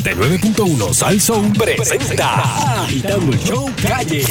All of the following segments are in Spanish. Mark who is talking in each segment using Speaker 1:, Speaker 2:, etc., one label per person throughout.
Speaker 1: 99.1 Sal Soul presenta Agitando el Show Calle.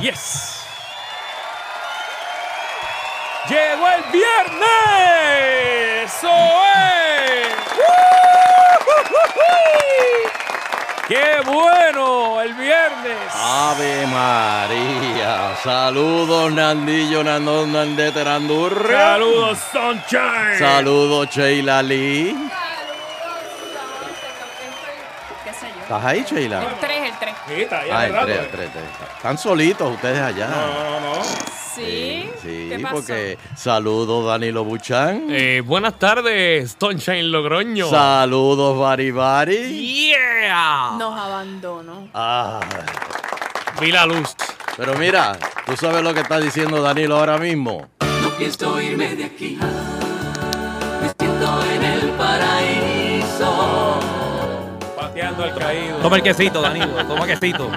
Speaker 2: Yes. Llegó el viernes. ¡Eso es! ¡Woo! ¡Qué bueno el viernes!
Speaker 3: Ave María. Saludos, Nandillo, Nandón, Nandete, Nandurra.
Speaker 2: Saludos, Sunshine.
Speaker 3: Saludos, Sheila Lee.
Speaker 4: qué sé yo.
Speaker 3: ¿Estás ahí, Sheila?
Speaker 4: El 3, el 3.
Speaker 2: Sí, está ahí
Speaker 3: Ah,
Speaker 2: hace
Speaker 3: el
Speaker 2: rato.
Speaker 3: tres, el tres, el tres. Están solitos ustedes allá.
Speaker 2: No, no, no.
Speaker 4: Sí.
Speaker 3: Sí,
Speaker 4: ¿Qué pasó?
Speaker 3: porque saludos Danilo Buchan.
Speaker 5: Eh, buenas tardes, Sunshine Logroño.
Speaker 3: Saludos Bari Bari.
Speaker 5: yeah.
Speaker 4: Nos abandonó.
Speaker 3: Ah,
Speaker 5: Vi la luz.
Speaker 3: pero mira, tú sabes lo que está diciendo Danilo ahora mismo.
Speaker 6: No pienso irme de aquí. Me siento en el paraíso.
Speaker 2: Pateando al caído.
Speaker 7: Toma el quesito, Danilo. Toma quesito.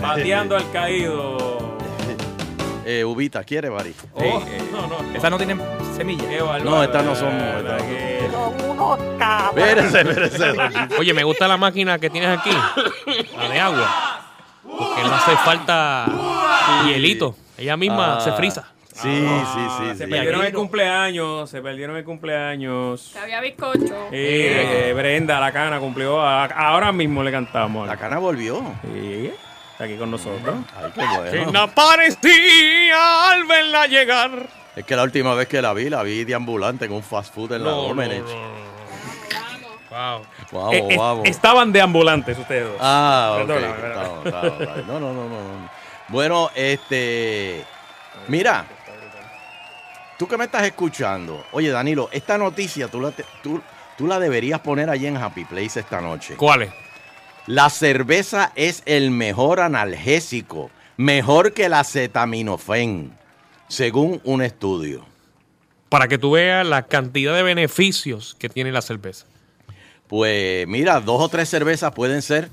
Speaker 2: Pateando al caído.
Speaker 3: Eh, Ubita, ¿quiere Bari?
Speaker 2: Sí,
Speaker 7: Oh,
Speaker 2: eh, no, no.
Speaker 7: Esas no tienen semillas.
Speaker 2: Qué bárbaro,
Speaker 3: No, estas no son-
Speaker 2: ¿verdad
Speaker 3: estas no
Speaker 2: que-
Speaker 3: Espérese, espérese.
Speaker 5: Oye, me gusta la máquina que tienes aquí, la de agua. Porque no hace falta hielito. Ella misma
Speaker 3: Ah,
Speaker 5: se frisa.
Speaker 3: Sí,
Speaker 2: Ah,
Speaker 3: sí, sí.
Speaker 2: Se
Speaker 3: sí.
Speaker 2: perdieron el
Speaker 5: Aquello.
Speaker 2: cumpleaños. Se perdieron el cumpleaños.
Speaker 4: Que había bizcocho.
Speaker 2: Eh, Brenda, la cana cumplió. a- ahora mismo le cantamos.
Speaker 3: La cana volvió.
Speaker 2: Sí, está aquí con nosotros.
Speaker 3: Ay, qué bueno.
Speaker 5: aparecía al verla llegar.
Speaker 3: Es que la última vez que la vi, la vi de ambulante en un fast food en la
Speaker 5: No, no,
Speaker 3: Domenech.
Speaker 5: no, no, no. Wow.
Speaker 3: Vamos,
Speaker 2: Eh, eh,
Speaker 3: vamos.
Speaker 2: Estaban de ambulantes ustedes dos.
Speaker 3: Ah, ok.
Speaker 2: Perdóname,
Speaker 3: estamos, estamos, estamos. No, no, no, no. no. Bueno, este. Mira. Tú que me estás escuchando. Oye, Danilo, esta noticia tú la, te- tú, tú la deberías poner allí en Happy Place esta noche.
Speaker 5: ¿Cuál es?
Speaker 3: La cerveza es el mejor analgésico. Mejor que la acetaminofén. Según un estudio.
Speaker 5: Para que tú veas la cantidad de beneficios que tiene la cerveza.
Speaker 3: Pues mira, dos o tres cervezas pueden ser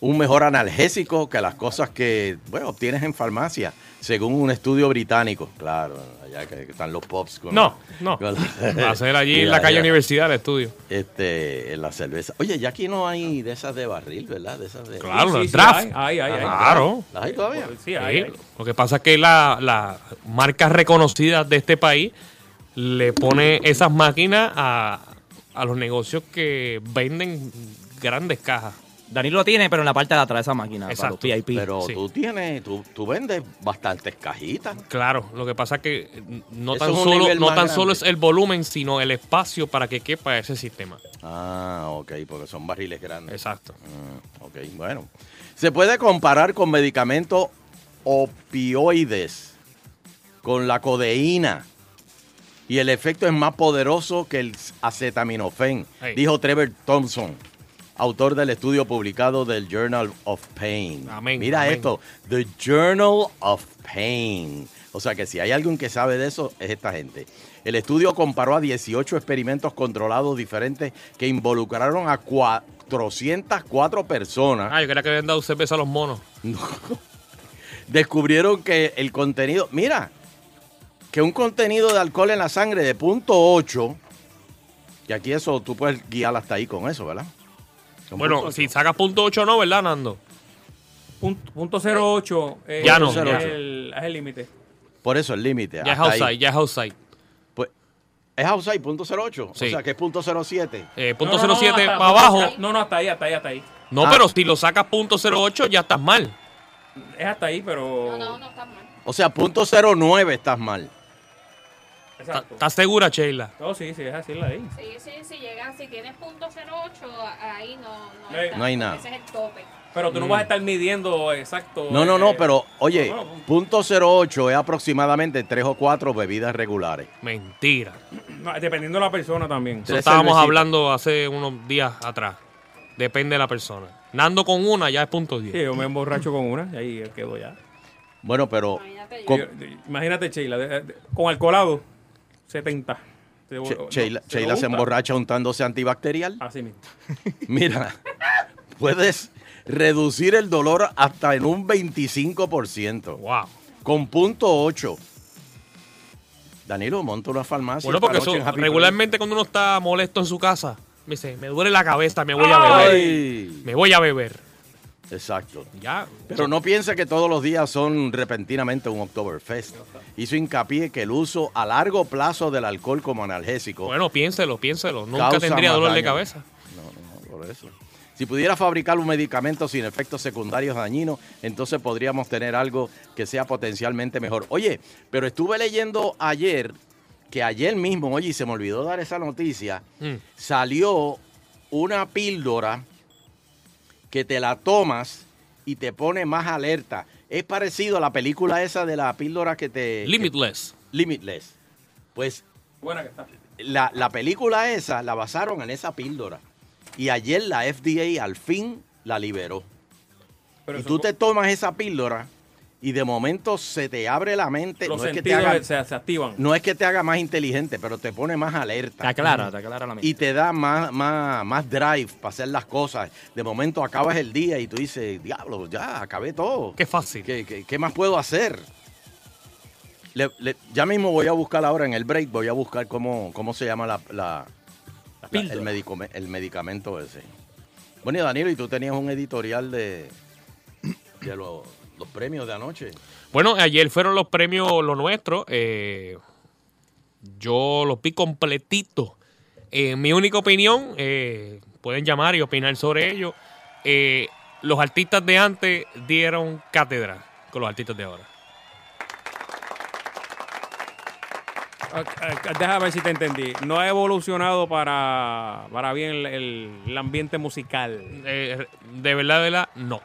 Speaker 3: un mejor analgésico que las cosas que bueno, obtienes en farmacia, según un estudio británico. Claro, allá que están los pops. Con
Speaker 5: No, no.
Speaker 3: con-
Speaker 5: Va a ser allí en
Speaker 3: Ya,
Speaker 5: la calle
Speaker 3: ya.
Speaker 5: Universidad, el estudio.
Speaker 3: Este, en la cerveza. Oye, ya aquí no hay de esas de barril, ¿verdad? De esas de.
Speaker 5: Claro,
Speaker 2: Sí,
Speaker 5: el
Speaker 2: sí,
Speaker 5: draft.
Speaker 2: hay, hay, hay, hay.
Speaker 5: Claro.
Speaker 3: ¿Las hay todavía?
Speaker 2: Sí,
Speaker 5: Sí,
Speaker 2: ahí.
Speaker 5: Lo que pasa es que la- las marcas reconocidas de este país le pone esas máquinas a, a los negocios que venden grandes cajas.
Speaker 7: Danilo la tiene, pero en la parte de atrás de esa máquina. Para
Speaker 5: Exacto,
Speaker 7: los VIP.
Speaker 3: Pero
Speaker 5: sí.
Speaker 3: tú tienes, tú, tú vendes bastantes cajitas.
Speaker 5: Claro, lo que pasa es que no
Speaker 3: Eso
Speaker 5: tan,
Speaker 3: es un
Speaker 5: solo,
Speaker 3: nivel
Speaker 5: no
Speaker 3: más
Speaker 5: tan solo
Speaker 3: grande.
Speaker 5: es el volumen, sino el espacio para que quepa ese sistema.
Speaker 3: Ah, ok, porque son barriles grandes.
Speaker 5: Exacto.
Speaker 3: Mm, Ok, bueno. Se puede comparar con medicamentos opioides, con la codeína. Y el efecto es más poderoso que el acetaminofén,
Speaker 5: Hey.
Speaker 3: dijo Trevor Thompson, autor del estudio publicado del Journal of Pain.
Speaker 5: Amén,
Speaker 3: Mira
Speaker 5: amén.
Speaker 3: esto, The Journal of Pain. O sea que si hay alguien que sabe de eso, es esta gente. El estudio comparó a 18 experimentos controlados diferentes que involucraron a 404 personas
Speaker 5: Ah, yo creía que habían dado cerveza a los monos.
Speaker 3: descubrieron que el contenido, mira, que un contenido de alcohol en la sangre de punto 8, y aquí eso tú puedes guiar hasta ahí con eso, ¿verdad? Con punto
Speaker 5: Bueno,
Speaker 3: ocho.
Speaker 5: si sacas punto ocho no, ¿verdad, Nando?
Speaker 2: Punto, punto 08. eh,
Speaker 5: Ya no,
Speaker 2: es
Speaker 3: ya.
Speaker 2: el- es el límite.
Speaker 3: Por eso el límite.
Speaker 5: Ya es
Speaker 3: hasta ahí.
Speaker 5: outside, ya es outside.
Speaker 3: Pues, es outside, punto 08.
Speaker 5: Sí.
Speaker 3: O sea, que es punto 07.
Speaker 5: Eh,
Speaker 2: No,
Speaker 5: punto
Speaker 2: no, no,
Speaker 5: 07
Speaker 2: hasta-
Speaker 5: para abajo.
Speaker 2: No, no, hasta ahí, hasta ahí, hasta ahí.
Speaker 5: No,
Speaker 3: Ah.
Speaker 5: pero si lo sacas punto 08 ya estás mal.
Speaker 2: Es hasta ahí, pero.
Speaker 4: No, no, no está mal.
Speaker 3: O sea, punto 09 estás mal.
Speaker 5: ¿Estás
Speaker 2: Exacto.
Speaker 5: estás segura, Sheila?
Speaker 2: No, sí, sí, es así la ahí.
Speaker 4: Sí, sí, sí, llega. Si tienes punto .08, ahí no, no,
Speaker 2: No hay-
Speaker 4: está,
Speaker 3: No hay nada.
Speaker 4: Ese es el tope.
Speaker 2: Pero tú no vas a estar midiendo exacto.
Speaker 3: No, no,
Speaker 2: eh,
Speaker 3: no, pero oye,
Speaker 2: no, no.
Speaker 3: punto 08 es aproximadamente tres o cuatro bebidas regulares.
Speaker 5: Mentira. Eso
Speaker 2: no, dependiendo de la persona también.
Speaker 3: Tres
Speaker 5: estábamos
Speaker 3: cervecitas.
Speaker 5: hablando hace unos días atrás. Depende de la persona. Nando con una ya es punto 10.
Speaker 2: Sí, yo me emborracho con una y ahí quedo ya.
Speaker 3: Bueno, pero
Speaker 4: Imagínate yo.
Speaker 3: con-
Speaker 2: Yo- imagínate, Sheila, de- de- con alcoholado, 70. Se-
Speaker 3: Che-
Speaker 2: no,
Speaker 3: Sheila,
Speaker 2: se
Speaker 3: Sheila se
Speaker 2: unta.
Speaker 3: emborracha untándose antibacterial.
Speaker 2: Así mismo.
Speaker 3: Mira, puedes reducir el dolor hasta en un 25%.
Speaker 5: Wow.
Speaker 3: Con punto 8. Danilo, monta una farmacia.
Speaker 5: Bueno,
Speaker 3: esta
Speaker 5: porque
Speaker 3: noche
Speaker 5: eso-
Speaker 3: en Happy
Speaker 5: regularmente cuando uno está molesto en su casa, me dice, me duele la cabeza, me voy a
Speaker 3: Place.
Speaker 5: beber.
Speaker 3: Ay,
Speaker 5: Me voy a beber.
Speaker 3: Exacto.
Speaker 5: Ya.
Speaker 3: Pero no piensa que todos los días son repentinamente un Oktoberfest. Hizo hincapié que el uso a largo plazo del alcohol como analgésico.
Speaker 5: Bueno, piénselo, piénselo. Nunca
Speaker 3: causa
Speaker 5: tendría
Speaker 3: más
Speaker 5: dolor de
Speaker 3: daño.
Speaker 5: cabeza.
Speaker 3: No, no, no, por eso. Si pudiera fabricar un medicamento sin efectos secundarios dañinos, entonces podríamos tener algo que sea potencialmente mejor. Oye, pero estuve leyendo ayer, que ayer mismo, oye, y se me olvidó dar esa noticia,
Speaker 5: Mm.
Speaker 3: salió una píldora que te la tomas y te pone más alerta. Es parecido a la película esa de la píldora que te...
Speaker 5: Limitless.
Speaker 3: Limitless. Pues
Speaker 2: Buena que está.
Speaker 3: la, la película esa la basaron en esa píldora. Y ayer la FDA al fin la liberó.
Speaker 2: Pero
Speaker 3: y
Speaker 2: eso
Speaker 3: tú
Speaker 2: co-
Speaker 3: te tomas esa píldora y de momento se te abre la mente.
Speaker 2: los
Speaker 3: No es, que te
Speaker 2: sentidos
Speaker 3: haga,
Speaker 2: se, se activan.
Speaker 3: no es que te haga más inteligente, pero te pone más alerta.
Speaker 7: Te aclara, te aclara la mente.
Speaker 3: Y te da más, más, más drive para hacer las cosas. De momento acabas el día y tú dices, diablo, ya acabé todo.
Speaker 5: Qué fácil.
Speaker 3: ¿Qué, qué- qué más puedo hacer? Le- le- ya mismo voy a buscar ahora en el break, voy a buscar cómo, cómo se llama la, la- la- el, medicome- el medicamento ese. Bueno, y Danilo, y tú tenías un editorial de, de lo- los premios de anoche.
Speaker 5: Bueno, ayer fueron los premios Lo Nuestro. eh, yo los vi completitos. Eh, mi única opinión, eh, pueden llamar y opinar sobre ello. eh, los artistas de antes dieron cátedra con los artistas de ahora.
Speaker 2: Ah, ah, Déjame ver si te entendí. No ha evolucionado para, para bien el, el- el ambiente musical.
Speaker 5: Eh, de verdad, de verdad, no.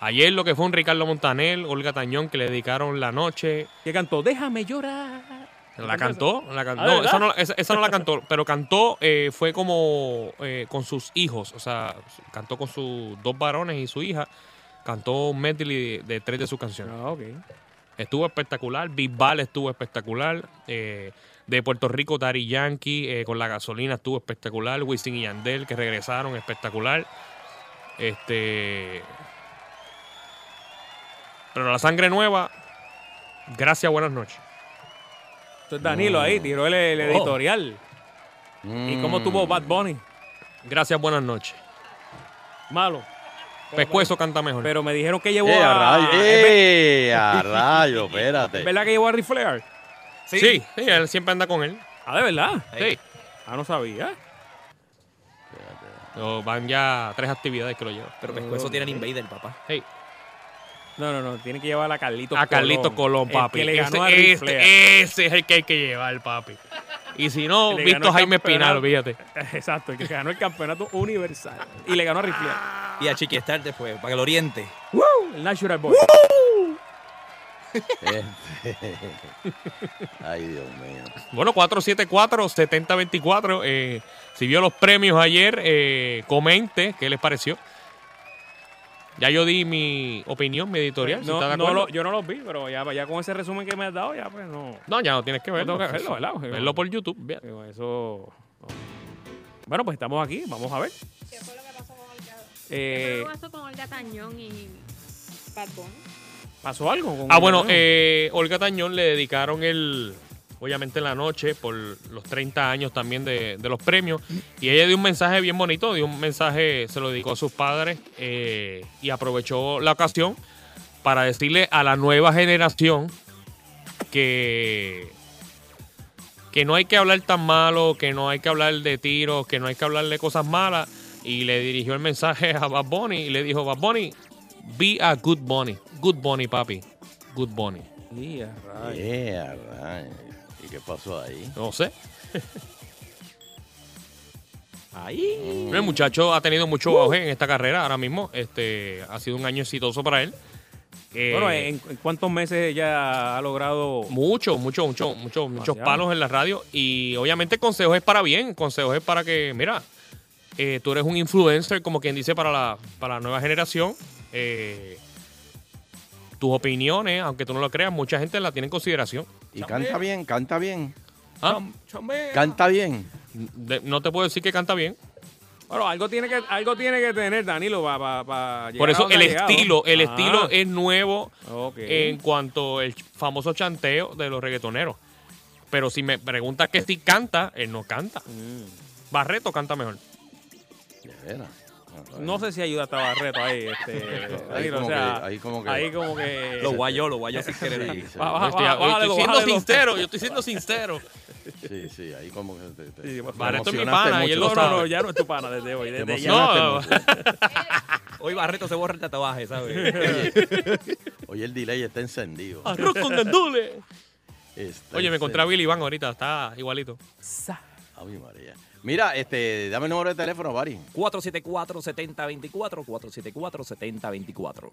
Speaker 5: Ayer lo que fue un Ricardo Montaner, Olga Tañón, que le dedicaron la noche.
Speaker 2: ¿Qué cantó? Déjame llorar.
Speaker 5: La cantó, la cantó.
Speaker 2: Ah,
Speaker 5: No,
Speaker 2: ¿verdad?
Speaker 5: esa no, la- esa- esa no la cantó, pero cantó, eh, fue como eh, con sus hijos, o sea, cantó con sus dos varones y su hija. Cantó un medley de, de tres de sus canciones.
Speaker 2: Ah, ok.
Speaker 5: Estuvo espectacular, Bisbal estuvo espectacular, eh, de Puerto Rico, Dari Yankee, eh, con la gasolina estuvo espectacular, Wisin y Yandel, que regresaron, espectacular. Este. Pero la sangre nueva, gracias, buenas noches.
Speaker 2: Entonces Danilo ahí tiró el, el
Speaker 5: Oh.
Speaker 2: editorial. ¿Y cómo tuvo Bad Bunny?
Speaker 5: Mm. Gracias, buenas noches.
Speaker 2: Malo.
Speaker 5: Pescuezo canta mejor.
Speaker 2: Pero me dijeron que llevó
Speaker 3: ¡Eh, a
Speaker 2: a...
Speaker 3: rayo!
Speaker 2: ¿Es ver-
Speaker 3: ¡Eh, a rayo!
Speaker 2: es
Speaker 3: Espérate.
Speaker 2: verdad que llevó a Ric Flair?
Speaker 5: sí, sí, él siempre anda con él.
Speaker 2: Ah, ¿de verdad?
Speaker 5: Sí.
Speaker 2: Ah, no sabía.
Speaker 5: O van ya tres actividades que lo llevan.
Speaker 7: Pero pescuezo
Speaker 2: Mm.
Speaker 7: tienen Invader, papá.
Speaker 5: Sí.
Speaker 2: No, no, no. Tiene que llevar a Carlitos
Speaker 5: A Carlito Colón,
Speaker 2: El
Speaker 5: papi.
Speaker 2: que le
Speaker 5: ese,
Speaker 2: ganó a Ric
Speaker 5: ese-
Speaker 2: Flair.
Speaker 5: ese es el que hay que llevar, papi. Y si no,
Speaker 2: Le ganó
Speaker 5: visto
Speaker 2: el
Speaker 5: Jaime Espinal,
Speaker 2: campeonato.
Speaker 5: olvídate.
Speaker 2: Exacto, el que ganó el campeonato universal. Y le ganó a Ric Flair.
Speaker 7: Y a Chiquestar después, para que lo oriente.
Speaker 2: El Natural Boy.
Speaker 3: Ay, Dios mío.
Speaker 5: Bueno, 474-7024. Eh, si vio los premios ayer, eh, comente qué les pareció. Ya yo di mi opinión, mi editorial. si
Speaker 2: No,
Speaker 5: está de
Speaker 2: no
Speaker 5: acuerdo.
Speaker 2: lo- yo no los vi, pero ya, ya con ese resumen que me has dado, ya pues no.
Speaker 5: No, ya no tienes que verlo.
Speaker 2: No tengo que verlo, ¿verdad? Porque-
Speaker 5: Verlo por YouTube. bien.
Speaker 2: Digo, Eso. no. Bueno, pues estamos aquí, vamos a ver.
Speaker 4: ¿Qué fue lo que pasó con Olga? ¿Qué fue
Speaker 2: Eh,
Speaker 4: lo que pasó con Olga Tañón y Bad Bunny?
Speaker 2: ¿Pasó algo? con-
Speaker 5: Ah, bueno, eh, Olga Tañón le dedicaron el, obviamente en la noche, por los 30 años también de, de los premios. Y ella dio un mensaje bien bonito, dio un mensaje, se lo dedicó a sus padres eh, y aprovechó la ocasión para decirle a la nueva generación que, que no hay que hablar tan malo, que no hay que hablar de tiros, que no hay que hablar de cosas malas. Y le dirigió el mensaje a Bad Bunny y le dijo, Bad Bunny, be a good bunny. Good bunny, papi. Good bunny.
Speaker 2: Sí, a rayos.
Speaker 3: ¡Eh, a rayo! ¿Y qué pasó ahí?
Speaker 5: No sé.
Speaker 7: Ahí.
Speaker 5: El muchacho ha tenido mucho auge en esta carrera ahora mismo. Este, ha sido un año exitoso para él. Eh,
Speaker 2: Bueno, ¿en, en cuántos meses ella ha logrado?
Speaker 5: Mucho, mucho, mucho, mucho, muchos
Speaker 2: Demasiado.
Speaker 5: palos en la radio. Y obviamente consejos es para bien, consejos es para que, mira, eh, tú eres un influencer, como quien dice, para la, para la nueva generación. Eh, tus opiniones, aunque tú no lo creas, mucha gente la tiene en consideración.
Speaker 3: Y canta bien, canta bien.
Speaker 5: Ah,
Speaker 3: Canta bien.
Speaker 5: de- no te puedo decir que canta bien.
Speaker 2: Bueno, algo tiene que, algo tiene que tener Danilo para llegar.
Speaker 5: Por
Speaker 2: a
Speaker 5: eso
Speaker 2: donde
Speaker 5: el
Speaker 2: ha llegado.
Speaker 5: estilo, el
Speaker 2: Ah,
Speaker 5: estilo es nuevo
Speaker 2: ok.
Speaker 5: en cuanto al famoso chanteo de los reggaetoneros. Pero si me preguntas que si canta, él no canta. Barreto canta mejor.
Speaker 3: Mm. De veras.
Speaker 2: No sé si ayuda hasta Barreto ahí. Este, Danilo,
Speaker 3: como
Speaker 2: o sea,
Speaker 3: que- ahí como que-
Speaker 2: ahí como que-
Speaker 7: Lo guayó, lo guayó sin querer. ahí.
Speaker 3: Sí,
Speaker 2: Va, va,
Speaker 5: Hostia,
Speaker 2: va,
Speaker 5: yo
Speaker 2: bájale
Speaker 5: estoy
Speaker 2: dos,
Speaker 5: siendo
Speaker 2: bájale dos.
Speaker 5: sincero, yo estoy siendo sincero.
Speaker 3: Sí, sí, ahí como que te, te-
Speaker 2: Sí, pues,
Speaker 3: te
Speaker 2: por favor.
Speaker 5: Barreto es mi
Speaker 3: emocionaste
Speaker 5: pana, y él
Speaker 3: mucho.
Speaker 5: lo
Speaker 2: No,
Speaker 5: sabe.
Speaker 2: no, ya no es tu pana desde hoy.
Speaker 3: Te
Speaker 2: Desde ya.
Speaker 3: emocionaste
Speaker 5: No.
Speaker 3: mucho.
Speaker 7: Hoy Barreto se borra el tatuaje, ¿sabes?
Speaker 3: Oye, el delay está encendido.
Speaker 2: Ah.
Speaker 5: Arroz con gandules.
Speaker 3: Está
Speaker 5: Oye, me encontré a
Speaker 3: encendido.
Speaker 5: Billy Iván ahorita, está igualito.
Speaker 3: Ay, María. Mira, este, dame el número de teléfono, Bari.
Speaker 7: 474-7024, 474-7024.
Speaker 2: Tengo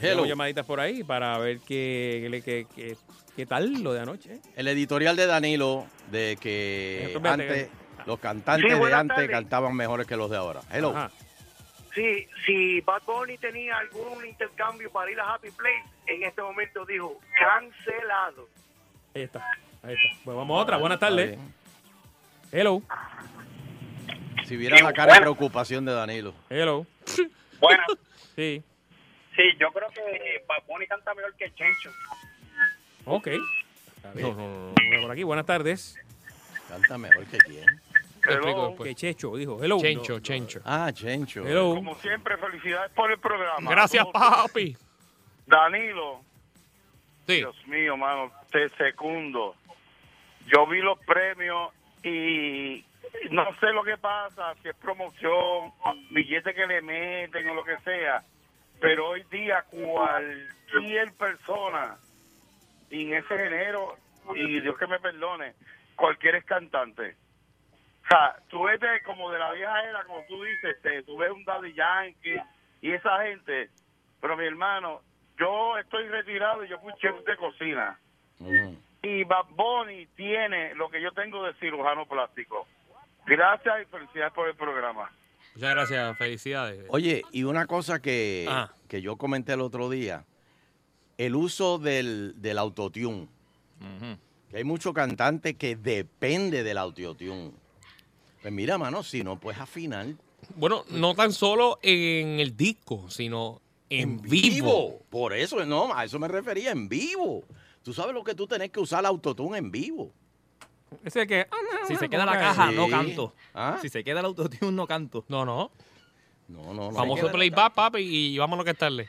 Speaker 3: Hello.
Speaker 2: llamaditas por ahí para ver qué, qué, qué, qué- qué tal lo de anoche.
Speaker 3: El editorial de Danilo de que
Speaker 2: Eh, Espérate,
Speaker 3: antes los cantantes
Speaker 8: Sí,
Speaker 3: de
Speaker 8: buenas
Speaker 3: antes
Speaker 8: tardes.
Speaker 3: cantaban mejores que los de ahora. Hello.
Speaker 2: Ajá.
Speaker 8: Sí, si Bad Bunny tenía algún intercambio para ir a Happy Place, en este momento dijo cancelado.
Speaker 2: Ahí está. Ahí está. Pues vamos a otra. Buenas tardes. Hello.
Speaker 3: Si vieras la cara de preocupación de Danilo.
Speaker 2: Hello.
Speaker 8: Bueno,
Speaker 2: Sí.
Speaker 8: sí, yo creo que eh, Bad Bunny canta mejor que Chencho.
Speaker 2: Ok. Está bien. Bueno, Por aquí, buenas tardes.
Speaker 3: Canta mejor que quién.
Speaker 5: Te explico después.
Speaker 2: Que Checho dijo. Hello.
Speaker 5: Chencho,
Speaker 2: No,
Speaker 5: Chencho.
Speaker 3: Ah, Chencho.
Speaker 2: Hello.
Speaker 8: siempre, felicidades por el programa.
Speaker 5: Gracias, papi.
Speaker 8: Danilo,
Speaker 5: Sí.
Speaker 8: Dios mío, mano, te secundo. Yo vi los premios y no sé lo que pasa, si es promoción, billete que le meten o lo que sea, pero hoy día cualquier persona en ese género, y Dios que me perdone, cualquier es cantante. O sea, tú ves de- como de la vieja era, como tú dices, te- tú ves un Daddy Yankee y esa gente. Pero mi hermano, yo estoy retirado y yo fui chef de cocina.
Speaker 3: Ujú.
Speaker 8: Y Bad Bunny tiene lo que yo tengo de cirujano plástico. Gracias y felicidades por el programa.
Speaker 5: Muchas gracias, felicidades.
Speaker 3: Oye, y una cosa que,
Speaker 2: Ah.
Speaker 5: Ajá.
Speaker 3: que yo comenté el otro día, el uso del, del autotune. Que hay muchos cantantes que depende del autotune. Pues mira, mano, si no pues puedes afinar
Speaker 5: Bueno, no tan solo eh, en el disco, sino en, vivo.
Speaker 3: Por eso, no, a eso me refería, en vivo. Tú sabes lo que tú tenés que usar el autotune en vivo.
Speaker 2: Ese que. ah,
Speaker 7: Si se queda la caja,
Speaker 3: Sí.
Speaker 7: no canto.
Speaker 3: Ah.
Speaker 7: Si se queda el autotune, no canto.
Speaker 5: No, no.
Speaker 3: No, no, no.
Speaker 5: Famoso playback, papi, y vámonos que es tarde.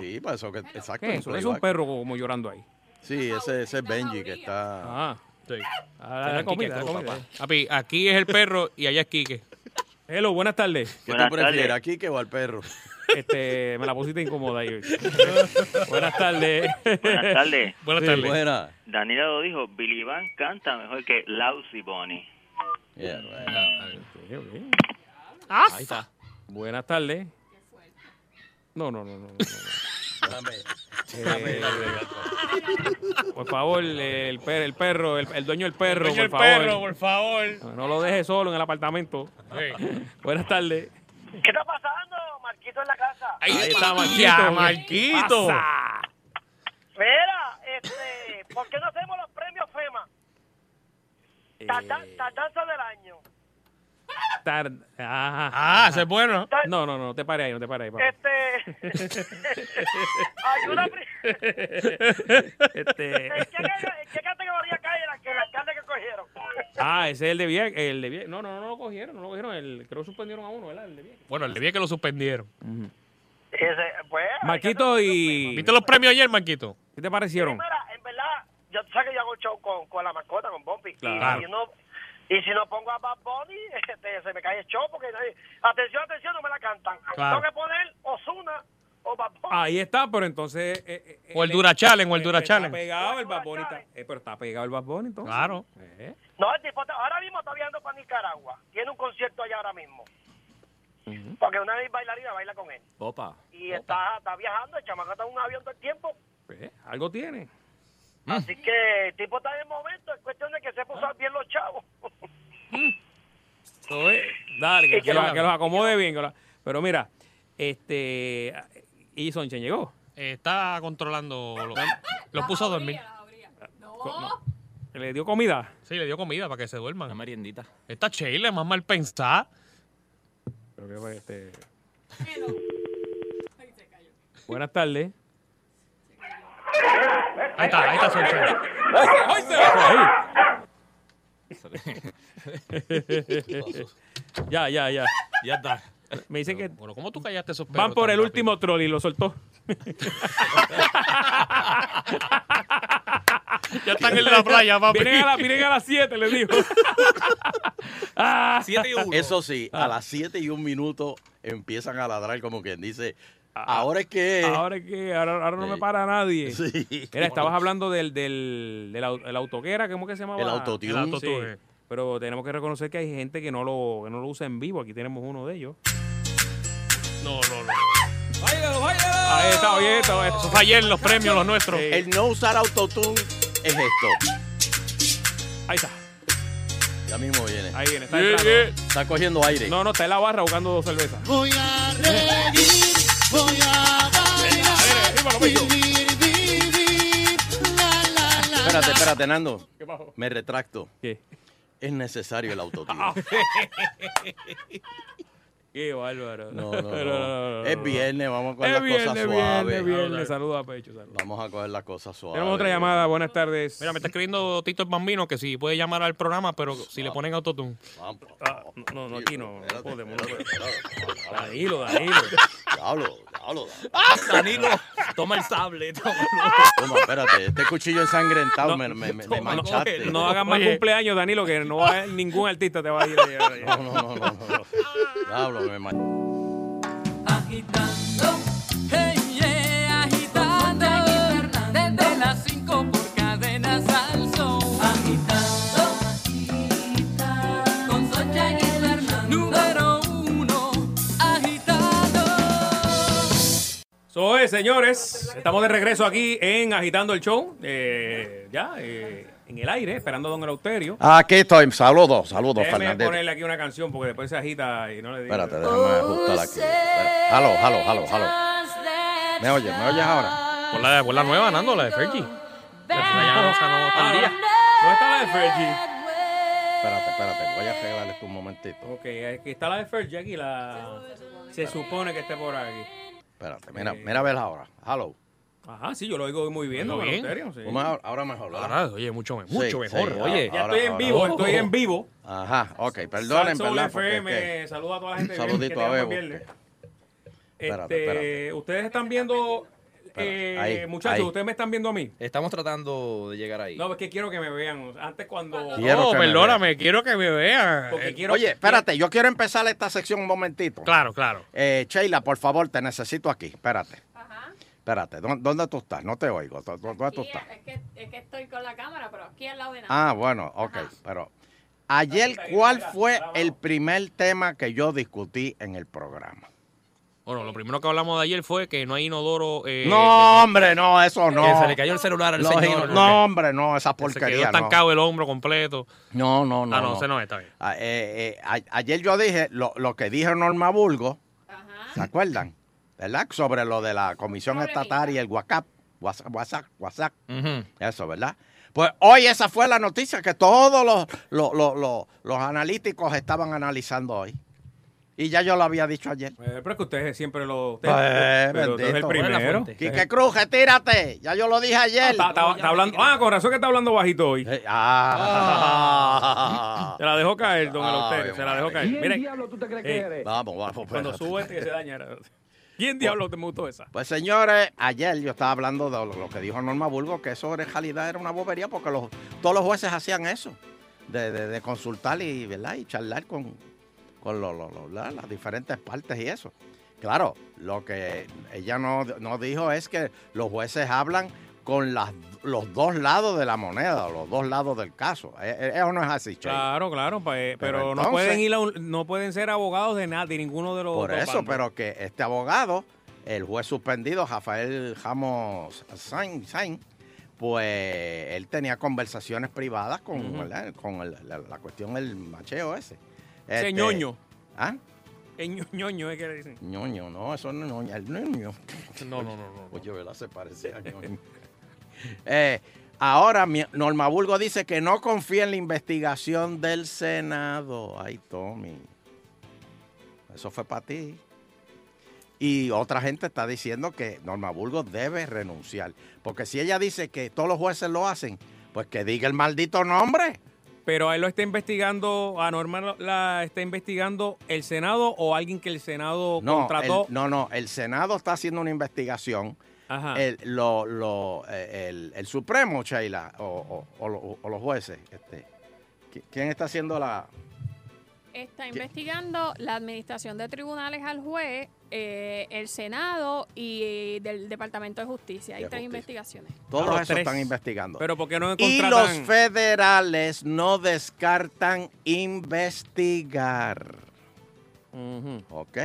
Speaker 3: Sí, para eso que. Exacto.
Speaker 2: ¿Qué
Speaker 3: en
Speaker 2: es eso? Es
Speaker 3: playback.
Speaker 2: un perro como llorando ahí.
Speaker 3: Sí, ese, ese es Benji que está.
Speaker 2: Ah.
Speaker 5: Sí.
Speaker 2: Ah, la, la comida, la comida.
Speaker 5: Papi, aquí es el perro y allá es Quique.
Speaker 2: Hello, buenas tardes.
Speaker 3: ¿Qué
Speaker 8: Buenas
Speaker 3: tú prefieres, aquí que o al perro?
Speaker 2: Este, me la pusiste incómoda ahí. buenas tardes.
Speaker 9: Buenas tardes.
Speaker 5: Buenas
Speaker 2: Sí,
Speaker 5: tardes.
Speaker 3: Buena.
Speaker 9: Danilo dijo, Billy Van canta mejor que Lousy Bonnie.
Speaker 3: Yeah, bueno.
Speaker 2: Ok, ok.
Speaker 5: Ahí
Speaker 7: Ahí
Speaker 5: está.
Speaker 7: está.
Speaker 2: Buenas tardes. No, no, no, no. no, no. Eh, por favor, el, per- el perro, el, el dueño del perro,
Speaker 5: el
Speaker 2: por favor.
Speaker 5: perro, por favor.
Speaker 2: No lo deje solo en el apartamento.
Speaker 5: Sí.
Speaker 2: Buenas tardes.
Speaker 8: ¿Qué está pasando, Marquito en la casa?
Speaker 5: Ahí, está
Speaker 2: Ya,
Speaker 5: Marquito. ah, Marquito.
Speaker 2: Pasa.
Speaker 8: Mira, este, ¿por qué no hacemos los premios FEMA?
Speaker 2: Eh,
Speaker 8: Tardanza del año.
Speaker 2: tar- ajá.
Speaker 5: Ah, ese es bueno.
Speaker 2: No, no, no, te pare ahí, no te pare ahí. papá.
Speaker 8: Este, hay una...
Speaker 2: Este-
Speaker 8: ¿Qué categoría cae la que el alcalde que cogieron?
Speaker 2: Ah, ese es el de Vieques. El de Vieques. No, no, no, lo cogieron, no lo cogieron. El, creo que suspendieron a uno, ¿verdad? El de Vieques.
Speaker 5: Bueno, el día que lo suspendieron.
Speaker 8: Ese, pues,
Speaker 2: Marquito y...
Speaker 5: ¿Viste los premios ayer, Marquito?
Speaker 2: ¿Qué te parecieron?
Speaker 8: Mira, en verdad, yo tú sabes que yo hago show con, con la mascota, con Bumpy.
Speaker 2: Claro.
Speaker 8: Y, si no, y si no pongo a Bad Bunny, este, se me cae el show porque nadie- atención, atención, no me la cantan.
Speaker 5: Claro.
Speaker 8: Tengo que poner Osuna o Bad Bunny.
Speaker 2: Ahí está, pero entonces... eh, eh,
Speaker 5: O el
Speaker 2: eh,
Speaker 5: Dura Challenge, o el
Speaker 2: eh,
Speaker 5: Dura
Speaker 2: Está
Speaker 5: Challenge.
Speaker 2: pegado el
Speaker 8: Dura
Speaker 2: Bad Bunny, está-
Speaker 8: Challenge.
Speaker 2: eh, pero está pegado el Bad Bunny, entonces.
Speaker 5: Claro.
Speaker 2: Eh,
Speaker 8: No, el tipo está- ahora mismo está viajando para Nicaragua
Speaker 10: Nicaragua, tiene un concierto allá ahora mismo. Porque una de mis bailarinas baila con él.
Speaker 7: Opa.
Speaker 10: Y está, está viajando, el chamaco está en un avión todo el tiempo.
Speaker 2: Pues, algo tiene.
Speaker 10: Así que el tipo está en el momento, es cuestión de que sepa usar bien los chavos.
Speaker 2: Eso es. Dale, que,
Speaker 10: Y que
Speaker 2: que los,
Speaker 10: lo-
Speaker 2: que los acomode bien. que los- pero mira, este. Y Sonchen llegó.
Speaker 5: Eh, Está controlando. Lo, lo puso a dormir.
Speaker 2: ¿Le dio comida?
Speaker 5: Sí, le dio comida para que se duerman. Una
Speaker 7: meriendita.
Speaker 5: Está Sheila, más mal pensada.
Speaker 2: Pero que fue este. Buenas tardes.
Speaker 5: Ahí está, ahí está Sonchen.
Speaker 2: este ya, ya, ya.
Speaker 7: Ya está.
Speaker 2: Me dicen que
Speaker 5: Bueno, ¿cómo tú callaste esos perros
Speaker 2: van por
Speaker 5: tan
Speaker 2: el
Speaker 5: rápido?
Speaker 2: último troll y lo soltó.
Speaker 5: Ya están en la playa, papi.
Speaker 2: Miren a, la- vienen a las 7, le dijo. Ah.
Speaker 7: Siete y uno.
Speaker 3: Eso sí, a las 7 y un minuto empiezan a ladrar como quien dice, ahora es que...
Speaker 2: Ah. Ahora es que ahora, ahora no me
Speaker 3: Sí.
Speaker 2: para nadie.
Speaker 3: Sí.
Speaker 2: Mira, estabas hablando del, del, del au- el autoquera, ¿cómo que se llamaba?
Speaker 3: El autotune.
Speaker 5: El autotune.
Speaker 2: Sí. Pero tenemos que reconocer que hay gente que no lo, que no lo usa en vivo. Aquí tenemos uno de ellos.
Speaker 5: No, no, no.
Speaker 7: ¡Báilalo, báilalo!
Speaker 2: Ahí está, oye, esto, esto.
Speaker 5: Eso fue ayer, los premios, los nuestros.
Speaker 2: Sí.
Speaker 3: El no usar autotune es esto.
Speaker 2: Ahí está,
Speaker 3: Ya mismo viene.
Speaker 2: ahí viene. Está
Speaker 5: Yeah,
Speaker 2: entrando.
Speaker 5: yeah.
Speaker 3: Está cogiendo aire.
Speaker 2: No, no, está en la barra buscando dos cervezas.
Speaker 11: Voy a reír, voy a bailar, vivir, vivir, la, la, la,
Speaker 3: Espérate, espérate, Nando.
Speaker 2: ¿Qué pasó?
Speaker 3: Me retracto.
Speaker 2: ¿Qué? Ah.
Speaker 3: Es necesario el autotune.
Speaker 2: Qué bárbaro.
Speaker 3: No, no, no.
Speaker 2: no, no,
Speaker 3: Es
Speaker 2: no.
Speaker 3: viernes, vamos a coger
Speaker 2: Es
Speaker 3: las cosas
Speaker 2: viernes,
Speaker 3: suaves.
Speaker 2: viernes, viernes. Saludos a Pecho. saludos.
Speaker 3: Vamos a coger las cosas suaves.
Speaker 2: Tenemos otra llamada. Buenas tardes.
Speaker 5: Mira, me está escribiendo Tito el Bambino que si puede llamar al programa, pero si le ponen autotune.
Speaker 3: Vamos.
Speaker 2: Ah, no, no, aquí no. No
Speaker 3: Espérate,
Speaker 2: podemos.
Speaker 3: espérate, espérate.
Speaker 2: Danilo, Danilo. Ah,
Speaker 3: Diablo, diablo. diablo.
Speaker 7: Danilo, toma el sable. tómalo.
Speaker 3: Toma, espérate, este cuchillo ensangrentado me, me, me, me
Speaker 7: no,
Speaker 3: manchaste.
Speaker 2: No hagas más
Speaker 5: Oye.
Speaker 2: cumpleaños, Danilo, que no va a- ningún artista te va a ir.
Speaker 3: No, no, no, no, no. Diablo, me manchaste.
Speaker 6: agitando, hey, yeah, agitando, desde las 5 por cadena salso, agitando, con Socha y Fernando, número uno, agitando.
Speaker 2: Soy, eh, señores, estamos de regreso aquí en Agitando el Show. eh, ya, eh, en el aire, esperando a Don Eleuterio.
Speaker 3: Aquí estoy. Saludos, saludos,
Speaker 2: Déjeme
Speaker 3: Fernández.
Speaker 2: ponerle aquí una canción porque después se agita y no le digo.
Speaker 3: Espérate, déjame ajustar aquí. Espera. Jalo, jalo, jalo, jalo. ¿Me oyes? ¿Me oyes ahora?
Speaker 5: Por la, por la nueva, Nando, la de Fergie.
Speaker 2: Ah, no, no está la de Fergie.
Speaker 3: Espérate, espérate. Voy a arreglar esto un momentito.
Speaker 2: Ok, aquí está la de Fergie aquí. La... Se supone que esté por aquí.
Speaker 3: Espérate, mira, mira a ver ahora. Jalo.
Speaker 2: Eh, Ajá, sí, yo lo oigo muy bien, Don
Speaker 5: Muy bien.
Speaker 2: Eleuterio. sí.
Speaker 3: Vamos ahora- Ahora mejor, ¿verdad?
Speaker 5: Ahora, oye, mucho, me-
Speaker 3: Sí,
Speaker 5: mucho
Speaker 3: sí,
Speaker 5: mejor.
Speaker 3: ahora-
Speaker 5: oye,
Speaker 2: Ya
Speaker 3: ahora-
Speaker 2: estoy en
Speaker 3: ahora.
Speaker 2: vivo, estoy en vivo.
Speaker 3: Ajá, ok, perdonen,
Speaker 2: Salsoul
Speaker 3: perdón. porque es que-
Speaker 2: FM, saluda a toda la gente. que-
Speaker 3: Saludito
Speaker 2: que
Speaker 3: a
Speaker 2: tenga
Speaker 3: Bebo,
Speaker 2: buen viernes.
Speaker 3: porque-
Speaker 2: Este,
Speaker 3: Espérate, espérate.
Speaker 2: Ustedes están viendo,
Speaker 3: Espérate,
Speaker 2: eh,
Speaker 3: ahí,
Speaker 2: muchachos,
Speaker 3: ahí.
Speaker 2: ustedes me están viendo a mí.
Speaker 7: Estamos tratando de llegar ahí.
Speaker 2: No, es que quiero que me vean. Antes cuando...
Speaker 3: Quiero
Speaker 5: no,
Speaker 3: que me
Speaker 5: perdóname, quiero que me vean.
Speaker 2: Porque
Speaker 5: Eh,
Speaker 2: quiero-
Speaker 3: Oye, espérate, yo quiero empezar esta sección un momentito.
Speaker 5: Claro, claro.
Speaker 3: Eh, Sheila, por favor, te necesito aquí. Espérate. Espérate, ¿dó- ¿dónde tú estás? No te oigo. ¿Dó- dó- ¿Dónde tú
Speaker 4: Aquí,
Speaker 3: estás?
Speaker 4: es, que, es que estoy con la cámara, pero aquí al lado de nada.
Speaker 3: Ah, bueno, ok, pero ayer, ¿cuál fue el primer tema que yo discutí en el programa?
Speaker 5: Bueno, lo primero que hablamos de ayer fue que no hay inodoro. eh,
Speaker 3: No, hombre, no, eso no.
Speaker 7: Que se le cayó el celular al
Speaker 3: No,
Speaker 7: señor.
Speaker 3: no, hombre, no, esa
Speaker 5: que Se quedó
Speaker 3: porquería. No,
Speaker 5: estancado el hombro completo.
Speaker 3: no, no. no,
Speaker 5: ah, no,
Speaker 3: no.
Speaker 5: ese no es, está bien.
Speaker 3: A- eh, eh, a- ayer yo dije lo, lo que dijo Norma Burgo,
Speaker 4: Ajá.
Speaker 3: ¿se acuerdan? ¿Verdad? Sobre lo de la Comisión
Speaker 4: Sobre
Speaker 3: Estatal
Speaker 4: mí.
Speaker 3: y el WhatsApp, WhatsApp, WhatsApp, WhatsApp,
Speaker 7: Ujú.
Speaker 3: eso, ¿verdad? Pues hoy esa fue la noticia que todos los, los, los- los- los analíticos estaban analizando hoy. Y ya yo lo había dicho ayer.
Speaker 2: Eh, pero es que ustedes siempre lo... ustedes-
Speaker 3: Pues,
Speaker 2: pero tú eres el
Speaker 3: bendito.
Speaker 2: primero. Ah,
Speaker 7: fuente.
Speaker 3: Quique Cruz, retírate. Ya yo lo dije ayer.
Speaker 2: Está- está- está hablando- Ah, con razón que está hablando bajito hoy.
Speaker 3: Eh, ah.
Speaker 2: Se la dejó caer, don
Speaker 3: Ay,
Speaker 2: Eleuterio, se la dejó caer.
Speaker 11: ¿Quién
Speaker 2: Miren,
Speaker 11: diablo tú te crees
Speaker 2: eh,
Speaker 11: que eres?
Speaker 3: Vamos, vamos. pues.
Speaker 2: cuando
Speaker 3: espérate.
Speaker 2: sube este que se dañara. ¿Quién diablo te me gustó esa?
Speaker 3: Pues señores, ayer yo estaba hablando de lo, lo que dijo Norma Burgo, que eso en realidad era una bobería porque los, todos los jueces hacían eso, de, de- de consultar y, ¿verdad? y charlar con, con lo- lo- lo- la- las diferentes partes y eso. Claro, lo que ella no, no dijo es que los jueces hablan con las- los dos lados de la moneda, los dos lados del caso. Eh, eh, Eso no es así, Che.
Speaker 2: Claro, claro, pa- eh, pero,
Speaker 3: Pero
Speaker 2: no pueden
Speaker 3: entonces-
Speaker 2: ir a un- no pueden ser abogados de nada, de ninguno de los
Speaker 3: Por
Speaker 2: dos
Speaker 3: eso,
Speaker 2: bandos.
Speaker 3: pero que este abogado, el juez suspendido, Rafael Ramos Sainz, Sainz, pues él tenía conversaciones privadas con,
Speaker 2: Ujú.
Speaker 3: ¿verdad? con el- la, la cuestión del macheo ese.
Speaker 2: Ese ñoño.
Speaker 3: ¿Ah?
Speaker 2: Es ño- ñoño, es que le dicen.
Speaker 3: ñoño, no, eso no es ñoño, el ñoño.
Speaker 5: No, no, no, no.
Speaker 3: Oye, ¿verdad? Se parece a ñoño. Eh, ahora, mi- Norma Burgo dice que no confía en la investigación del Senado. Ay, Tommy. Eso fue para ti. Y otra gente está diciendo que Norma Burgo debe renunciar. Porque si ella dice que todos los jueces lo hacen, pues que diga el maldito nombre.
Speaker 2: Pero ahí lo está investigando, a Norma lo- la está investigando el Senado o alguien que el Senado
Speaker 3: No,
Speaker 2: contrató.
Speaker 3: el- no, no, el Senado está haciendo una investigación. El, lo- lo- eh, el- el Supremo, Sheila, o, o- o lo- o los jueces. Este, ¿qui- ¿Quién está haciendo la...?
Speaker 4: Está investigando la administración de tribunales al juez, eh, el Senado y del Departamento de Justicia. Hay
Speaker 3: De
Speaker 4: tres
Speaker 3: justicia.
Speaker 4: investigaciones.
Speaker 3: Todos
Speaker 2: los
Speaker 3: esos
Speaker 2: tres.
Speaker 3: están investigando.
Speaker 2: Pero ¿por qué no
Speaker 3: y
Speaker 2: contratan-
Speaker 3: los federales no descartan investigar. ¿Ok?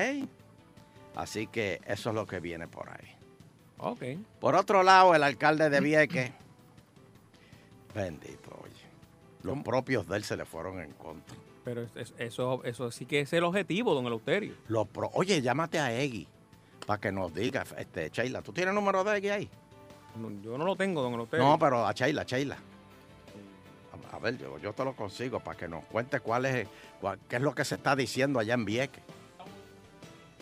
Speaker 3: Así que eso es lo que viene por ahí.
Speaker 2: Ok.
Speaker 3: Por otro lado, el alcalde de Vieques, bendito, oye, los propios de él se le fueron en contra.
Speaker 2: Pero es- es- eso, eso sí que es el objetivo, don Eleuterio.
Speaker 3: Los pro- oye, llámate a Eggy para que nos diga, este, Sheila, ¿tú tienes el número de Eggy ahí?
Speaker 2: No, yo no lo tengo, don Eleuterio.
Speaker 3: No, pero a Sheila, Sheila. A, a ver, yo, yo te lo consigo para que nos cuente cuál es, cuál- qué es lo que se está diciendo allá en Vieques.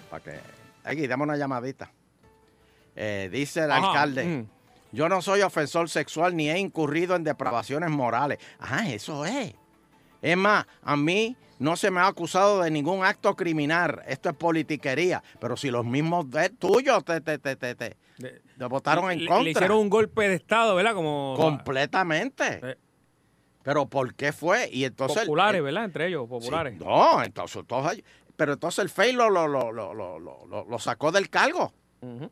Speaker 3: Para que, Eggy, dame una llamadita. Eh, dice el
Speaker 2: Ajá,
Speaker 3: alcalde,
Speaker 2: mm.
Speaker 3: yo no soy ofensor sexual ni he incurrido en depravaciones morales. Ah, eso es. Es más, a mí no se me ha acusado de ningún acto criminal. Esto es politiquería. Pero si los mismos de tuyos te, te, te, te, te,
Speaker 2: Le-
Speaker 3: te votaron en
Speaker 2: le-
Speaker 3: contra.
Speaker 2: Le hicieron un golpe de Estado, eh, ¿verdad? Como eh,
Speaker 3: Completamente. Pero ¿por qué fue? Y entonces... eh,
Speaker 2: populares,
Speaker 3: el-
Speaker 2: ¿verdad? Entre ellos, populares.
Speaker 3: Sí, no, entonces todos ellos- Pero entonces el FEI lo, lo, lo, lo, lo, lo- lo- lo sacó del cargo.
Speaker 2: Ujú.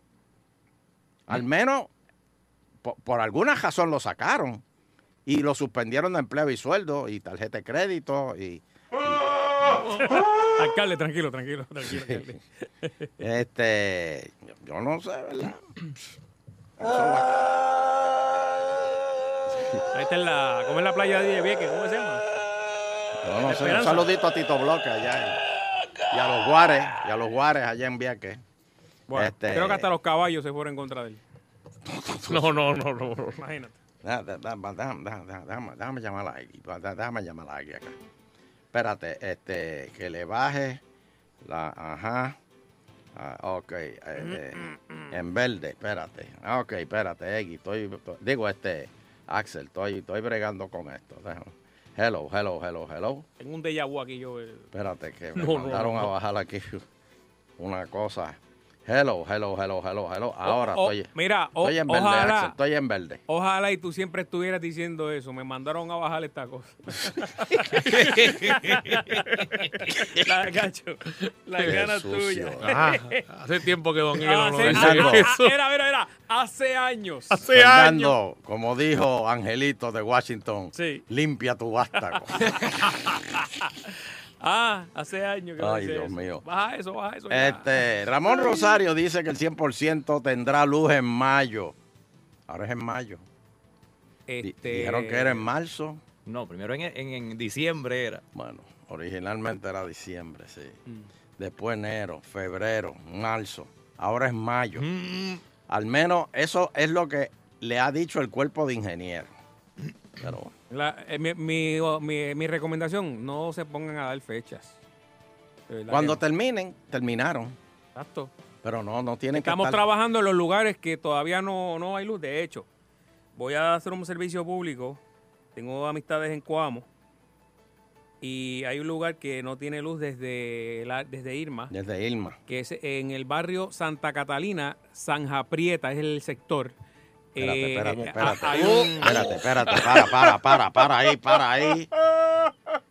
Speaker 3: Al menos po- por, alguna razón lo sacaron. Y lo suspendieron de empleo y sueldo y tarjeta de crédito. Y
Speaker 2: alcalde, tranquilo, tranquilo, tranquilo, alcalde.
Speaker 3: este, yo- yo no sé, ¿verdad?
Speaker 2: Ahí está en la, ¿cómo es la playa de Vieques? ¿Cómo se llama?
Speaker 3: Yo no sé. Un
Speaker 2: Esperanza.
Speaker 3: saludito a Tito Bloque allá. en- y a los guares, y a los guares allá en Vieques.
Speaker 2: Bueno,
Speaker 3: Este-
Speaker 2: creo que hasta los caballos se fueron en contra de él.
Speaker 5: No, no, no, no. no.
Speaker 2: Imagínate.
Speaker 3: Da- da- da- da- da- da- da- Déjame déjame llamarla aquí. Da- da- Déjame llamarla aquí acá. Espérate, este, que le baje la. Ajá. Ah, ok. eh,
Speaker 2: Mm,
Speaker 3: eh, en verde, espérate. Ah, ok, espérate, Eggy. Estoy, to- digo, este, Axel, estoy, estoy bregando con esto. déjame. Hello, hello, hello, hello.
Speaker 2: Tengo un déjà vu aquí yo. eh.
Speaker 3: Espérate, que me
Speaker 2: No, no,
Speaker 3: mandaron
Speaker 2: no.
Speaker 3: a bajar aquí una cosa. Hello, hello, hello, hello, hello. Ahora
Speaker 2: Oh, oh,
Speaker 3: estoy,
Speaker 2: mira, o-
Speaker 3: estoy en verde,
Speaker 2: ojalá-
Speaker 3: Axel, estoy en verde.
Speaker 2: Ojalá y tú siempre estuvieras diciendo eso. Me mandaron a bajar esta cosa. la gacho. La
Speaker 5: Qué
Speaker 2: ganas
Speaker 5: sucio.
Speaker 2: tuyas.
Speaker 5: Ajá. Hace tiempo que Don Guillermo no
Speaker 2: Hace,
Speaker 5: decía
Speaker 2: ah, ah,
Speaker 5: eso.
Speaker 2: ah, era, era, era. Hace años.
Speaker 3: Fernando, como dijo Angelito de Washington, limpia tu vástago.
Speaker 2: Ah, hace años que no
Speaker 3: Ay,
Speaker 2: decía
Speaker 3: Dios
Speaker 2: eso.
Speaker 3: mío.
Speaker 2: Baja eso, baja eso. ya.
Speaker 3: este, Ramón Rosario dice que el 100% tendrá luz en mayo. Ahora es en mayo. Di-
Speaker 7: Este-
Speaker 3: Dijeron que era en marzo.
Speaker 7: No, primero en, en- en diciembre era.
Speaker 3: Bueno, originalmente era diciembre, sí.
Speaker 2: Mm.
Speaker 3: Después enero, febrero, marzo. Ahora es mayo.
Speaker 2: Mm.
Speaker 3: Al menos eso es lo que le ha dicho el cuerpo de ingenieros. Pero
Speaker 2: La- eh, mi, mi- o- mi- mi recomendación, no se pongan a dar fechas. De verdad
Speaker 3: cuando
Speaker 2: que no.
Speaker 3: terminen, terminaron.
Speaker 2: Exacto.
Speaker 3: Pero no, no tienen
Speaker 2: Estamos
Speaker 3: que estar...
Speaker 2: trabajando en los lugares que todavía no, no hay luz. De hecho, voy a hacer un servicio público. Tengo amistades en Coamo. Y hay un lugar que no tiene luz desde, la- desde Irma,
Speaker 3: Desde Irma.
Speaker 2: que es en el barrio Santa Catalina, San Japrieta, es el sector.
Speaker 3: Espérate,
Speaker 2: Eh,
Speaker 3: espérate, Uh,
Speaker 2: eh,
Speaker 3: espérate.
Speaker 2: hay un-
Speaker 3: Espérate, espérate, para, para, para, para ahí, para ahí.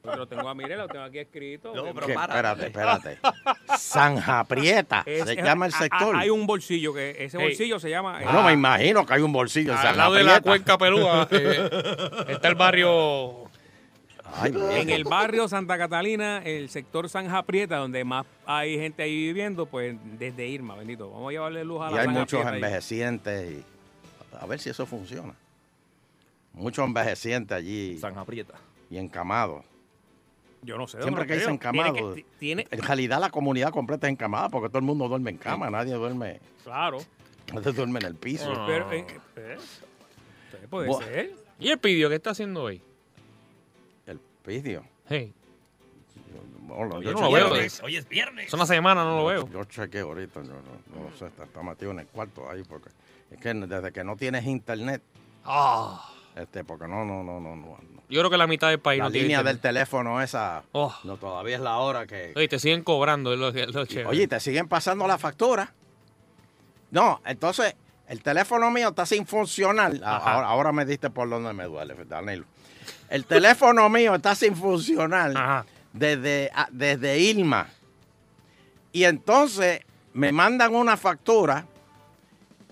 Speaker 2: lo tengo a mire, lo tengo aquí escrito.
Speaker 3: No,
Speaker 2: obviamente.
Speaker 3: pero párate. Espérate, espérate. Sanja Prieta,
Speaker 2: Es-
Speaker 3: se
Speaker 2: es-
Speaker 3: llama el
Speaker 2: a- a-
Speaker 3: sector.
Speaker 2: Ah, hay un Ah. bolsillo que ese
Speaker 5: Ey.
Speaker 2: bolsillo se llama. eh,
Speaker 3: Bueno, me imagino que hay un bolsillo en
Speaker 5: Al
Speaker 3: Sanja
Speaker 5: lado de la
Speaker 3: Prieta.
Speaker 5: cuenca pelúa eh, está el barrio
Speaker 3: Ay,
Speaker 2: en
Speaker 3: mire.
Speaker 2: el barrio Santa Catalina, el sector Sanja Prieta, donde más hay gente ahí viviendo, pues desde Irma, bendito. Vamos a llevarle luz a la
Speaker 3: Y hay
Speaker 2: Sanja
Speaker 3: muchos
Speaker 2: Prieta ahí.
Speaker 3: envejecientes y a ver si eso funciona. Muchos envejecientes allí. San Aprieta. Y encamados.
Speaker 2: Yo no sé.
Speaker 3: Siempre que dicen encamados. En realidad la comunidad completa es encamada porque todo el mundo duerme en cama, nadie duerme,
Speaker 2: Claro.
Speaker 3: nadie duerme en el piso.
Speaker 2: Pero, eh, eh, puede
Speaker 3: Buah.
Speaker 2: ser.
Speaker 5: ¿Y el pidio qué está haciendo hoy?
Speaker 3: El pidio.
Speaker 5: Hey.
Speaker 3: Bueno,
Speaker 5: Yo no lo
Speaker 3: chequeo
Speaker 5: veo. eh.
Speaker 3: ahorita.
Speaker 5: Hoy es viernes. Es una semana, no lo veo.
Speaker 3: Yo chequeo ahorita, yo no, no lo sé, está, está metido en el cuarto ahí porque es que desde que no tienes internet, este, porque no, no, no, no, no. no.
Speaker 5: Ah. Yo creo que la mitad del país
Speaker 3: La
Speaker 5: no tiene
Speaker 3: línea del
Speaker 5: internet.
Speaker 3: teléfono esa,
Speaker 5: Oh.
Speaker 3: no todavía es la hora que
Speaker 5: Oye, te siguen cobrando. es lo que- es lo chévere.
Speaker 3: Oye, te siguen pasando la factura. No, entonces el teléfono mío está sin funcionar. A- Ahora, ahora me diste por donde me duele, Danilo. El teléfono mío está sin funcionar desde, a- desde Irma. Y entonces me mandan una factura.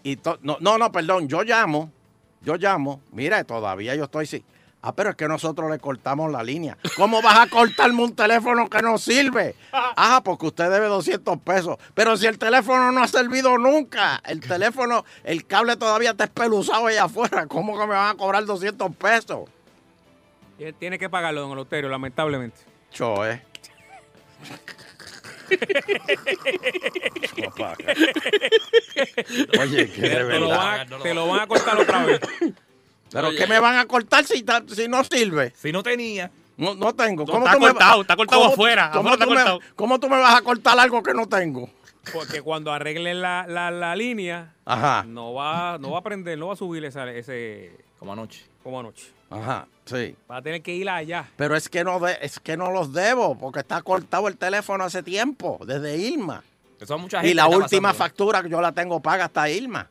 Speaker 3: Y to- no, no, no, perdón, yo llamo. Yo llamo. Mira, todavía yo estoy sin. Ah, pero es que nosotros le cortamos la línea. ¿Cómo vas a cortarme un teléfono que no sirve? Ah, porque usted debe 200 pesos. Pero si el teléfono no ha servido nunca, el teléfono, el cable todavía está espeluzado allá afuera, ¿cómo que me van a cobrar 200 pesos?
Speaker 2: Él Tiene que pagarlo, don Eleuterio, lamentablemente.
Speaker 3: Cho, eh. Oye, que de
Speaker 2: te, lo
Speaker 3: verdad.
Speaker 2: van a, te lo van a cortar otra vez.
Speaker 3: ¿Pero
Speaker 2: Oye.
Speaker 3: qué me van a cortar si, ta- si no sirve? Si no tenía. No, no tengo.
Speaker 5: No, está
Speaker 3: me va-
Speaker 5: cortado, está cortado
Speaker 3: cómo-
Speaker 5: afuera,
Speaker 3: cómo
Speaker 5: afuera
Speaker 3: tú
Speaker 5: está
Speaker 3: me-
Speaker 5: cortado.
Speaker 3: ¿Cómo tú me vas a cortar algo que no tengo?
Speaker 2: Porque cuando arreglen la, la, la línea,
Speaker 3: Ajá.
Speaker 2: no va, no va a prender, no va a subir esa- ese. Como anoche. Como anoche.
Speaker 3: Ajá, sí.
Speaker 2: Va a tener que ir allá.
Speaker 3: Pero es que no de- es que no los debo porque está cortado el teléfono hace tiempo, desde Irma.
Speaker 7: Son mucha gente
Speaker 3: Y la
Speaker 7: que está
Speaker 3: última
Speaker 7: pasando.
Speaker 3: factura que yo la tengo paga hasta Irma.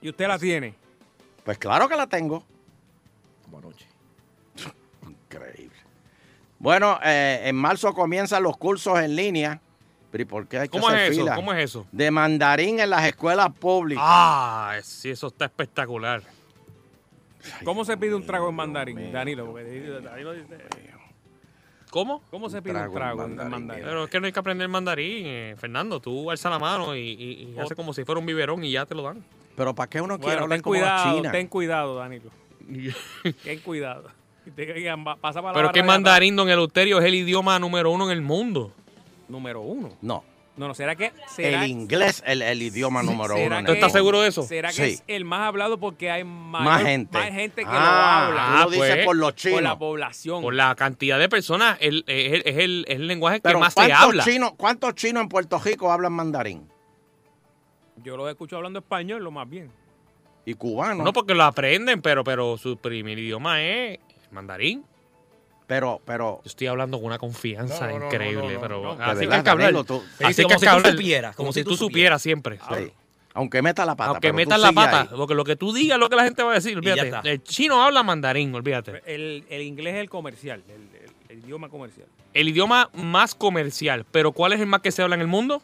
Speaker 2: ¿Y usted la tiene?
Speaker 3: Pues claro que la tengo.
Speaker 7: Como anoche.
Speaker 3: Increíble. Bueno, eh, en marzo comienzan los cursos en línea. Pero ¿y por qué hay que
Speaker 5: ¿Cómo
Speaker 3: hacer
Speaker 5: es eso?
Speaker 3: fila?
Speaker 5: ¿Cómo es eso?
Speaker 3: De mandarín en las escuelas públicas.
Speaker 5: Ah, sí, eso está espectacular.
Speaker 2: ¿Cómo se pide un trago en mandarín, Danilo? Porque Danilo dice-
Speaker 5: ¿Cómo?
Speaker 2: ¿Cómo se pide un trago en mandarín?
Speaker 5: Pero es que no hay que aprender mandarín, eh, Fernando. Tú alza la mano y, y- y hace como si fuera un biberón y ya te lo dan.
Speaker 3: Pero ¿para qué uno quiere
Speaker 2: Bueno,
Speaker 3: hablar
Speaker 2: ten
Speaker 3: como la
Speaker 2: cuidado,
Speaker 3: China?
Speaker 2: ten cuidado, Danilo. ten cuidado. Y te- y amba- Pasa para la
Speaker 5: Pero es
Speaker 2: barra
Speaker 5: que
Speaker 2: de atrás.
Speaker 5: mandarín, don Eleuterio, es el idioma número uno en el mundo.
Speaker 2: Número uno.
Speaker 3: No.
Speaker 2: No, no, ¿será que será,
Speaker 3: el inglés, el, el idioma número
Speaker 2: será
Speaker 3: uno. en
Speaker 5: que-
Speaker 3: el
Speaker 5: ¿Tú estás
Speaker 3: mundo.
Speaker 5: seguro de eso?
Speaker 2: será que
Speaker 3: Sí.
Speaker 2: es el más hablado porque hay mayor-
Speaker 3: Más gente.
Speaker 2: más gente
Speaker 3: Ah,
Speaker 2: que lo
Speaker 3: tú
Speaker 2: habla?
Speaker 3: lo dices
Speaker 5: pues,
Speaker 3: por los
Speaker 2: Por la
Speaker 3: chinos.
Speaker 2: población.
Speaker 5: Por la cantidad de personas, el- es el, es el- es el lenguaje que
Speaker 3: Pero
Speaker 5: más se
Speaker 3: ¿cuántos
Speaker 5: habla.
Speaker 3: chinos- ¿Cuántos chinos en Puerto Rico hablan mandarín?
Speaker 2: Yo los escucho hablando español, lo más bien.
Speaker 3: Y cubanos.
Speaker 5: No, porque lo aprenden, pero, pero su primer idioma es el mandarín.
Speaker 3: Pero, pero.
Speaker 5: Yo estoy hablando con una confianza
Speaker 7: No, no, no,
Speaker 5: increíble,
Speaker 7: no, no,
Speaker 5: pero.
Speaker 7: no. De
Speaker 5: Así que
Speaker 3: verdad,
Speaker 5: hay que hablar.
Speaker 3: Danilo, tú-
Speaker 5: Así
Speaker 7: Sí,
Speaker 5: que
Speaker 7: como
Speaker 5: hay
Speaker 7: si
Speaker 5: que
Speaker 7: tú
Speaker 5: hablar.
Speaker 7: supieras, como
Speaker 5: Como
Speaker 7: si
Speaker 5: si
Speaker 7: tú
Speaker 5: tú supieras siempre.
Speaker 3: Sí. Aunque meta la pata.
Speaker 5: Aunque
Speaker 3: pero tú
Speaker 5: metas la
Speaker 3: sigue
Speaker 5: pata,
Speaker 3: ahí.
Speaker 5: porque lo que tú digas es lo que la gente va a decir.
Speaker 7: ya
Speaker 5: Olvídate.
Speaker 7: está.
Speaker 5: El chino habla mandarín, olvídate.
Speaker 2: El, el inglés es el comercial, el, el- el idioma comercial.
Speaker 5: El idioma más comercial, pero ¿cuál es el más que se habla en el mundo?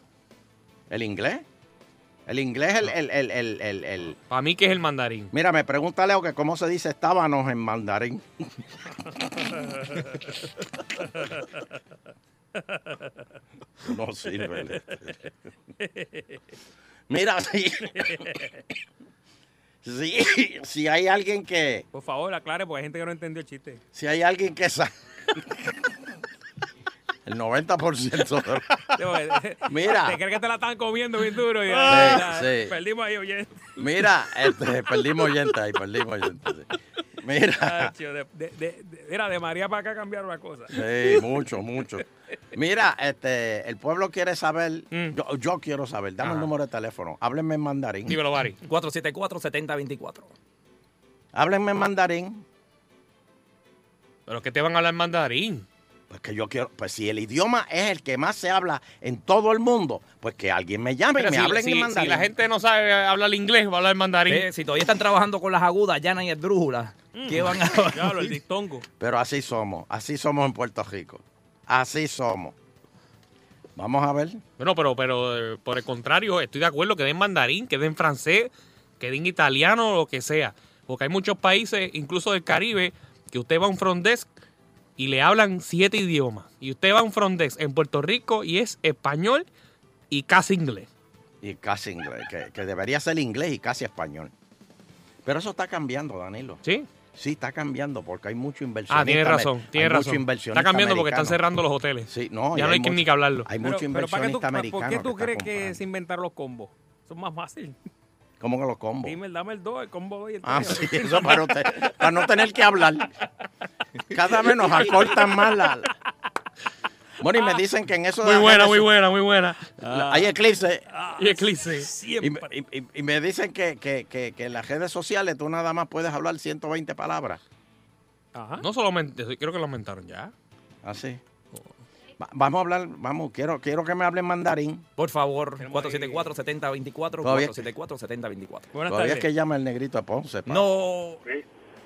Speaker 3: ¿El inglés? El inglés, el, el, el, el, el, el-
Speaker 5: Para mí que es el mandarín.
Speaker 3: Mira, me pregunta Leo que cómo se dice estábanos en mandarín. No sirve. el- Mira, sí. Sí, si hay alguien que...
Speaker 2: Por favor, aclare, porque hay gente que no entendió el chiste.
Speaker 3: Si hay alguien que sabe... El 90% de los- Mira.
Speaker 2: eh, Te crees que te la están comiendo bien duro. Y, eh,
Speaker 3: Ah. Sí, sí.
Speaker 2: Perdimos ahí, oye.
Speaker 3: Mira, este, perdimos oyente ahí, perdimos oyente. sí. Mira,
Speaker 2: Chacho, de, de- de- de- era de María para acá cambiaron la cosa.
Speaker 3: sí, mucho, mucho. Mira, este, el pueblo quiere saber,
Speaker 5: Mm.
Speaker 3: yo, yo quiero saber, dame el
Speaker 7: Ajá.
Speaker 3: número de teléfono, háblenme en mandarín.
Speaker 5: Dímelo, Bari.
Speaker 7: 474-7024.
Speaker 3: Háblenme en mandarín,
Speaker 5: Pero que te van a hablar mandarín.
Speaker 3: pues que yo quiero, pues si el idioma es el que más se habla en todo el mundo, pues que alguien me llame
Speaker 5: Pero
Speaker 3: y me
Speaker 5: si-
Speaker 3: hablen
Speaker 5: si-
Speaker 3: en
Speaker 5: si
Speaker 3: mandarín.
Speaker 5: la gente no sabe hablar inglés, va a hablar mandarín.
Speaker 7: Eh, si todavía están trabajando con las agudas, llanas y esdrújulas, ¿Qué van a bailar?
Speaker 2: Claro, Mm. el dictongo.
Speaker 3: Pero así somos, así somos en Puerto Rico. Así somos. Vamos a ver.
Speaker 5: Bueno, pero, pero eh, por el contrario, estoy de acuerdo que den mandarín, que den francés, que den italiano o lo que sea. Porque hay muchos países, incluso del Caribe, que usted va a un front desk y le hablan siete idiomas. Y usted va a un front desk en Puerto Rico y es español y casi inglés.
Speaker 3: Y casi inglés, que, que debería ser inglés y casi español. Pero eso está cambiando, Danilo.
Speaker 5: ¿Sí?
Speaker 3: Sí, está cambiando porque hay mucho inversionista.
Speaker 5: Ah, tiene razón,
Speaker 3: amer-
Speaker 5: tiene
Speaker 3: hay mucho
Speaker 5: razón.
Speaker 3: inversionista
Speaker 5: Está cambiando porque están
Speaker 3: americano.
Speaker 5: cerrando los hoteles.
Speaker 3: Sí, no, y
Speaker 5: ya no
Speaker 3: hay
Speaker 5: hay que
Speaker 3: mucho-
Speaker 5: ni que hablarlo.
Speaker 3: hay mucho
Speaker 2: Pero, pero ¿para qué tú,
Speaker 3: inversionista americano.
Speaker 2: ¿por qué
Speaker 3: que
Speaker 2: tú
Speaker 3: está
Speaker 2: crees
Speaker 3: comprando.
Speaker 2: que se inventaron los combos? Son más fáciles.
Speaker 3: ¿Cómo que los combos?
Speaker 2: Dime, dame el 2, el combo 2 y el 3.
Speaker 3: Ah, sí, eso para, no te- para no tener que hablar. Cada vez nos acortan más la... la- Bueno, y me dicen que en eso... de
Speaker 5: Muy
Speaker 3: las
Speaker 5: buena,
Speaker 3: redes
Speaker 5: muy
Speaker 3: so-
Speaker 5: buena, muy buena.
Speaker 3: la- Hay eclipse.
Speaker 5: y
Speaker 2: Ah,
Speaker 5: Eclipse.
Speaker 3: Y, me- y- y- y me dicen que, que, que- que en las redes sociales tú nada más puedes hablar 120 palabras.
Speaker 5: No solamente, creo que lo aumentaron ya.
Speaker 3: Así. Va- vamos a hablar, vamos, quiero, quiero que me hablen mandarín.
Speaker 7: Por favor, 474-7024,
Speaker 3: Todavía-
Speaker 7: 474-7024.
Speaker 3: Todavía es que llama el negrito a Ponce. pa-
Speaker 7: No.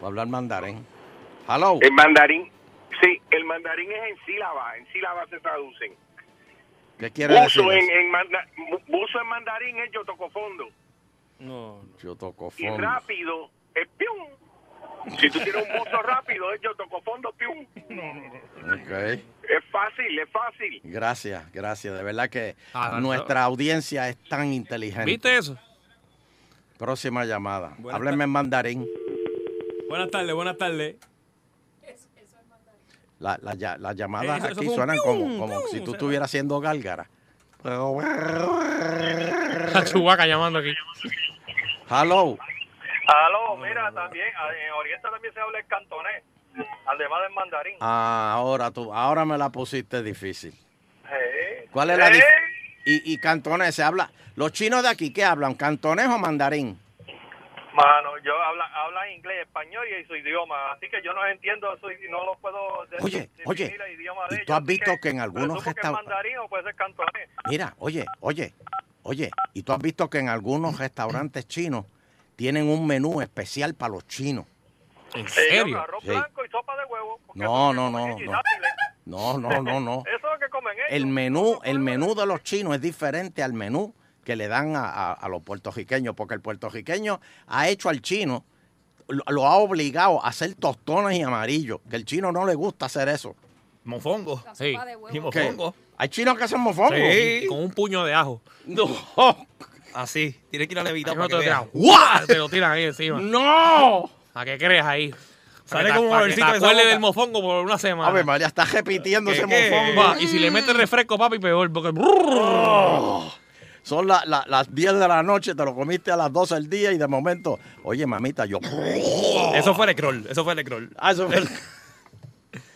Speaker 3: pa hablar mandarín. Hello.
Speaker 12: El mandarín, sí, el mandarín es en sílabas, en sílabas se traducen.
Speaker 3: ¿Qué quiere decir?
Speaker 12: Buzo en,
Speaker 3: eso?
Speaker 12: en manda- bu- buzo en mandarín es yo toco fondo.
Speaker 3: Yo toco
Speaker 12: Y
Speaker 3: fondo.
Speaker 12: rápido es pium. Si tú tienes un buzo rápido es yo toco fondo, pium.
Speaker 3: Ok.
Speaker 12: Es fácil, es fácil.
Speaker 3: Gracias, gracias. De verdad que
Speaker 12: Ah,
Speaker 3: nuestra audiencia es tan inteligente.
Speaker 5: ¿Viste eso?
Speaker 3: Próxima llamada.
Speaker 2: Buenas
Speaker 3: Háblenme en mandarín.
Speaker 2: Buenas tardes, buenas tardes.
Speaker 3: La- la ya- las llamadas
Speaker 2: Eso- eso
Speaker 3: aquí
Speaker 2: fue un
Speaker 3: suenan como,
Speaker 2: pium,
Speaker 3: como
Speaker 2: pium,
Speaker 3: si
Speaker 2: o
Speaker 3: tú
Speaker 2: sea,
Speaker 3: estuvieras haciendo gálgara.
Speaker 5: Está Chubaca llamando aquí.
Speaker 3: Hello.
Speaker 13: Aló, mira, también, en Oriente también se habla el cantonés, además del mandarín.
Speaker 3: Ah, ahora tú, ahora me la pusiste difícil.
Speaker 13: Eh,
Speaker 3: ¿Cuál es la
Speaker 13: eh,
Speaker 3: dif- y, y cantonés, se habla. Los chinos de aquí, ¿qué hablan? ¿Cantonés o mandarín?
Speaker 13: Mano, yo habla, habla inglés, español y su idioma, así que yo no entiendo, soy, no lo puedo de-
Speaker 3: Oye,
Speaker 13: definir
Speaker 3: oye,
Speaker 13: el idioma de
Speaker 3: Y
Speaker 13: ellos,
Speaker 3: tú has
Speaker 13: así
Speaker 3: visto que en algunos
Speaker 13: presumo que es
Speaker 3: restaurantes.
Speaker 13: mandarín o puede ser cantonés.
Speaker 3: Mira, oye, oye, oye. Y tú has visto que en algunos restaurantes chinos tienen un menú especial para los chinos.
Speaker 5: ¿En
Speaker 13: serio? Arroz
Speaker 3: Sí.
Speaker 13: blanco y sopa de huevo. porque eso
Speaker 3: No,
Speaker 13: es lo
Speaker 3: no,
Speaker 13: que
Speaker 3: no,
Speaker 13: comen
Speaker 3: no.
Speaker 13: ellos, y dátiles.
Speaker 3: No, no, no, no.
Speaker 13: Eso es lo que comen ellos.
Speaker 3: El menú, el menú de los chinos es diferente al menú que le dan a, a- a los puertorriqueños, porque el puertorriqueño ha hecho al chino, lo, lo ha obligado a hacer tostones y amarillos, que el chino no le gusta hacer eso.
Speaker 7: Mofongo.
Speaker 5: Sí.
Speaker 7: Y mofongo.
Speaker 3: Hay chinos que hacen mofongo.
Speaker 5: Sí, Con un puño de ajo.
Speaker 3: No.
Speaker 7: Así. Tiene que ir a levitar
Speaker 5: Ahí
Speaker 7: para
Speaker 5: no
Speaker 7: que
Speaker 5: te lo tiran.
Speaker 7: vea.
Speaker 5: ¡Guau! Te lo tiran ahí encima.
Speaker 3: ¡No!
Speaker 5: ¿A qué crees ahí? Para
Speaker 7: Sale
Speaker 5: que te-
Speaker 7: como un
Speaker 5: para que
Speaker 7: olorcito
Speaker 5: te
Speaker 7: de esa
Speaker 5: acuerdes
Speaker 7: boca.
Speaker 5: del mofongo por una semana.
Speaker 3: A ver, María, está repitiendo ese
Speaker 5: ¿Qué?
Speaker 3: mofongo.
Speaker 5: Va, Y si le metes refresco, papi, peor. Porque...
Speaker 3: Oh. Son la- la- las 10 de la noche, te lo comiste a las 12 del día y de momento, oye, mamita, yo...
Speaker 7: Eso fue el scroll, eso fue el scroll.
Speaker 3: Ah, eso fue el-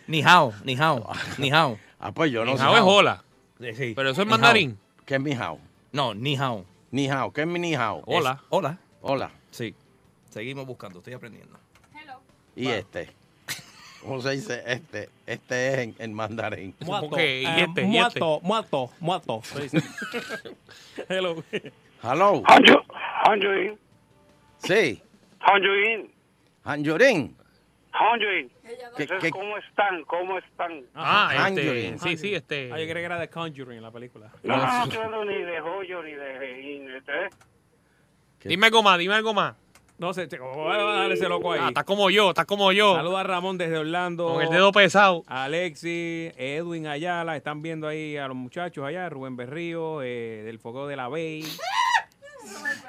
Speaker 7: Ni hao, ni hao, ni hao.
Speaker 3: Ah, pues yo no
Speaker 5: Ni
Speaker 3: sé.
Speaker 5: hao es hola.
Speaker 7: Sí.
Speaker 5: Pero eso es
Speaker 7: Ni
Speaker 5: mandarín.
Speaker 3: ¿Qué es mi hao?
Speaker 7: No, ni hao.
Speaker 3: Ni hao, ¿qué es mi ni hao?
Speaker 5: Hola.
Speaker 7: Hola.
Speaker 3: Hola.
Speaker 7: Sí. Seguimos buscando, estoy aprendiendo.
Speaker 3: Y este. ¿Cómo se dice este? Este es en, en mandarín.
Speaker 2: Muato, eh,
Speaker 7: este,
Speaker 2: muato, muato, muato. se dice. Hello.
Speaker 3: Hello.
Speaker 12: Hanjuin,
Speaker 3: Sí.
Speaker 12: Hanjuin,
Speaker 3: Hanjurín.
Speaker 12: Hanjuin.
Speaker 3: ¿Qué-
Speaker 12: Entonces,
Speaker 3: qué-
Speaker 12: ¿Cómo están? ¿Cómo están?
Speaker 5: Ah, este.
Speaker 3: Conjuring.
Speaker 5: Sí, sí, este. Ah,
Speaker 2: Ah, yo creí que era de Conjuring la película.
Speaker 12: No,
Speaker 3: Ah,
Speaker 12: no, claro, ni de joyo, ni de jejín, ¿eh?
Speaker 5: Dime algo más, dime algo más.
Speaker 2: No sé, chico, voy a darle ese loco ahí.
Speaker 5: Ah, estás como yo, estás como yo.
Speaker 2: Saluda a Ramón desde Orlando.
Speaker 5: Con el dedo pesado.
Speaker 2: Alexis, Edwin Ayala, están viendo ahí a los muchachos allá, Rubén Berrío, eh, del Foco de la Bay.
Speaker 3: Pues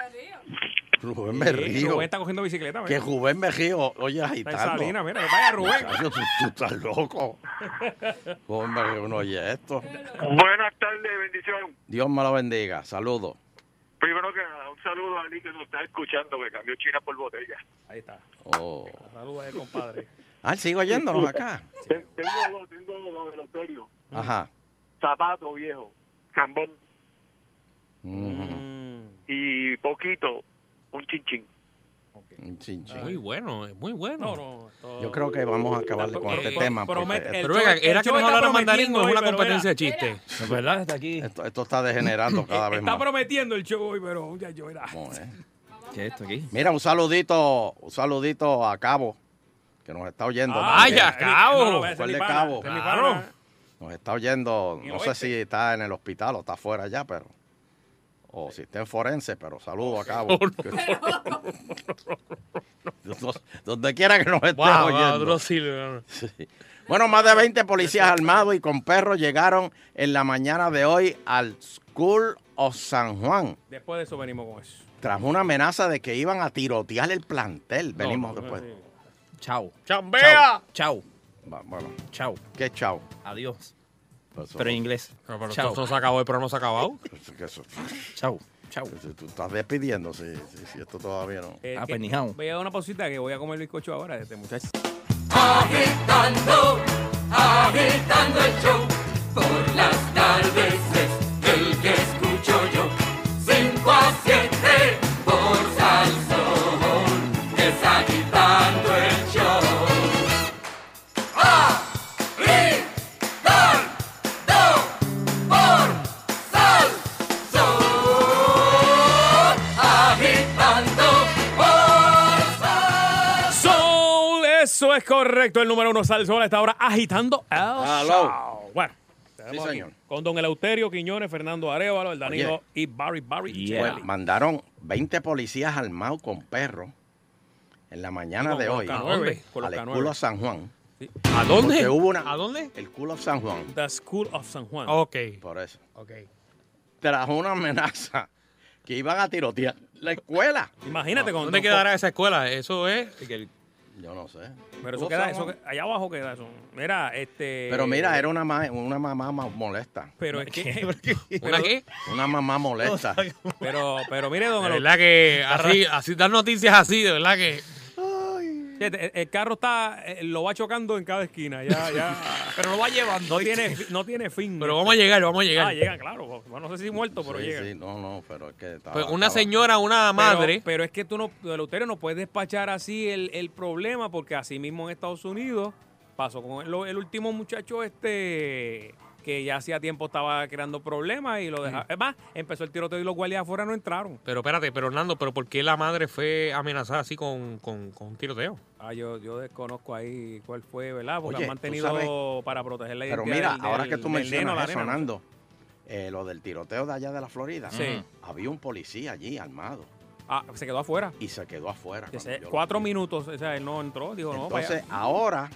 Speaker 3: Rubén Berrío.
Speaker 2: Rubén está cogiendo bicicleta.
Speaker 3: Que
Speaker 2: mira.
Speaker 3: Rubén Berrío, oye,
Speaker 2: Está en
Speaker 3: agitando.
Speaker 2: Salinas, mira, que vaya Rubén.
Speaker 3: Muchacho, tú, tú estás loco. Rubén Berrío no oye esto.
Speaker 12: Buenas tardes, bendición.
Speaker 3: Dios me lo bendiga. Saludos.
Speaker 12: Primero que nada, un saludo a Ali que nos está escuchando, que cambió China por botella.
Speaker 2: Ahí está.
Speaker 3: Oh.
Speaker 2: Saludos ahí, compadre.
Speaker 3: Ah, sigo oyéndonos acá.
Speaker 12: Te- Tengo, dos, tengo dos veloterio.
Speaker 3: Ajá.
Speaker 12: Zapato viejo, cambón
Speaker 3: Mm,
Speaker 12: y poquito, un chinchín.
Speaker 3: un chin, chin.
Speaker 5: Muy bueno, es muy bueno.
Speaker 3: Yo creo que vamos a acabar con este tema. porque
Speaker 2: eh, promete-
Speaker 3: esto-
Speaker 5: Pero venga,
Speaker 2: show-
Speaker 5: era que
Speaker 2: el show
Speaker 5: nos
Speaker 2: está
Speaker 5: hablaron mandarín
Speaker 2: prometiendo
Speaker 5: o es
Speaker 2: hoy,
Speaker 5: una
Speaker 2: pero
Speaker 5: competencia de
Speaker 2: era-
Speaker 5: chiste.
Speaker 7: Es verdad, está aquí.
Speaker 3: Esto, esto está degenerando cada vez
Speaker 2: Está
Speaker 3: más.
Speaker 2: prometiendo el show hoy, pero ya yo era.
Speaker 3: ¿Cómo es?
Speaker 7: ¿Qué es esto aquí?
Speaker 3: Mira, un saludito, un saludito a Cabo. que nos está oyendo.
Speaker 5: Ay,
Speaker 3: también.
Speaker 5: a Cabo.
Speaker 3: No, no, ¿Cuál de Cabo?
Speaker 5: Ese es mi
Speaker 3: Claro.
Speaker 5: pana. ¿eh?
Speaker 3: Nos está oyendo,
Speaker 5: Y
Speaker 3: no
Speaker 5: lo
Speaker 3: sé
Speaker 5: oeste.
Speaker 3: si está en el hospital o está afuera ya, pero. O si está en forense, pero saludo a Cabo. Nos- Donde quiera que nos esté
Speaker 5: Wow, wow,
Speaker 3: oyendo.
Speaker 5: Duro Silva.
Speaker 3: Sí. Bueno, más de 20 policías armados y con perros llegaron en la mañana de hoy al School of San Juan
Speaker 2: Después de eso venimos con eso.
Speaker 3: tras una amenaza de que iban a tirotear el plantel. Venimos
Speaker 2: no,
Speaker 3: después.
Speaker 2: sí.
Speaker 3: Chao.
Speaker 5: ¡Chambea!
Speaker 7: Chao.
Speaker 3: Bueno.
Speaker 7: Chao.
Speaker 3: ¿Qué chao?
Speaker 7: Adiós.
Speaker 3: Pero en
Speaker 7: inglés.
Speaker 5: Pero, pero
Speaker 3: Chao.
Speaker 5: esto no se acabó, el programa se ha acabado.
Speaker 7: Chao. Chao.
Speaker 3: Tú estás despidiendo, sí, sí, sí, esto todavía no.
Speaker 5: Ah,
Speaker 2: Eh,
Speaker 5: pues,
Speaker 2: que- Voy a dar una pausita que voy a comer bizcocho ahora de este muchacho.
Speaker 6: agitando, agitando el show. Por las tardes es el que escucho yo. 5 a 7 por Salsón, es agitando el show. Agitando por Salsón, agitando por
Speaker 2: Soul, eso es correcto. El número uno Salsón está ahora agitando el
Speaker 3: Aló.
Speaker 2: show. Bueno, tenemos aquí
Speaker 3: señor.
Speaker 2: con don Eleuterio Quiñones, Fernando Arevalo, el Danilo
Speaker 3: Oye.
Speaker 2: y Barry Barry.
Speaker 3: Pues, mandaron 20 policías armados con perros en la mañana
Speaker 2: Y con
Speaker 3: de
Speaker 2: los
Speaker 3: hoy
Speaker 2: K9, con los
Speaker 3: al
Speaker 2: K9.
Speaker 3: culo San Juan.
Speaker 5: ¿A dónde?
Speaker 3: Porque hubo una,
Speaker 5: ¿A dónde?
Speaker 3: El culo San Juan.
Speaker 2: The School of San Juan.
Speaker 5: Ok.
Speaker 3: Por eso.
Speaker 5: Ok.
Speaker 3: Trajo una amenaza que iban a tirotear la escuela.
Speaker 2: Imagínate con
Speaker 5: ¿Dónde quedará esa escuela? Eso es.
Speaker 3: Yo no sé.
Speaker 2: Pero eso
Speaker 3: Culo
Speaker 2: queda,
Speaker 3: San
Speaker 2: eso
Speaker 3: Juan.
Speaker 2: que- allá abajo queda eso. Mira, este.
Speaker 3: Pero mira, era una, ma- una mamá ma- molesta.
Speaker 2: Pero es que.
Speaker 5: ¿Una qué?
Speaker 3: Una mamá molesta.
Speaker 2: Pero, pero mire, don
Speaker 5: De
Speaker 2: Eleuterio.
Speaker 5: verdad que así, así dar noticias así, de verdad que.
Speaker 2: Fíjate, El, el carro está, eh, lo va chocando en cada esquina, ya, ya.
Speaker 7: pero lo va llevando.
Speaker 2: No tiene, fi- no tiene fin.
Speaker 5: Pero vamos a llegar, vamos a llegar.
Speaker 2: Ah, llega, claro. Bueno, no sé si muerto, pero
Speaker 3: Sí,
Speaker 2: llega.
Speaker 3: sí, no, no, pero es que estaba-
Speaker 5: Pues una
Speaker 3: estaba-
Speaker 5: señora, una madre.
Speaker 2: Pero, pero es que tú no, Eleuterio, no puedes despachar así el, el problema, porque así mismo en Estados Unidos pasó con el, el último muchacho este que ya hacía tiempo estaba creando problemas y lo dejaba.
Speaker 5: Mm.
Speaker 2: Es más, empezó el tiroteo y los guardias afuera no entraron.
Speaker 5: Pero espérate, pero Hernando, ¿pero por qué la madre fue amenazada así con, con, con un tiroteo?
Speaker 2: Ah, yo, yo desconozco ahí cuál fue, ¿verdad? Porque
Speaker 3: Oye,
Speaker 2: han
Speaker 3: tú
Speaker 2: mantenido
Speaker 3: sabes-
Speaker 2: para proteger la
Speaker 3: Pero
Speaker 2: identidad.
Speaker 3: mira,
Speaker 2: del-
Speaker 3: ahora
Speaker 2: del-
Speaker 3: que tú
Speaker 2: del neno o la
Speaker 3: mencionas eso,
Speaker 2: nena, no sé.
Speaker 3: Nando, eh, lo del tiroteo de allá de la Florida,
Speaker 2: Sí.
Speaker 3: había un policía allí armado
Speaker 2: Ah, se quedó afuera.
Speaker 3: y se quedó afuera.
Speaker 2: Ese-
Speaker 3: cuando yo lo
Speaker 2: cuatro
Speaker 3: vi.
Speaker 2: minutos, o sea, él no entró, dijo, no, para
Speaker 3: Entonces,
Speaker 2: allá.
Speaker 3: ahora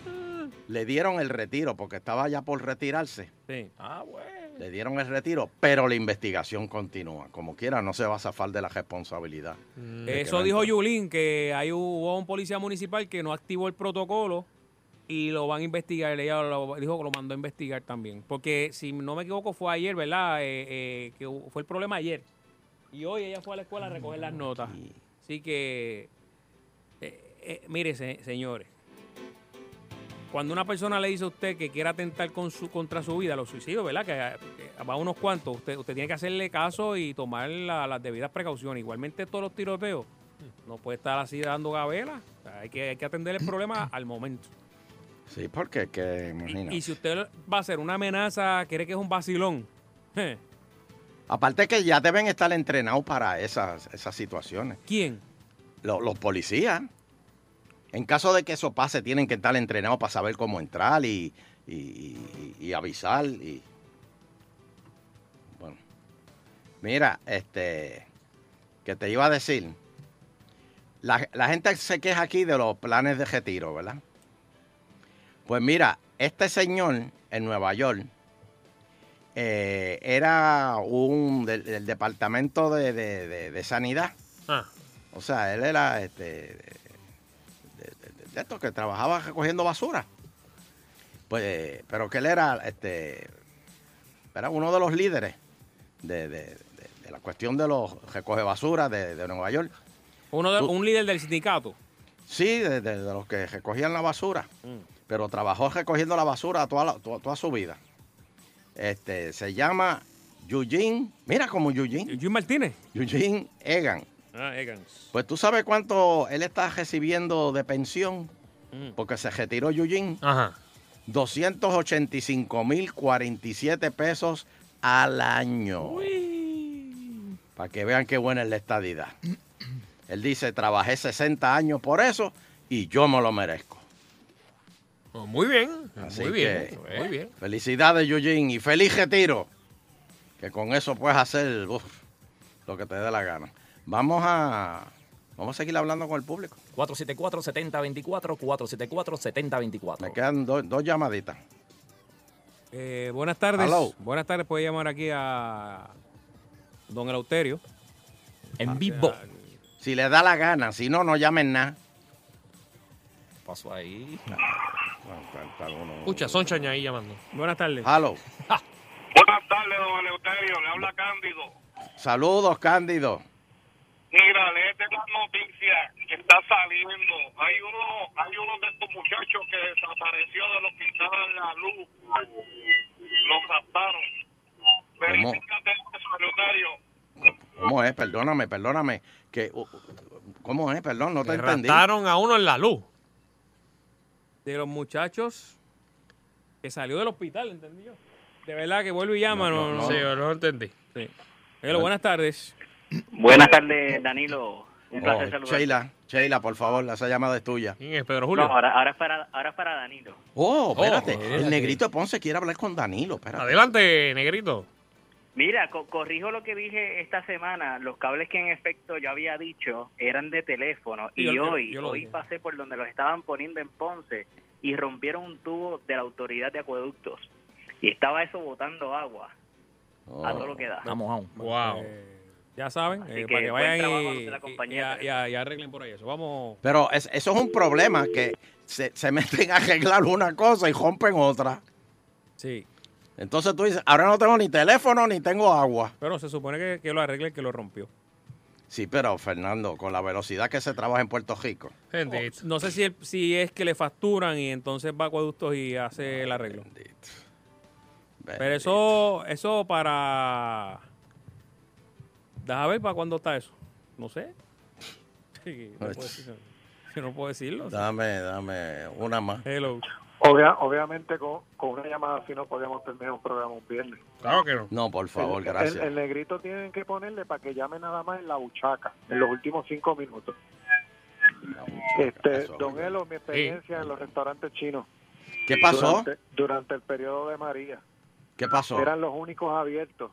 Speaker 3: le dieron el retiro porque estaba ya por retirarse.
Speaker 2: Sí.
Speaker 7: Ah, bueno.
Speaker 3: Le dieron el retiro, pero la investigación continúa. Como quiera, no se va a zafar de la responsabilidad. De que
Speaker 2: Eso
Speaker 3: no
Speaker 2: dijo
Speaker 3: entró.
Speaker 2: Yulín, que ahí hubo un policía municipal que no activó el protocolo y lo van a investigar. Ella lo- dijo que lo mandó a investigar también. Porque si no me equivoco fue ayer, ¿verdad? Eh, eh, que hubo- fue el problema ayer. Y hoy ella fue a la escuela a recoger las notas. Así que, eh, eh, mire, se- señores, cuando una persona le dice a usted que quiere atentar con su, contra su vida, los suicidios, ¿verdad? Que, eh, va unos cuantos, usted, usted tiene que hacerle caso y tomar la- las debidas precauciones. Igualmente todos los tiroteos, no puede estar así dando gavela. O sea, hay, que, hay que atender el problema al momento.
Speaker 3: Sí, porque, que, imagina.
Speaker 2: Y si usted va a hacer una amenaza, cree que es un vacilón.
Speaker 3: Aparte que ya deben estar entrenados para esas, esas situaciones.
Speaker 2: ¿Quién?
Speaker 3: Lo- Los, policías. En caso de que eso pase, tienen que estar entrenados para saber cómo entrar y, y- y- y avisar. Y... Bueno. Mira, este, que te iba a decir. La, la gente se queja aquí de los planes de retiro, ¿verdad? Pues mira, este señor en Nueva York eh, era un del, del departamento de, de- de- de sanidad.
Speaker 5: Ah.
Speaker 3: O sea, él era este, de, de- de- de estos que trabajaba recogiendo basura. Pues, pero que él era este, era uno de los líderes de, de- de- de la cuestión de los recoge basura de, de Nueva York.
Speaker 2: Uno de-
Speaker 3: Tú-
Speaker 2: un líder del sindicato.
Speaker 3: Sí, de, de- de los que recogían la basura. Pero trabajó recogiendo la basura toda, la- toda, toda su vida. Este, se llama Eugene, mira como Eugene.
Speaker 2: Eugene Martínez.
Speaker 3: Eugene Egan.
Speaker 2: Ah, Egan.
Speaker 3: Pues tú sabes cuánto él está recibiendo de pensión,
Speaker 5: Mm.
Speaker 3: porque se retiró Eugene.
Speaker 5: Ajá.
Speaker 3: 285.047 pesos al año. Para que vean qué buena es la estadidad. Él dice, trabajé 60 años por eso y yo me lo merezco.
Speaker 5: Oh, Muy bien,
Speaker 3: Así
Speaker 5: muy bien,
Speaker 3: que,
Speaker 5: muy bien.
Speaker 3: Felicidades, Yujin, y feliz retiro. Que con eso puedes hacer uf, lo que te dé la gana. Vamos a, vamos a seguir hablando con el público.
Speaker 7: 474-7024, 474-7024.
Speaker 3: Me quedan do- dos llamaditas.
Speaker 2: Eh, buenas tardes.
Speaker 3: Hello.
Speaker 2: Buenas tardes, puede llamar aquí a Don Eleuterio.
Speaker 3: En vivo. Ah, Si le da la gana, si no, no llamen nada.
Speaker 7: Paso ahí.
Speaker 5: Escucha, son chaña ahí llamando.
Speaker 2: Buenas tardes.
Speaker 3: Halo.
Speaker 12: Buenas tardes, don Eleuterio. Le habla Cándido.
Speaker 3: Saludos, Cándido.
Speaker 12: Mira, léete las noticias que está saliendo. Hay uno, hay uno de estos muchachos que desapareció del hospital de la luz. Lo raptaron.
Speaker 3: ¿Cómo,
Speaker 12: Eleuterio,
Speaker 3: cómo es? Perdóname, perdóname. Que, uh, uh, ¿Cómo es? Perdón, no te
Speaker 5: Le
Speaker 3: entendí.
Speaker 5: raptaron a uno en la luz.
Speaker 2: De los muchachos que salió del hospital, ¿entendí yo? De verdad que vuelve y llama, no, no,
Speaker 5: Sí, yo no lo entendí.
Speaker 2: Sí. Hello, buenas tardes.
Speaker 9: Buenas tardes, Danilo. Un placer
Speaker 3: Oh,
Speaker 9: saludarte.
Speaker 3: Sheila, Sheila, por favor, esa llamada es tuya.
Speaker 5: ¿Quién es Pedro
Speaker 9: No, ahora, ahora, es para, ahora es para Danilo.
Speaker 3: Oh,
Speaker 5: Oh,
Speaker 3: espérate.
Speaker 5: espérate.
Speaker 3: el negrito de Ponce quiere hablar con Danilo. Espérate.
Speaker 5: Adelante, negrito.
Speaker 9: Mira, co- corrijo lo que dije esta semana. Los cables que en efecto yo había dicho eran de teléfono.
Speaker 14: Sí,
Speaker 9: y
Speaker 14: yo- yo-
Speaker 9: hoy,
Speaker 14: yo lo
Speaker 9: hoy
Speaker 14: dije.
Speaker 9: pasé por donde los estaban poniendo en Ponce y rompieron un tubo de la autoridad de acueductos. Y estaba eso botando agua
Speaker 3: Oh.
Speaker 9: a todo lo que da.
Speaker 7: Vamos, vamos.
Speaker 2: Wow. pues, ya saben, eh,
Speaker 9: que
Speaker 2: para que
Speaker 9: buen trabajo
Speaker 2: vayan y,
Speaker 9: de la
Speaker 2: y, y- y- y arreglen por ahí eso. Vamos.
Speaker 3: Pero es- eso es un problema, que se, se meten a arreglar una cosa y rompen otra.
Speaker 2: Sí.
Speaker 3: Entonces tú dices, ahora no tengo ni teléfono ni tengo agua.
Speaker 2: Pero se supone que, que lo arregle el que lo rompió.
Speaker 3: Sí, pero Fernando, con la velocidad que se trabaja en Puerto Rico.
Speaker 2: O- no sé si, el- si es que le facturan y entonces va a acueductos y hace el arreglo. Pero eso, eso para. Deja ver para cuándo está eso. No sé. Sí, no puedo decirlo. Yo no puedo decirlo.
Speaker 3: Dame, dame una más.
Speaker 2: Hello.
Speaker 15: Obvia- obviamente con, con una llamada así no podíamos terminar un programa un viernes.
Speaker 5: Claro que no.
Speaker 3: No, por favor,
Speaker 15: El-
Speaker 3: gracias.
Speaker 15: El, el negrito tienen que ponerle para que llame nada más en la buchaca, en los últimos cinco minutos. Este, don Elo, mi experiencia en los restaurantes chinos.
Speaker 3: ¿Qué pasó?
Speaker 15: Durante, durante el periodo de María.
Speaker 3: ¿Qué pasó?
Speaker 15: Eran los únicos abiertos.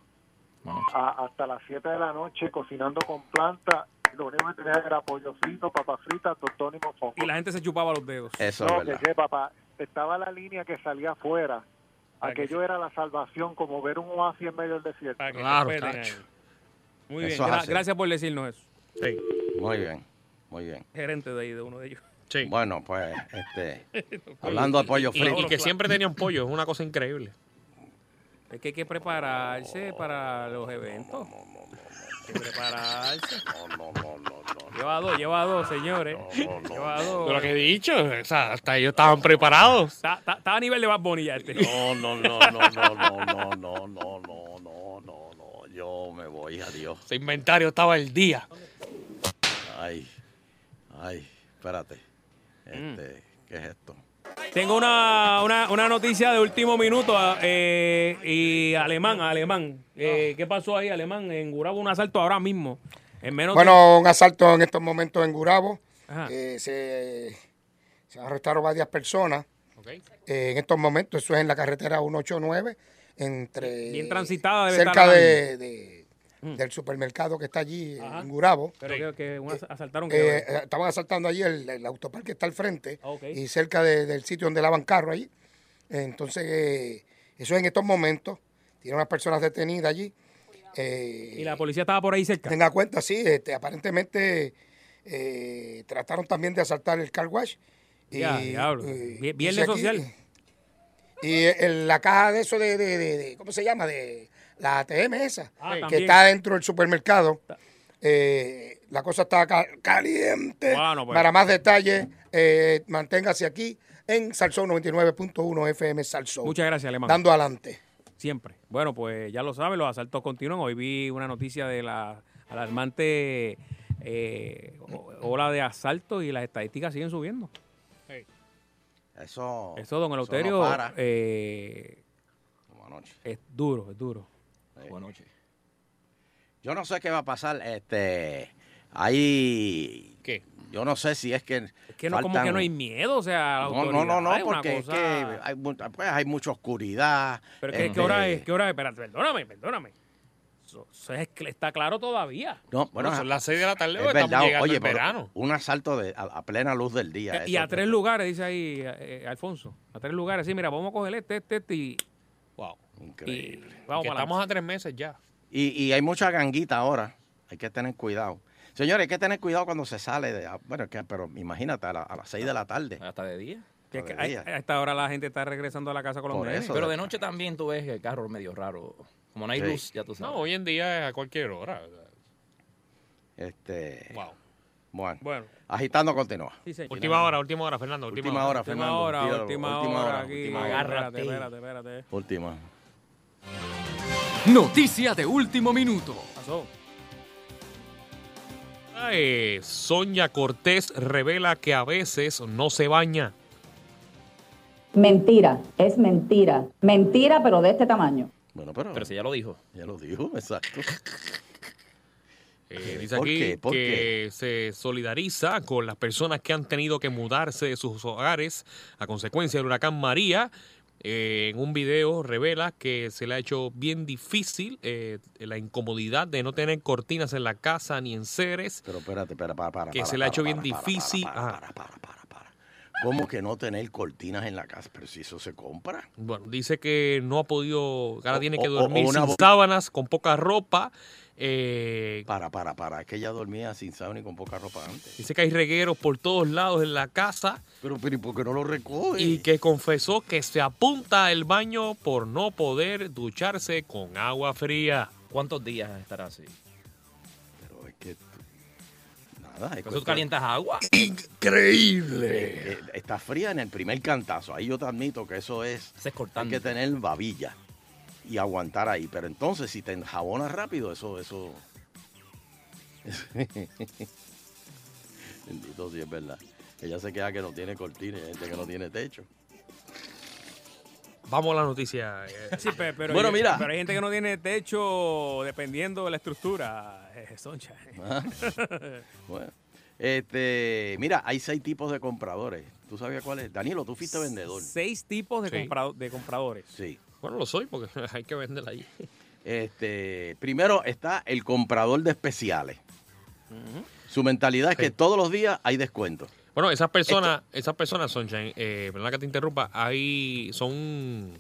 Speaker 15: A- hasta las 7 de la noche cocinando con planta. Lo único que tenía era pollo frito, papas fritas, tostón y mofongo.
Speaker 2: Y la gente se chupaba los dedos.
Speaker 3: Eso
Speaker 15: no, que sepa, papá, estaba la línea que salía afuera. Aquello era la salvación, como ver un oasis en medio del desierto.
Speaker 2: que Claro, se esperen tacho. Muy bien.
Speaker 3: Eso es
Speaker 2: gra-
Speaker 3: así.
Speaker 2: gracias por decirnos eso.
Speaker 3: Muy bien, muy bien.
Speaker 2: Gerente de ahí, de uno de ellos.
Speaker 3: Bueno, pues, este, hablando de pollo
Speaker 5: Y-
Speaker 3: frito.
Speaker 5: Y, que siempre tenían pollo, es una cosa increíble.
Speaker 2: Es que hay que prepararse para los eventos. Hay que prepararse. Lleva dos, lleva dos, señores. Lleva dos.
Speaker 5: Pero lo que he dicho, o sea, hasta ellos estaban preparados.
Speaker 2: Está, está- está a nivel de Bad Bunny ya este.
Speaker 3: No, no, no, no, no, no, no, no, no, no, no, no, no. Yo me voy, adiós.
Speaker 5: Ese inventario estaba el día.
Speaker 3: Ay, ay, espérate.
Speaker 2: Mm.
Speaker 3: Este, ¿qué es esto?
Speaker 2: Tengo una, una, una noticia de último minuto eh, y alemán, alemán. Eh, ¿Qué pasó ahí, alemán? En Gurabo un asalto ahora mismo. En menos de-
Speaker 16: Bueno, un asalto en estos momentos en Gurabo.
Speaker 2: Ajá.
Speaker 16: Eh, se, se arrestaron varias personas. Eh, en estos momentos, eso es en la carretera 189, entre
Speaker 2: Bien transitada debe
Speaker 16: cerca
Speaker 2: estar ahora
Speaker 16: de,
Speaker 2: mismo. Mm.
Speaker 16: de- del supermercado que está allí en Gurabo.
Speaker 2: Pero que, que un as- asaltaron. que-
Speaker 16: Eh, eh, estaban asaltando allí el, el autoparque que está al frente
Speaker 2: Ok.
Speaker 16: y cerca de- del sitio donde lavan carro allí. Entonces, eh, eso es en estos momentos. Tiene unas personas detenidas allí. Eh,
Speaker 2: y la policía estaba por ahí cerca.
Speaker 16: Tenga cuenta, sí, este, aparentemente eh, trataron también de asaltar el car wash.
Speaker 2: Ya, diablo.
Speaker 16: eh, dice
Speaker 2: Vie- viernes
Speaker 16: aquí-
Speaker 2: social.
Speaker 16: Y eh, el- la caja de eso de, de- de- de- ¿cómo se llama? De la ATM esa,
Speaker 2: Ah,
Speaker 16: que
Speaker 2: también.
Speaker 16: está dentro del supermercado. Eh, la cosa está ca- caliente.
Speaker 2: Bueno, pues.
Speaker 16: Para más detalles, eh, manténgase aquí en Salsón 99.1 FM Salsón.
Speaker 2: Muchas gracias, Alemán.
Speaker 16: Dando adelante.
Speaker 2: Siempre. Bueno, pues ya lo saben, los asaltos continúan. Hoy vi una noticia de la alarmante eh, o- ola de asaltos y las estadísticas siguen subiendo.
Speaker 3: Oh, Eso.
Speaker 2: Eso, don
Speaker 3: no
Speaker 2: Eleuterio,
Speaker 3: para.
Speaker 2: eh, es duro, es duro.
Speaker 3: Yo no sé qué va a pasar. Este, Hay. Yo no sé si es que.
Speaker 2: Que no, como
Speaker 3: faltan-
Speaker 2: que no hay miedo, o sea, la
Speaker 3: No, no,
Speaker 2: autoridad,
Speaker 3: no, no,
Speaker 2: hay una
Speaker 3: porque es
Speaker 2: cosa-
Speaker 3: que hay, mu- pues, hay mucha oscuridad.
Speaker 2: Pero ¿qué,
Speaker 3: este,
Speaker 2: ¿qué hora es? ¿Qué hora es? Espérate, perdóname, perdóname. Eso- eso es cl- está claro todavía.
Speaker 3: No, bueno,
Speaker 5: No, son las 6 de la tarde,
Speaker 3: es
Speaker 5: porque estamos llegando
Speaker 3: Oye,
Speaker 5: al
Speaker 3: pero
Speaker 5: verano.
Speaker 3: Un asalto de, a, a plena luz del día.
Speaker 2: Eh, y
Speaker 3: eso
Speaker 2: a tres lugares, dice ahí eh, Alfonso. A tres lugares, sí, mira, vamos a coger este, este, este y.
Speaker 5: Wow.
Speaker 3: Increíble.
Speaker 2: vamos
Speaker 5: Que
Speaker 2: para
Speaker 5: estamos a tres meses ya.
Speaker 3: Y, y hay mucha ganguita ahora. Hay que tener cuidado. Señores, hay que tener cuidado cuando se sale. De, bueno, es que, pero imagínate, a, la- a las 6 de la tarde.
Speaker 7: Hasta de día.
Speaker 2: Que- que a, a esta hora la gente está regresando a la casa con los nenes.
Speaker 7: Pero de noche también tú ves que el carro es medio raro. Como no hay
Speaker 3: Sí.
Speaker 7: luz, ya tú
Speaker 5: No,
Speaker 7: sabes.
Speaker 5: hoy en día es a cualquier hora.
Speaker 3: Este,
Speaker 5: Wow.
Speaker 3: Bueno,
Speaker 2: Bueno.
Speaker 3: agitando continúa.
Speaker 5: Última hora, última hora, Fernando. Última,
Speaker 3: Última hora, Fernando.
Speaker 2: hora,
Speaker 3: Tíralo,
Speaker 2: última hora aquí.
Speaker 3: última hora.
Speaker 2: Espérate, espérate, espérate.
Speaker 3: Última.
Speaker 14: Noticia de último minuto.
Speaker 2: Pasó.
Speaker 5: Eh, Sonia Cortés revela que a veces no se baña.
Speaker 17: Mentira, es mentira. Mentira, pero de este tamaño.
Speaker 3: Bueno, pero.
Speaker 7: Pero si ya lo dijo.
Speaker 3: Ya lo dijo, exacto.
Speaker 5: Eh, dice
Speaker 3: ¿Por
Speaker 5: aquí
Speaker 3: qué? ¿Por
Speaker 5: que se solidariza con las personas que han tenido que mudarse de sus hogares a consecuencia del huracán María. Eh, en un video revela que se le ha hecho bien difícil eh, la incomodidad de no tener cortinas en la casa ni en seres.
Speaker 3: Pero espérate, espérate, para, para.
Speaker 5: Que
Speaker 3: para,
Speaker 5: se le ha
Speaker 3: para,
Speaker 5: hecho bien
Speaker 3: para, para,
Speaker 5: difícil. Ah,
Speaker 3: para,
Speaker 5: Ajá.
Speaker 3: ¿Cómo que no tener cortinas en la casa? Pero si eso se compra.
Speaker 5: Bueno, dice que no ha podido, ahora
Speaker 3: O-
Speaker 5: tiene que
Speaker 3: o- o
Speaker 5: dormir
Speaker 3: una
Speaker 5: sin
Speaker 3: bo-
Speaker 5: sábanas, con poca ropa. eh,
Speaker 3: Para, para, para. Es que ella dormía sin sábana y con poca ropa antes.
Speaker 5: Dice que hay regueros por todos lados en la casa.
Speaker 3: Pero, pero ¿y por qué no lo recoge?
Speaker 5: Y que confesó que se apunta al baño por no poder ducharse con agua fría.
Speaker 7: ¿Cuántos días estará así?
Speaker 3: Pero es que. Nada, es
Speaker 7: ¿Pero tú
Speaker 3: cuestión-
Speaker 7: calientas agua?
Speaker 3: Eh, eh, está fría en el primer cantazo. Ahí yo te admito que eso es. Hay que tener babilla y aguantar ahí. Pero entonces, si te enjabonas rápido, eso. eso Bendito, sí, es verdad. Ella se queda que no tiene cortina, y hay gente que no tiene techo.
Speaker 5: Vamos a la noticia. eh.
Speaker 2: Sí, pe- pero,
Speaker 5: Bueno,
Speaker 2: hay-
Speaker 5: mira.
Speaker 2: Pero hay gente que no tiene techo dependiendo de la estructura, eh, Soncha.
Speaker 3: Ah, bueno. Este, mira, hay seis tipos de compradores. ¿Tú sabías cuál es? Danilo, tú fuiste vendedor.
Speaker 2: Seis tipos de,
Speaker 3: Sí.
Speaker 2: comprado- de compradores.
Speaker 3: Sí.
Speaker 5: Bueno, lo soy porque hay que venderla ahí.
Speaker 3: Este, primero está el comprador de especiales. Su mentalidad es que todos los días hay descuentos.
Speaker 5: Bueno, esas personas, esas personas, Sunshine, eh, perdona que te interrumpa, hay, son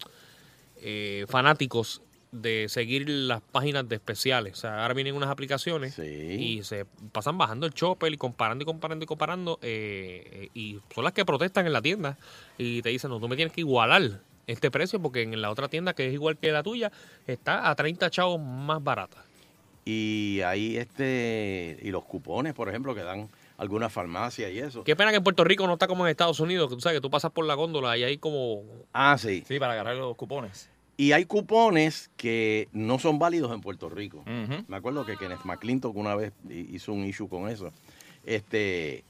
Speaker 5: eh, fanáticos de seguir las páginas de especiales. O sea, ahora vienen unas aplicaciones y se pasan bajando el chopper y comparando y comparando y comparando. eh, eh, y son las que protestan en la tienda y te dicen, no, tú me tienes que igualar este precio porque en la otra tienda que es igual que la tuya está a 30 chavos más barata.
Speaker 3: Y ahí este, y los cupones, por ejemplo, que dan algunas farmacias y eso.
Speaker 5: Qué pena que en Puerto Rico no está como en Estados Unidos, que tú sabes que tú pasas por la góndola y hay como...
Speaker 3: Ah, sí.
Speaker 7: Sí, para agarrar los cupones.
Speaker 3: Y hay cupones que no son válidos en Puerto Rico. Me acuerdo que Kenneth McClintock una vez hi- hizo un issue con eso. Este,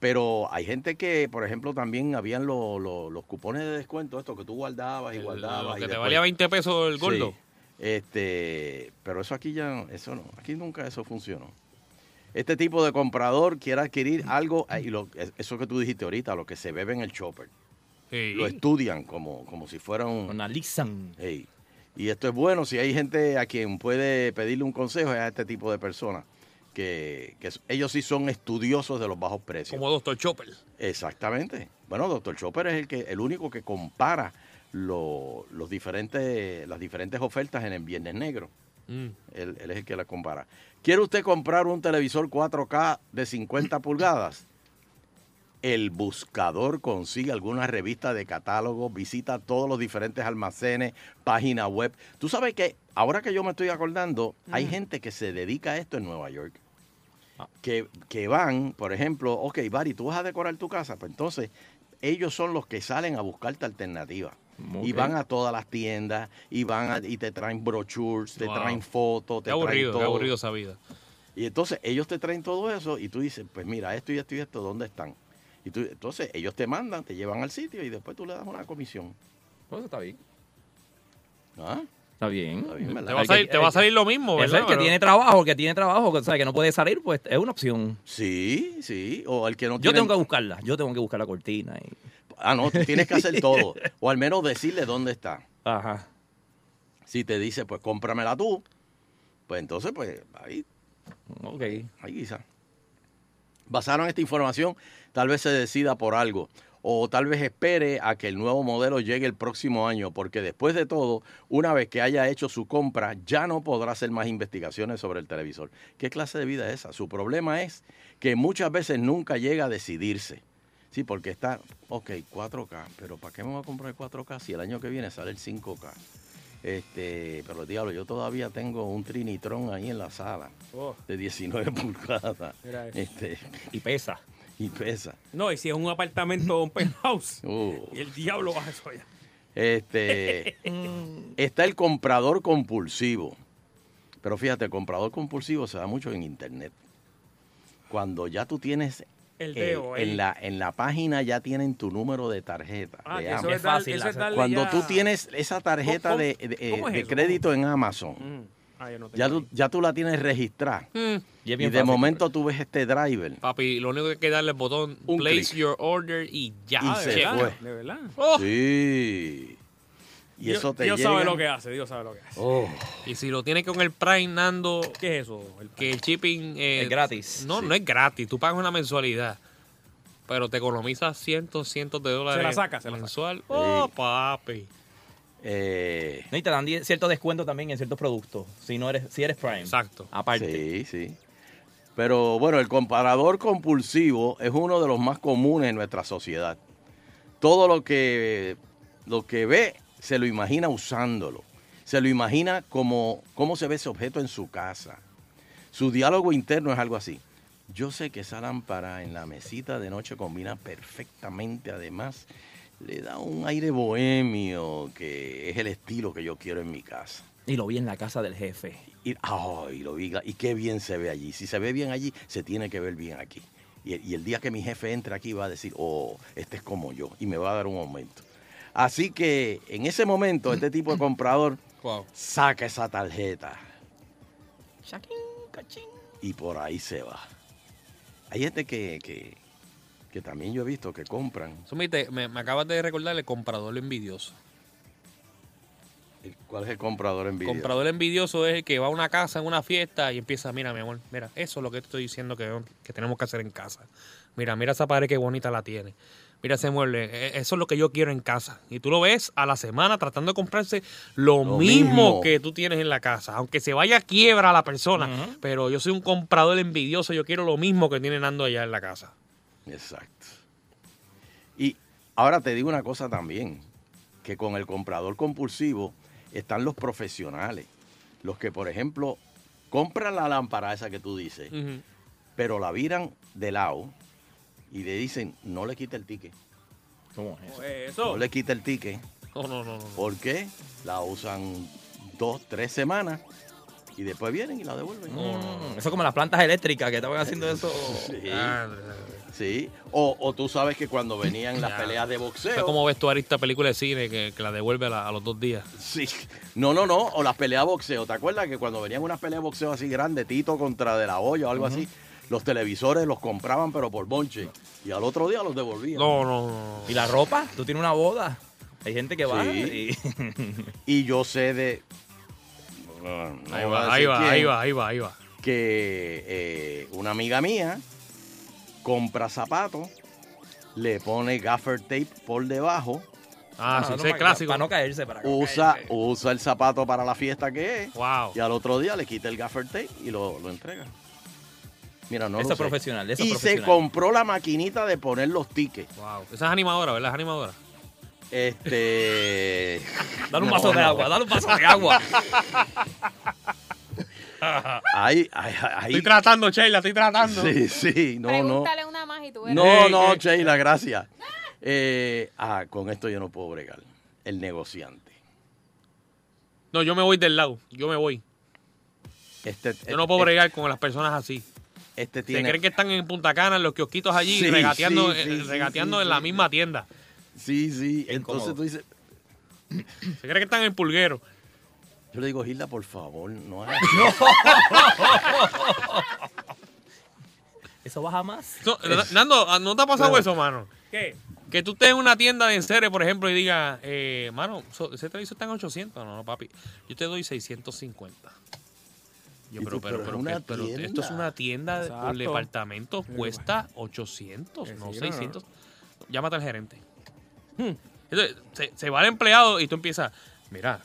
Speaker 3: pero hay gente que, por ejemplo, también habían lo- lo- los cupones de descuento, esto que tú guardabas y
Speaker 5: Lo
Speaker 3: guardabas.
Speaker 5: que
Speaker 3: y
Speaker 5: te
Speaker 3: después-
Speaker 5: valía 20 pesos el gordo.
Speaker 3: Sí. Este, pero eso aquí ya, eso no, aquí nunca eso funcionó. Este tipo de comprador quiere adquirir algo, eh, y lo- es- eso que tú dijiste ahorita, lo que se bebe en el chopper. Lo estudian como, como si fuera un...
Speaker 7: Analizan.
Speaker 3: Y esto es bueno, si hay gente a quien puede pedirle un consejo, es a este tipo de personas, que, que s- ellos sí son estudiosos de los bajos precios.
Speaker 5: Como Dr. Chopper.
Speaker 3: Exactamente. Bueno, Dr. Chopper es el que el único que compara lo- los diferentes, las diferentes ofertas en el Viernes Negro. Él, él es el que la compara. ¿Quiere usted comprar un televisor 4K de 50 pulgadas? El buscador consigue alguna revista de catálogo, visita todos los diferentes almacenes, página web. Tú sabes que ahora que yo me estoy acordando, hay gente que se dedica a esto en Nueva York. Que, que van, por ejemplo, ok, Barry, tú vas a decorar tu casa. Pues entonces, ellos son los que salen a buscarte alternativas. Y
Speaker 5: Ok.
Speaker 3: van a todas las tiendas y van a- y te traen brochures, te
Speaker 5: Wow.
Speaker 3: traen fotos, te
Speaker 5: Qué aburrido,
Speaker 3: traen
Speaker 5: qué
Speaker 3: todo.
Speaker 5: aburrido esa vida.
Speaker 3: Y entonces ellos te traen todo eso y tú dices, pues mira, esto y esto y esto, ¿dónde están? Y tú, entonces ellos te mandan, te llevan al sitio y después tú le das una comisión.
Speaker 7: Pues eso está bien.
Speaker 3: ¿Ah?
Speaker 7: Está bien.
Speaker 5: Te va a salir- te va a salir lo mismo,
Speaker 7: Eso,
Speaker 5: ¿verdad?
Speaker 7: El que
Speaker 5: Pero-
Speaker 7: tiene trabajo, el que tiene trabajo, que, o sea, que no puede salir, pues es una opción.
Speaker 3: Sí, sí. O el que no
Speaker 7: Yo
Speaker 3: tiene-
Speaker 7: tengo que buscarla. Yo tengo que buscar la cortina. y-
Speaker 3: Ah, no, tú tienes que hacer todo. O al menos decirle dónde está.
Speaker 7: Ajá.
Speaker 3: Si te dice, pues cómpramela tú, pues entonces, pues ahí.
Speaker 7: Ok.
Speaker 3: Ahí quizá. Basaron esta información, tal vez se decida por algo. O tal vez espere a que el nuevo modelo llegue el próximo año, porque después de todo, una vez que haya hecho su compra, ya no podrá hacer más investigaciones sobre el televisor. ¿Qué clase de vida es esa? Su problema es que muchas veces nunca llega a decidirse. Sí, porque está, ok, 4K, pero ¿para qué me voy a comprar 4K si el año que viene sale el 5K? Este, pero diablo, yo todavía tengo un Trinitron ahí en la sala
Speaker 2: Oh.
Speaker 3: de 19 pulgadas.
Speaker 2: Mira
Speaker 5: Eh.
Speaker 2: eso.
Speaker 3: Este,
Speaker 7: y pesa.
Speaker 3: Y pesa.
Speaker 2: No, y si es un apartamento, un penthouse.
Speaker 3: Uh.
Speaker 2: Y el diablo baja eso allá.
Speaker 3: Este,
Speaker 6: Mm,
Speaker 3: está el comprador compulsivo. Pero fíjate, el comprador compulsivo se da mucho en internet. Cuando ya tú tienes
Speaker 2: El
Speaker 3: eh,
Speaker 2: dedo ahí.
Speaker 3: en, la, en la página ya tienen tu número de tarjeta.
Speaker 2: Ah,
Speaker 3: de
Speaker 2: que eso
Speaker 3: Amazon.
Speaker 2: es dar- Fácil eso es hacer. darle
Speaker 3: Cuando
Speaker 2: ya-
Speaker 3: tú tienes esa tarjeta
Speaker 2: ¿Cómo-
Speaker 3: de,
Speaker 2: cómo-
Speaker 3: de-
Speaker 2: cómo es
Speaker 3: de
Speaker 2: eso?
Speaker 3: crédito en Amazon,
Speaker 2: Mm. Ah, yo no tengo
Speaker 3: ya, tú, ya tú la tienes registrada.
Speaker 5: Mm.
Speaker 3: Y,
Speaker 5: Y es bien
Speaker 3: de
Speaker 5: fácil, pues.
Speaker 3: momento tú ves este driver.
Speaker 5: Papi, lo único que hay que darle es botón Place your order y ya. Oh.
Speaker 3: Y se
Speaker 5: Check.
Speaker 3: fue.
Speaker 2: De verdad.
Speaker 3: Sí. Y
Speaker 5: Dios-
Speaker 3: eso te
Speaker 5: Dios
Speaker 3: llega.
Speaker 5: sabe
Speaker 2: lo que hace, Dios sabe lo que hace.
Speaker 3: Oh.
Speaker 5: Y si lo tienes con el Prime, Nando.
Speaker 2: ¿Qué es eso?
Speaker 5: que el shipping. eh,
Speaker 7: Es gratis.
Speaker 5: No,
Speaker 7: Sí.
Speaker 5: no es gratis. Tú pagas una mensualidad. Pero te economizas cientos, cientos de dólares.
Speaker 7: la saca, se la saca.
Speaker 5: mensual. Oh, papi.
Speaker 3: Eh.
Speaker 7: No, y te dan die- cierto descuento también en ciertos productos. Si no eres, si eres Prime.
Speaker 5: Exacto.
Speaker 7: Aparte.
Speaker 3: Sí, sí. Pero bueno, el comparador compulsivo es uno de los más comunes en nuestra sociedad. Todo lo que, lo que ve se lo imagina usándolo. Se lo imagina como cómo se ve ese objeto en su casa. Su diálogo interno es algo así. Yo sé que esa lámpara en la mesita de noche combina perfectamente. Además, le da un aire bohemio que es el estilo que yo quiero en mi casa.
Speaker 7: Y lo vi en la casa del jefe.
Speaker 3: Y, ay, lo vi, y qué bien se ve allí. Si se ve bien allí, se tiene que ver bien aquí. Y, el- y el día que mi jefe entre aquí va a decir, oh, este es como yo, y me va a dar un aumento. Así que en ese momento, este tipo de comprador saca esa tarjeta y por ahí se va. Hay gente que, que, que también yo he visto que compran.
Speaker 5: Sumite, me, me acabas de recordar el comprador envidioso.
Speaker 3: ¿Cuál es el comprador en video?
Speaker 5: Comprador envidioso es el que va a una casa, en una fiesta y empieza, mira, mi amor, mira, eso es lo que te estoy diciendo que, que tenemos que hacer en casa. Mira, mira esa pared que bonita la tiene. Mira ese mueble, e- eso es lo que yo quiero en casa. Y tú lo ves a la semana tratando de comprarse lo,
Speaker 7: Lo
Speaker 5: mismo,
Speaker 7: mismo.
Speaker 5: que tú tienes en la casa. Aunque se vaya a quiebra la persona, pero yo soy un comprador envidioso, yo quiero lo mismo que tiene Nando allá en la casa.
Speaker 3: Exacto. Y ahora te digo una cosa también, que con el comprador compulsivo están los profesionales, los que por ejemplo compran la lámpara esa que tú dices,
Speaker 5: Mm.
Speaker 3: pero la viran de lado y le dicen, no le quite el ticket.
Speaker 7: ¿Cómo
Speaker 3: No le quite el ticket.
Speaker 5: No, no, no.
Speaker 3: ¿Por qué? La usan dos, tres semanas y después vienen y la devuelven.
Speaker 7: Mm, Eso es como las plantas eléctricas que estaban haciendo eso.
Speaker 3: Sí.
Speaker 5: Ah,
Speaker 3: Sí. O, o tú sabes que cuando venían las peleas de boxeo.
Speaker 5: Es como vestuarista película de cine que, que la devuelve a, la- a los dos días.
Speaker 3: Sí. No, no, no. O las peleas de boxeo. ¿Te acuerdas que cuando venían unas peleas de boxeo así grandes, Tito contra De La Hoya o algo así, los televisores los compraban pero por bonche y al otro día los devolvían?
Speaker 5: No, no, no.
Speaker 7: ¿Y la ropa? ¿Tú tienes una boda? Hay gente que va
Speaker 3: Sí.
Speaker 7: y...
Speaker 3: Y yo sé de...
Speaker 5: Ahí
Speaker 3: voy
Speaker 5: va,
Speaker 3: a decir
Speaker 5: ahí va,
Speaker 3: quién,
Speaker 5: ahí va, ahí va, ahí va.
Speaker 3: Que eh, una amiga mía compra zapatos, le pone gaffer tape por debajo.
Speaker 5: Ah, sí, ese es clásico.
Speaker 7: Para no caerse, para
Speaker 3: Usa, usa el zapato para la fiesta que es.
Speaker 5: Wow.
Speaker 3: Y al otro día le quita el gaffer tape y lo, lo entrega. Mira, no
Speaker 7: Esa
Speaker 3: lo
Speaker 7: es
Speaker 3: sé.
Speaker 7: profesional, esa es
Speaker 3: y
Speaker 7: profesional.
Speaker 3: se compró la maquinita de poner los tickets.
Speaker 5: Wow. Esa es animadora, ¿verdad? Es animadora.
Speaker 3: Este.
Speaker 5: Dale un vaso de agua, dale un vaso de agua.
Speaker 3: Ahí, ahí, ahí.
Speaker 5: Estoy tratando, Sheila, estoy tratando.
Speaker 3: Sí, sí, no, no.
Speaker 4: Pregúntale una más y tú verás.
Speaker 3: No, no, Sheila, gracias. Eh, ah, con esto yo no puedo bregar. El negociante.
Speaker 5: No, yo me voy del lado. Yo me voy.
Speaker 3: Este,
Speaker 5: Yo no puedo
Speaker 3: este-
Speaker 5: bregar con las personas así.
Speaker 3: Este
Speaker 5: Se
Speaker 3: tiene.
Speaker 5: creen que están en Punta Cana, en los kiosquitos allí,
Speaker 3: Sí,
Speaker 5: regateando,
Speaker 3: sí,
Speaker 5: eh,
Speaker 3: sí, sí,
Speaker 5: regateando
Speaker 3: sí,
Speaker 5: en la
Speaker 3: sí.
Speaker 5: misma tienda.
Speaker 3: Sí, sí. Entonces tú dices,
Speaker 5: Se creen que están en Pulguero.
Speaker 3: Yo le digo, Gilda, por favor, no hagas
Speaker 7: ¿Eso baja más?
Speaker 5: No, Nando, ah, ¿no te ha pasado
Speaker 7: Claro.
Speaker 5: eso, mano?
Speaker 2: ¿Qué?
Speaker 5: Que tú estés en una tienda de enseres, por ejemplo, y digas, eh, mano, so- ese televisor está en 800. No, no, papi, yo te doy 650. Yo,
Speaker 3: Y
Speaker 5: pero,
Speaker 3: tú,
Speaker 5: pero,
Speaker 3: pero
Speaker 5: pero,
Speaker 3: es una
Speaker 5: que- pero
Speaker 3: tienda.
Speaker 5: esto es una tienda, de
Speaker 3: Exacto.
Speaker 5: un departamento
Speaker 3: Sí,
Speaker 5: cuesta 800, no
Speaker 3: Sí,
Speaker 5: 600. Llámate al gerente. Entonces, se, se va el empleado y tú empiezas, mira.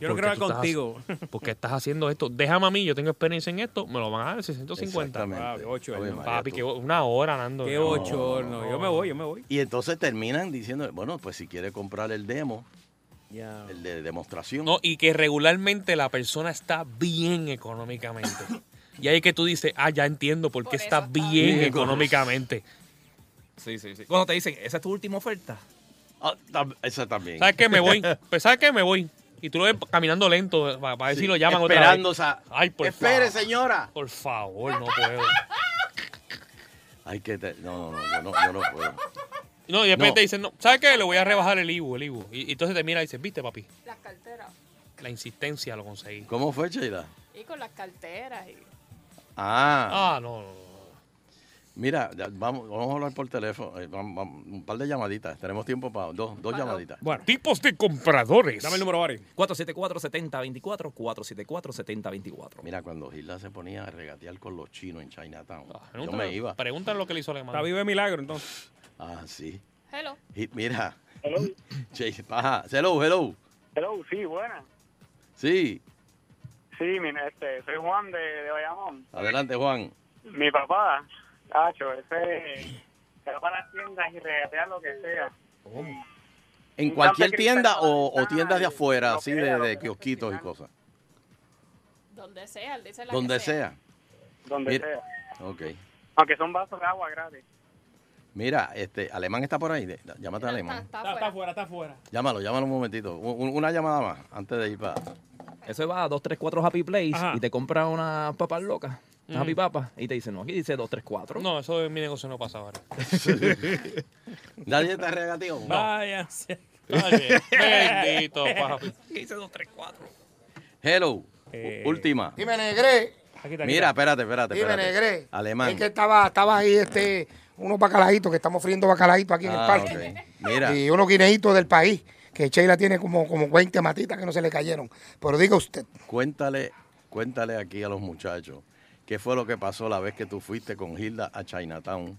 Speaker 2: Yo no
Speaker 5: ¿por
Speaker 2: quiero
Speaker 5: qué
Speaker 2: hablar
Speaker 5: tú estás
Speaker 2: contigo.
Speaker 5: haci- ¿Por qué estás haciendo esto? Déjame a mí, yo tengo experiencia en esto, me lo van a dar 650.
Speaker 3: Exactamente.
Speaker 5: ocho,
Speaker 3: Oye, María,
Speaker 5: papi,
Speaker 3: tú-
Speaker 5: que una hora, Nando.
Speaker 3: Qué
Speaker 5: No,
Speaker 3: bochorno.
Speaker 5: no, no.
Speaker 2: Yo me voy, yo me voy.
Speaker 3: Y entonces terminan diciendo, bueno, pues si quiere comprar el demo,
Speaker 2: Ya.
Speaker 3: el de demostración.
Speaker 5: No, y que regularmente la persona está bien económicamente. y ahí que tú dices, ah, ya entiendo por qué está bien
Speaker 7: bien.
Speaker 5: económicamente.
Speaker 7: Sí, sí, sí. Cuando te dicen, esa es tu última oferta.
Speaker 3: Ah, esa también.
Speaker 5: ¿Sabes qué? Me voy. Pues, ¿sabes qué? Me voy. Y tú lo ves caminando lento para, ver si lo llaman
Speaker 3: esperando,
Speaker 5: otra vez.
Speaker 3: o
Speaker 5: Ay, por
Speaker 3: espere,
Speaker 5: favor.
Speaker 3: señora.
Speaker 5: Por favor, no puedo.
Speaker 3: Hay que... te- No, no, no, yo no, yo no puedo.
Speaker 5: No, y después
Speaker 3: No.
Speaker 5: te dicen, no, ¿sabes qué? Le voy a rebajar el IVU, el IVU. Y, y entonces te mira y dices, ¿viste, papi?
Speaker 4: Las carteras.
Speaker 5: La insistencia lo conseguí.
Speaker 3: ¿Cómo fue, Sheila?
Speaker 4: Y con las carteras. Y...
Speaker 3: Ah.
Speaker 5: Ah, no,
Speaker 3: Mira, ya, vamos, vamos a hablar por teléfono. Eh, vamos- vamos, un par de llamaditas. Tenemos tiempo para dos, dos llamaditas.
Speaker 5: Bueno. Tipos de compradores.
Speaker 7: Dame el
Speaker 5: número, Ari.
Speaker 7: 474-7024, 474-7024.
Speaker 3: Mira, cuando Gilda se ponía a regatear con los chinos en Chinatown, yo
Speaker 5: pregúntale-
Speaker 3: me iba.
Speaker 5: Preguntan lo que le hizo Alemán.
Speaker 3: Está vivo
Speaker 2: de milagro, entonces.
Speaker 3: Ah, sí.
Speaker 4: Hello.
Speaker 3: Y mira.
Speaker 10: Hello.
Speaker 3: Che, ajá, hello, hello.
Speaker 10: Hello, sí, buena.
Speaker 3: Sí,
Speaker 10: Sí, mira, este, soy Juan de, de Bayamón.
Speaker 3: adelante, Juan.
Speaker 10: Mi papá, Cacho, ese se va para las tiendas y regatea lo que sea.
Speaker 3: ¿En cualquier tienda o, o tiendas de afuera, así de, de kiosquitos y cosas?
Speaker 4: Donde sea, él dice la
Speaker 3: Donde
Speaker 4: que sea.
Speaker 3: sea.
Speaker 10: Donde
Speaker 3: Mira-
Speaker 10: sea.
Speaker 3: Ok.
Speaker 10: Aunque Ah, son vasos de agua gratis.
Speaker 3: Mira, este, Alemán está por ahí. de- Llámate a Alemán.
Speaker 2: Está, está fuera, está fuera.
Speaker 3: Llámalo, llámalo un momentito. Un- un- una llamada más antes de ir para.
Speaker 7: Eso va a 234 Happy Place
Speaker 5: Ajá.
Speaker 7: y te compra unas papas locas, unas
Speaker 5: Ujú.
Speaker 7: Happy Papas, y te dicen, no, aquí dice 234.
Speaker 5: No, eso en mi negocio no pasa ahora.
Speaker 3: Nadie está regateado.
Speaker 5: Vaya. Bendito, papi.
Speaker 7: ¿Qué dice 234?
Speaker 3: Hello.
Speaker 16: Eh.
Speaker 3: U- Última.
Speaker 16: Dime, Negre.
Speaker 3: Mira, espérate, espérate.
Speaker 16: Dime,
Speaker 3: espérate.
Speaker 16: Negre. Es
Speaker 3: Alemán.
Speaker 16: que estaba, estaba ahí este, unos bacalaitos que estamos friendo bacalaitos aquí en el
Speaker 3: Ah,
Speaker 16: parque.
Speaker 3: ok. Mira.
Speaker 16: Y unos guineitos del país, que Sheila tiene como, como 20 matitas que no se le cayeron. Pero diga usted,
Speaker 3: Cuéntale, cuéntale aquí a los muchachos qué fue lo que pasó la vez que tú fuiste con Hilda a Chinatown.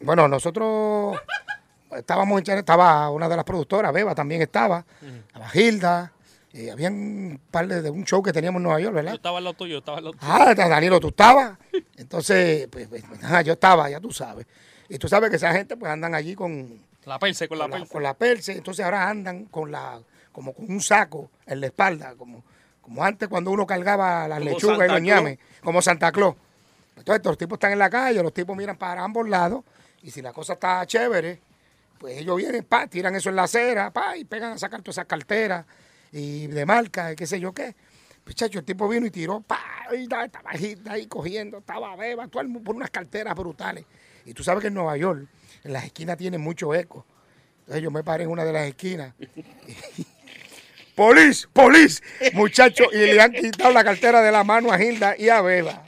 Speaker 16: bueno, nosotros estábamos en China, estaba una de las productoras, Beba también estaba, estaba Hilda, y había un par de, de un show que teníamos en Nueva York,
Speaker 5: Yo
Speaker 16: ¿verdad?
Speaker 5: estaba al lado tuyo, yo estaba al lado tuyo.
Speaker 16: Ah, Danilo, tú estabas. Entonces, pues, pues, ajá, yo estaba, ya tú sabes. Y tú sabes que esa gente pues andan allí con,
Speaker 5: La perse con la
Speaker 16: con la,
Speaker 5: perse.
Speaker 16: con la perse, entonces ahora andan con la como con un saco en la espalda, como, como antes cuando uno cargaba las
Speaker 18: Como
Speaker 16: lechugas
Speaker 18: Santa
Speaker 16: y los
Speaker 18: Claus.
Speaker 16: ñames, como Santa Claus. Entonces los tipos están en la calle, los tipos miran para ambos lados y si la cosa está chévere, pues ellos vienen, pa, tiran eso en la acera, pa, y pegan a sacar todas esas carteras y de marca, y qué sé yo qué. Pues, chacho, el tipo vino y tiró, pa, y da- estaba Gilda ahí cogiendo, estaba beba, todo el mundo por unas carteras brutales. Y tú sabes que en Nueva York, en las esquinas tienen mucho eco. Entonces yo me paré en una de las esquinas. ¡Polis! ¡Polis! Muchachos, y le han quitado la cartera de la mano a Gilda y a Beba.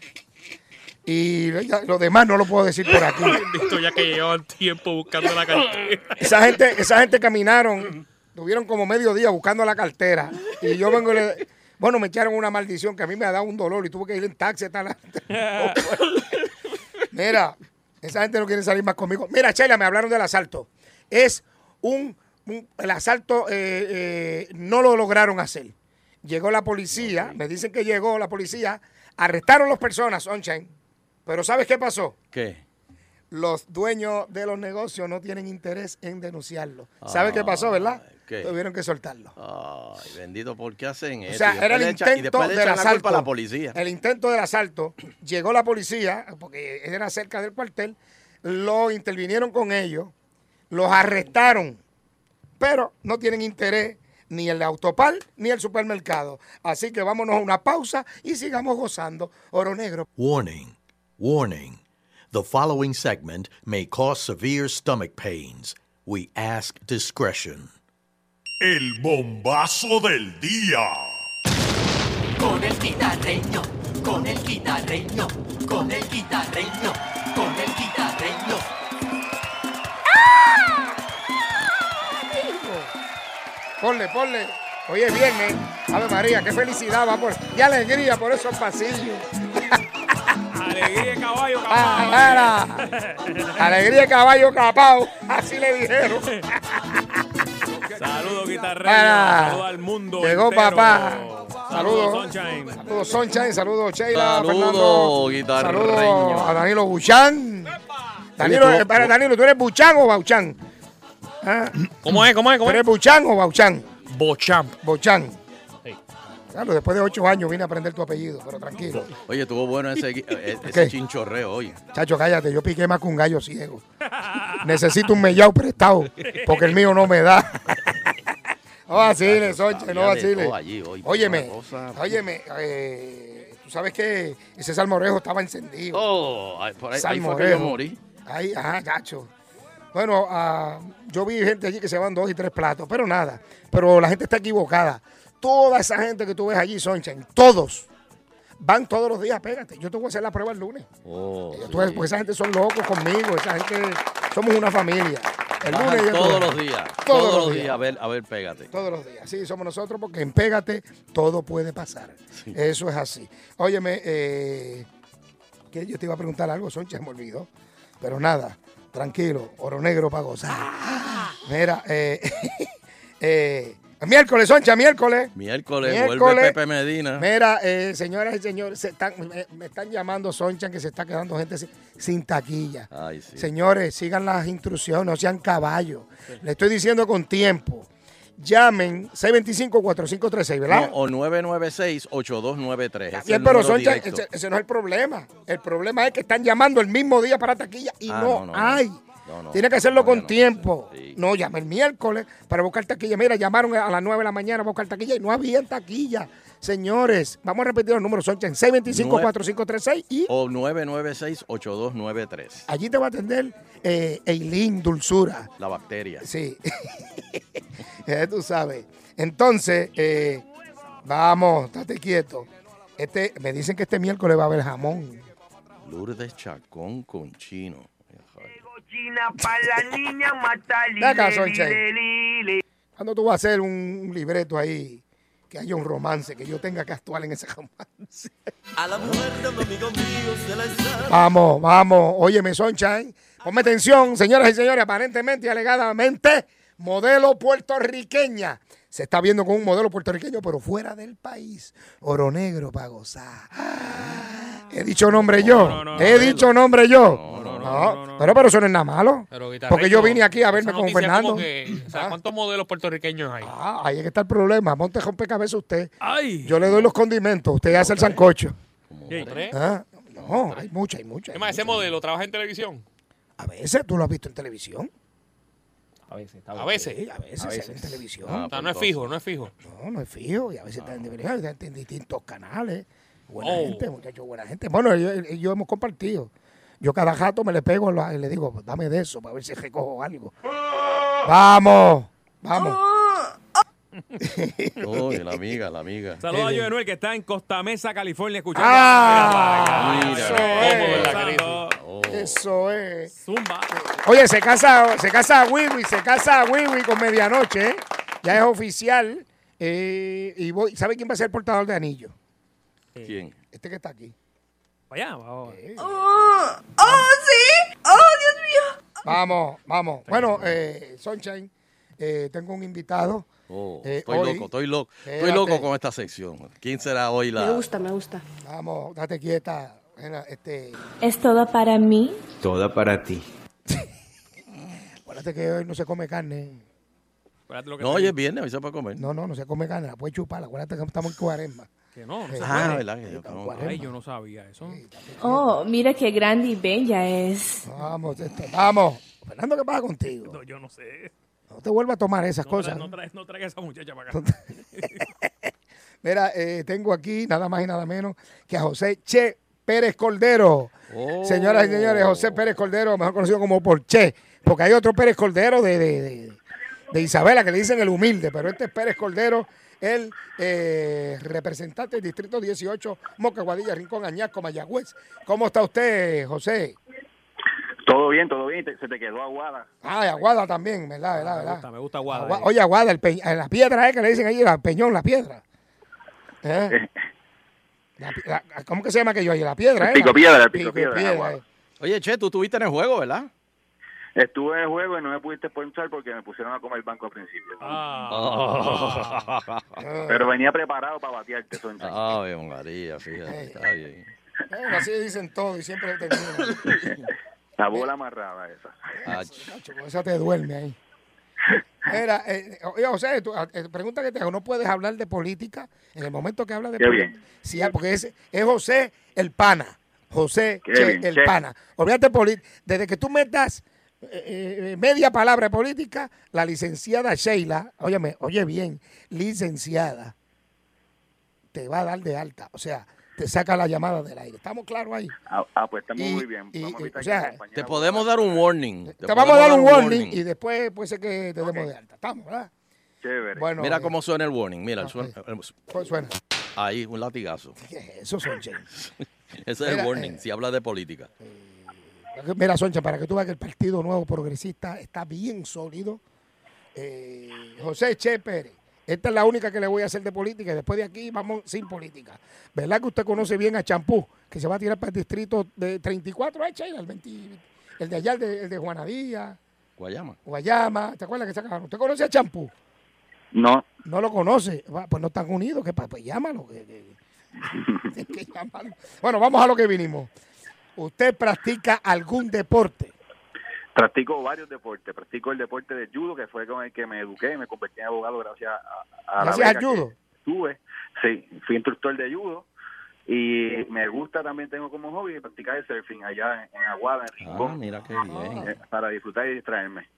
Speaker 16: Y ya, lo demás no lo puedo decir por aquí.
Speaker 5: Bendito, ya que llevaban tiempo buscando la cartera.
Speaker 16: Esa gente, esa gente caminaron, tuvieron como medio día buscando la cartera. Y yo vengo y le- Bueno, me echaron una maldición que a mí me ha dado un dolor y tuve que ir en taxi hasta la- Mira, esa gente no quiere salir más conmigo. Mira, Chela, me hablaron del asalto. Es un, un- el asalto eh, eh, no lo lograron hacer. Llegó la policía, me dicen que llegó la policía, arrestaron las personas, Sunshine. Pero ¿sabes qué pasó?
Speaker 3: ¿Qué?
Speaker 16: los dueños de los negocios no tienen interés en denunciarlo. ¿Sabe
Speaker 3: Ah,
Speaker 16: qué pasó, verdad?
Speaker 3: ¿qué?
Speaker 16: Tuvieron que soltarlo.
Speaker 3: Ay, bendito, ¿por qué hacen eso?
Speaker 16: O sea,
Speaker 3: Y
Speaker 16: era
Speaker 3: Eh, después
Speaker 16: el
Speaker 3: le echan- y
Speaker 16: intento
Speaker 3: después le
Speaker 16: del
Speaker 3: echan la
Speaker 16: asalto.
Speaker 3: culpa a la policía.
Speaker 16: El intento del asalto. Llegó la policía, porque era cerca del cuartel, lo intervinieron con ellos, los arrestaron, pero no tienen interés ni el autopal ni el supermercado. Así que vámonos a una pausa y sigamos gozando. Oro Negro.
Speaker 19: Warning, warning. The following segment may cause severe stomach pains. We ask discretion.
Speaker 20: El bombazo del día.
Speaker 6: con el guitarreño, con el guitarreño, con el guitarreño, con el guitarreño. ¡Ah!
Speaker 16: Ponle, ponle. Oye, bien, ¿eh? Ave María, qué felicidad, va por. Y alegría por esos pasillos.
Speaker 2: Alegría de caballo,
Speaker 16: Ah,
Speaker 2: caballo.
Speaker 16: Alegría de caballo capao. Así le dijeron. Ah.
Speaker 2: Saludos, guitarreño.
Speaker 16: Para.
Speaker 2: Saludos al mundo.
Speaker 16: Llegó
Speaker 2: entero.
Speaker 16: papá.
Speaker 2: Saludos,
Speaker 16: Saludos.
Speaker 2: Sunshine.
Speaker 16: Saludos, Sunshine. Saludos, Sheila.
Speaker 3: Saludos,
Speaker 16: Fernando.
Speaker 3: guitarreño.
Speaker 16: Saludos a Danilo Buchan. Danilo,
Speaker 3: Oye, tú-
Speaker 16: eh, para, Danilo, ¿tú eres Buchan o Bauchan? ¿Ah?
Speaker 5: ¿Cómo es? ¿Cómo es?
Speaker 16: ¿Tú
Speaker 5: ¿Cómo es?
Speaker 16: eres Buchan o Bauchan?
Speaker 5: Bochamp.
Speaker 16: Bochán.
Speaker 5: Sí.
Speaker 16: Claro, después de ocho años vine a aprender tu apellido, pero tranquilo.
Speaker 3: Oye, estuvo bueno ese, gui- eh, ese
Speaker 16: ¿Qué?
Speaker 3: chinchorreo hoy.
Speaker 16: Chacho, cállate, yo piqué más que un gallo ciego. Necesito un mellao prestado, porque el mío no me da. no vaciles, Sonche,
Speaker 3: Había
Speaker 16: no
Speaker 3: de
Speaker 16: vaciles.
Speaker 3: todo allí hoy,
Speaker 16: Óyeme,
Speaker 3: una cosa-
Speaker 16: óyeme, eh, tú sabes que ese salmorejo estaba encendido.
Speaker 3: Oh, ay, por ahí, ahí fue que yo
Speaker 16: Salmorejo.
Speaker 3: morí.
Speaker 16: Ay, ajá, chacho. Bueno, ah, yo vi gente allí que se van dos y tres platos, pero nada. Pero la gente está equivocada. Toda esa gente que tú ves allí, Sunshine, todos, van todos los días, pégate. Yo te voy a hacer la prueba el lunes.
Speaker 3: Oh,
Speaker 16: Tú ves, Porque esa gente son locos conmigo, esa gente, somos una familia. El
Speaker 3: Bajan
Speaker 16: lunes ya tú
Speaker 3: todos
Speaker 16: ves.
Speaker 3: los días.
Speaker 16: Todos
Speaker 3: Todos,
Speaker 16: los
Speaker 3: los días.
Speaker 16: días.
Speaker 3: A ver, a ver, pégate.
Speaker 16: Todos los días. Así somos nosotros porque en Pégate todo puede pasar. Eso es así. Óyeme, eh, que yo te iba a preguntar algo, Soncha, me olvidó. Pero nada, tranquilo, oro negro para gozar.
Speaker 3: Ah.
Speaker 16: Mira, eh, eh, miércoles, Soncha, miércoles.
Speaker 3: Miércoles,
Speaker 16: Miércoles.
Speaker 3: vuelve Pepe Medina.
Speaker 16: Mira, eh, señoras y señores, se están- me, me están llamando Soncha que se está quedando gente sin, sin taquilla.
Speaker 3: Ay, sí.
Speaker 16: Señores, sigan las instrucciones, no sean caballos. Le estoy diciendo con tiempo. Llamen 625-4536, ¿verdad?
Speaker 3: No, o 996-8293. Ese es
Speaker 16: Bien,
Speaker 3: el
Speaker 16: pero
Speaker 3: número
Speaker 16: Soncha,
Speaker 3: directo.
Speaker 16: ese, ese no es el problema. El problema es que están llamando el mismo día para taquilla y
Speaker 3: Ah,
Speaker 16: no,
Speaker 3: no, no, no.
Speaker 16: hay.
Speaker 3: No, no.
Speaker 16: Tiene que hacerlo con tiempo. No, llama el miércoles para buscar taquilla. Mira, llamaron a las 9 de la mañana a buscar taquilla y no había taquilla. Señores, vamos a repetir los números, Soncha, en 625-4536 y
Speaker 3: O 996-8293.
Speaker 16: allí te va a atender eh, Eileen Dulzura.
Speaker 3: La bacteria.
Speaker 16: Sí. Ya tú sabes. Entonces, eh, vamos, estate quieto. Este, me dicen que este miércoles va a haber jamón.
Speaker 3: Lourdes Chacón con chino.
Speaker 6: China para la niña Matali.
Speaker 16: Ven acá, Sonche. ¿Cuándo tú vas a hacer un, un libreto ahí que haya un romance, que yo tenga que actuar en ese romance?
Speaker 6: A la mujer de un amigo mío se la ensaron.
Speaker 16: Vamos, vamos. Óyeme, Sunshine. Ponme atención, señoras y señores. Aparentemente y alegadamente, modelo puertorriqueña. Se está viendo con un modelo puertorriqueño, pero fuera del país. Oro negro para gozar. Ah, He dicho nombre yo. He dicho nombre yo. No, Pero, pero eso no es nada malo. Porque yo vine aquí a verme con Fernando.
Speaker 5: o sea, ¿Cuántos modelos puertorriqueños hay?
Speaker 16: Ah, ahí es que está el problema. Monte rompecabezas usted. Yo le doy los condimentos. Usted hace el sancocho.
Speaker 5: ¿Como tres?
Speaker 16: Ah, No, hay mucha, hay mucha.
Speaker 5: Es más, ese modelo trabaja en televisión.
Speaker 16: A veces tú lo has visto en televisión.
Speaker 7: A veces.
Speaker 5: A veces.
Speaker 16: a veces, sale en televisión.
Speaker 5: o sea, no es fijo, no es fijo.
Speaker 16: No, no es fijo. Y a veces está en, televisión, está en distintos canales. Buena
Speaker 5: Oh.
Speaker 16: gente, muchachos, buena gente. Bueno, yo, yo hemos compartido. Yo cada jato me le pego en la- y le digo, dame de eso para ver si recojo algo. Vamos, vamos. Eh,
Speaker 3: Oye, la amiga, la amiga.
Speaker 2: Saludos a Joe Noel que está en Costa Mesa, California, escuchando.
Speaker 16: Ah,
Speaker 2: Mira
Speaker 16: eso
Speaker 2: para allá.
Speaker 16: es.
Speaker 2: Cómodo,
Speaker 16: Eso
Speaker 2: ¿verdad, Cristi?
Speaker 16: Eso es.
Speaker 2: Zumba.
Speaker 16: Oye, se casa, se casa Wiwi, se casa Wiwi con medianoche. ¿eh? Ya es oficial. eh, y voy, ¿sabe quién va a ser el portador de anillo?
Speaker 3: ¿Quién?
Speaker 16: Este que está aquí.
Speaker 2: Para allá, vamos.
Speaker 6: ¡Oh, sí! ¡Oh,
Speaker 16: Vamos, vamos. Bueno, eh, Sunshine, eh, tengo un invitado.
Speaker 3: Oh,
Speaker 16: Eh,
Speaker 3: estoy
Speaker 16: hoy-
Speaker 3: loco, estoy loco. Estoy
Speaker 16: Espérate.
Speaker 3: loco con esta sección. ¿Quién será hoy la...?
Speaker 16: me gusta. Vamos, date quieta. nena, Este,
Speaker 18: Es todo para mí.
Speaker 20: Toda para ti.
Speaker 16: acuérdate que hoy no se come carne.
Speaker 2: Espérate lo que
Speaker 3: No,
Speaker 2: te
Speaker 3: hoy es
Speaker 2: digo.
Speaker 3: viernes, hoy se puede comer.
Speaker 16: No, no, no se come carne. La puedes chupar. Acuérdate que estamos en cuaresma.
Speaker 2: Que no, no
Speaker 16: Eh,
Speaker 2: se
Speaker 3: Ah,
Speaker 2: puede.
Speaker 3: verdad que yo tengo-
Speaker 2: Ay, yo no sabía eso.
Speaker 18: Oh, mira qué grande y bella es.
Speaker 16: Vamos, este, vamos. Fernando, ¿qué pasa contigo?
Speaker 2: No, yo no sé.
Speaker 16: No te vuelvas a tomar esas
Speaker 2: No
Speaker 16: cosas.
Speaker 2: tra- No traes no traigas a esa muchacha para acá.
Speaker 16: Mira, eh, tengo aquí nada más y nada menos que a José Che Pérez Cordero.
Speaker 3: Oh.
Speaker 16: Señoras y señores, José Pérez Cordero, mejor conocido como por Che, porque hay otro Pérez Cordero de, de- de- de Isabela que le dicen el humilde, pero este es Pérez Cordero, el eh, representante del Distrito 18, Moca Guadilla, Rincón, Añasco, Mayagüez. ¿Cómo está usted, José?
Speaker 20: Todo bien, todo bien. Te- se te quedó aguada.
Speaker 16: Ah, de Aguada también, ¿verdad? ¿verdad?
Speaker 2: Me
Speaker 16: ¿verdad?
Speaker 2: gusta, me gusta Aguada.
Speaker 16: Agua-
Speaker 2: eh.
Speaker 16: oye, Aguada, el pe- eh, la piedra es que le dicen ahí, el peñón, la piedra. ¿Eh? La pi- la- ¿Cómo que se llama aquello ahí? La piedra, ¿eh?
Speaker 20: El pico piedra, el pico piedra,
Speaker 16: piedra.
Speaker 20: Aguada.
Speaker 16: eh.
Speaker 3: Oye, Che, tú estuviste en el juego, ¿verdad?
Speaker 20: Estuve en el juego y no me pudiste ponchar porque me pusieron a comer el banco al principio.
Speaker 2: Ah.
Speaker 20: Pero venía preparado para batearte, Soncha.
Speaker 3: Ay, María,
Speaker 16: Eh.
Speaker 3: fíjate, está bien.
Speaker 16: Bueno, así dicen todo y siempre terminan.
Speaker 20: La bola amarrada esa.
Speaker 16: Chacho, con esa te duerme ahí. Era, eh, oye, José, tú, eh, pregunta que te hago, no puedes hablar de política en el momento que hablas de
Speaker 20: Qué
Speaker 16: política.
Speaker 20: bien.
Speaker 16: Sí, ah, porque es, es José el pana. José
Speaker 20: Qué
Speaker 16: Che,
Speaker 20: bien,
Speaker 16: el
Speaker 20: Che.
Speaker 16: pana. Olvídate política. Desde que tú metas eh, eh, media palabra de política, la licenciada Sheila, óyeme, oye bien, licenciada, te va a dar de alta. O sea, te saca la llamada del aire. ¿Estamos claros ahí?
Speaker 20: Ah, ah, pues estamos
Speaker 16: Y-
Speaker 20: muy bien.
Speaker 16: y-
Speaker 20: Vamos a
Speaker 16: y-
Speaker 20: evitar
Speaker 16: o sea,
Speaker 20: que la compañera
Speaker 3: Te podemos dar un warning. Te,
Speaker 16: Te
Speaker 3: podemos
Speaker 16: vamos a dar un warning y después puede ser que te demos de alta. ¿Estamos, verdad?
Speaker 20: Chévere.
Speaker 16: Bueno,
Speaker 3: mira
Speaker 16: eh,
Speaker 3: cómo suena el warning. Mira, el suena,
Speaker 16: Pues suena.
Speaker 3: ahí, un latigazo.
Speaker 16: Eso son James.
Speaker 3: Ese es
Speaker 16: Mira,
Speaker 3: el warning, si hablas de política.
Speaker 16: Mira, Soncha, para que tú veas que el Partido Nuevo Progresista está bien sólido. Eh, José Che Pérez, esta es la única que le voy a hacer de política y después de aquí vamos sin política. ¿Verdad que usted conoce bien a Champú, que se va a tirar para el distrito de 34, eh, Sheila? el, 20 el de allá, el de, el de Juanadía,
Speaker 3: Guayama.
Speaker 16: Guayama, ¿te acuerdas que se acabaron? ¿Usted conoce a Champú?
Speaker 20: No.
Speaker 16: No lo conoce, Va, pues no están unidos, que pa- pues llámalo. que- que- que- que llamarlo. Bueno, vamos a lo que vinimos. ¿Usted practica algún deporte?
Speaker 20: Practico varios deportes. Practico el deporte de judo, que fue con el que me eduqué y me convertí en abogado gracias a, a la
Speaker 16: Gracias
Speaker 20: beca
Speaker 16: al
Speaker 20: que
Speaker 16: judo.
Speaker 20: tuve. Sí, fui instructor de judo. Y me gusta también, tengo como hobby practicar el surfing allá en, en Aguada, en Rincón.
Speaker 3: Ah, mira qué bien.
Speaker 20: eh, Para disfrutar y distraerme.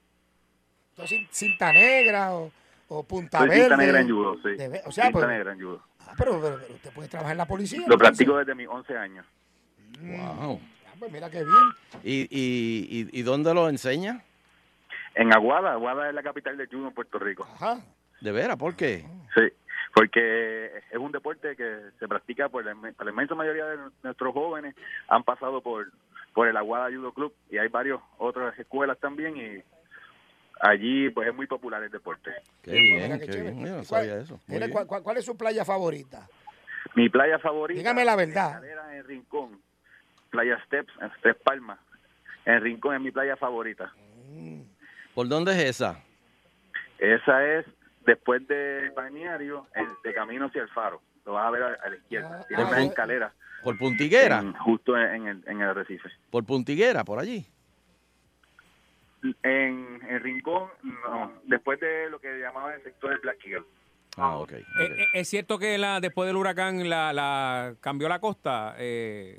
Speaker 16: Entonces, cin- cinta negra o, o punta
Speaker 20: Soy
Speaker 16: verde.
Speaker 20: cinta negra en judo, sí.
Speaker 16: De ve- o sea,
Speaker 20: Cinta
Speaker 16: pues-
Speaker 20: negra en judo.
Speaker 16: Ah, pero, pero- pero usted puede trabajar en la policía.
Speaker 20: Lo
Speaker 16: entonces.
Speaker 20: practico desde mis 11 años.
Speaker 3: Wow.
Speaker 16: Ah, pues mira qué bien.
Speaker 3: ¿Y, y, y, y dónde lo enseña?
Speaker 20: En Aguada, Aguada es la capital del judo en Puerto Rico.
Speaker 3: ¿De veras? ¿Por qué?
Speaker 16: Ah.
Speaker 20: Sí, porque es un deporte que se practica por la, inmen- por la inmensa mayoría de nuestros jóvenes, han pasado por, por el Aguada Judo Club y hay varios otras escuelas también y allí pues es muy popular el deporte.
Speaker 3: Qué
Speaker 16: Pues mira
Speaker 3: bien,
Speaker 16: qué
Speaker 3: qué
Speaker 16: chévere.
Speaker 3: bien. Yo no
Speaker 16: ¿Y cuál-
Speaker 3: sabía eso. Muy
Speaker 16: mira,
Speaker 3: bien.
Speaker 16: ¿cuál, cuál, cuál es su playa favorita?
Speaker 20: Mi playa favorita
Speaker 16: Dígame la verdad.
Speaker 20: era en Rincón, Playa Steps, en Steps Palma. En Rincón es mi playa favorita.
Speaker 3: ¿Por dónde es esa?
Speaker 20: Esa es después del balneario, el, de camino hacia el faro. Lo vas a ver a, a la izquierda. Tiene
Speaker 3: ah,
Speaker 20: una
Speaker 3: eh.
Speaker 20: escalera
Speaker 3: ¿Por Puntiguera?
Speaker 20: en- justo en el, en el arrecife.
Speaker 3: ¿Por Puntiguera, por allí?
Speaker 20: En, en Rincón, no. Después de lo que llamaban el sector del Black Eagle.
Speaker 3: Ah, ok.
Speaker 2: Eh, eh, ¿Es cierto que la, después del huracán la, la cambió la costa? Eh,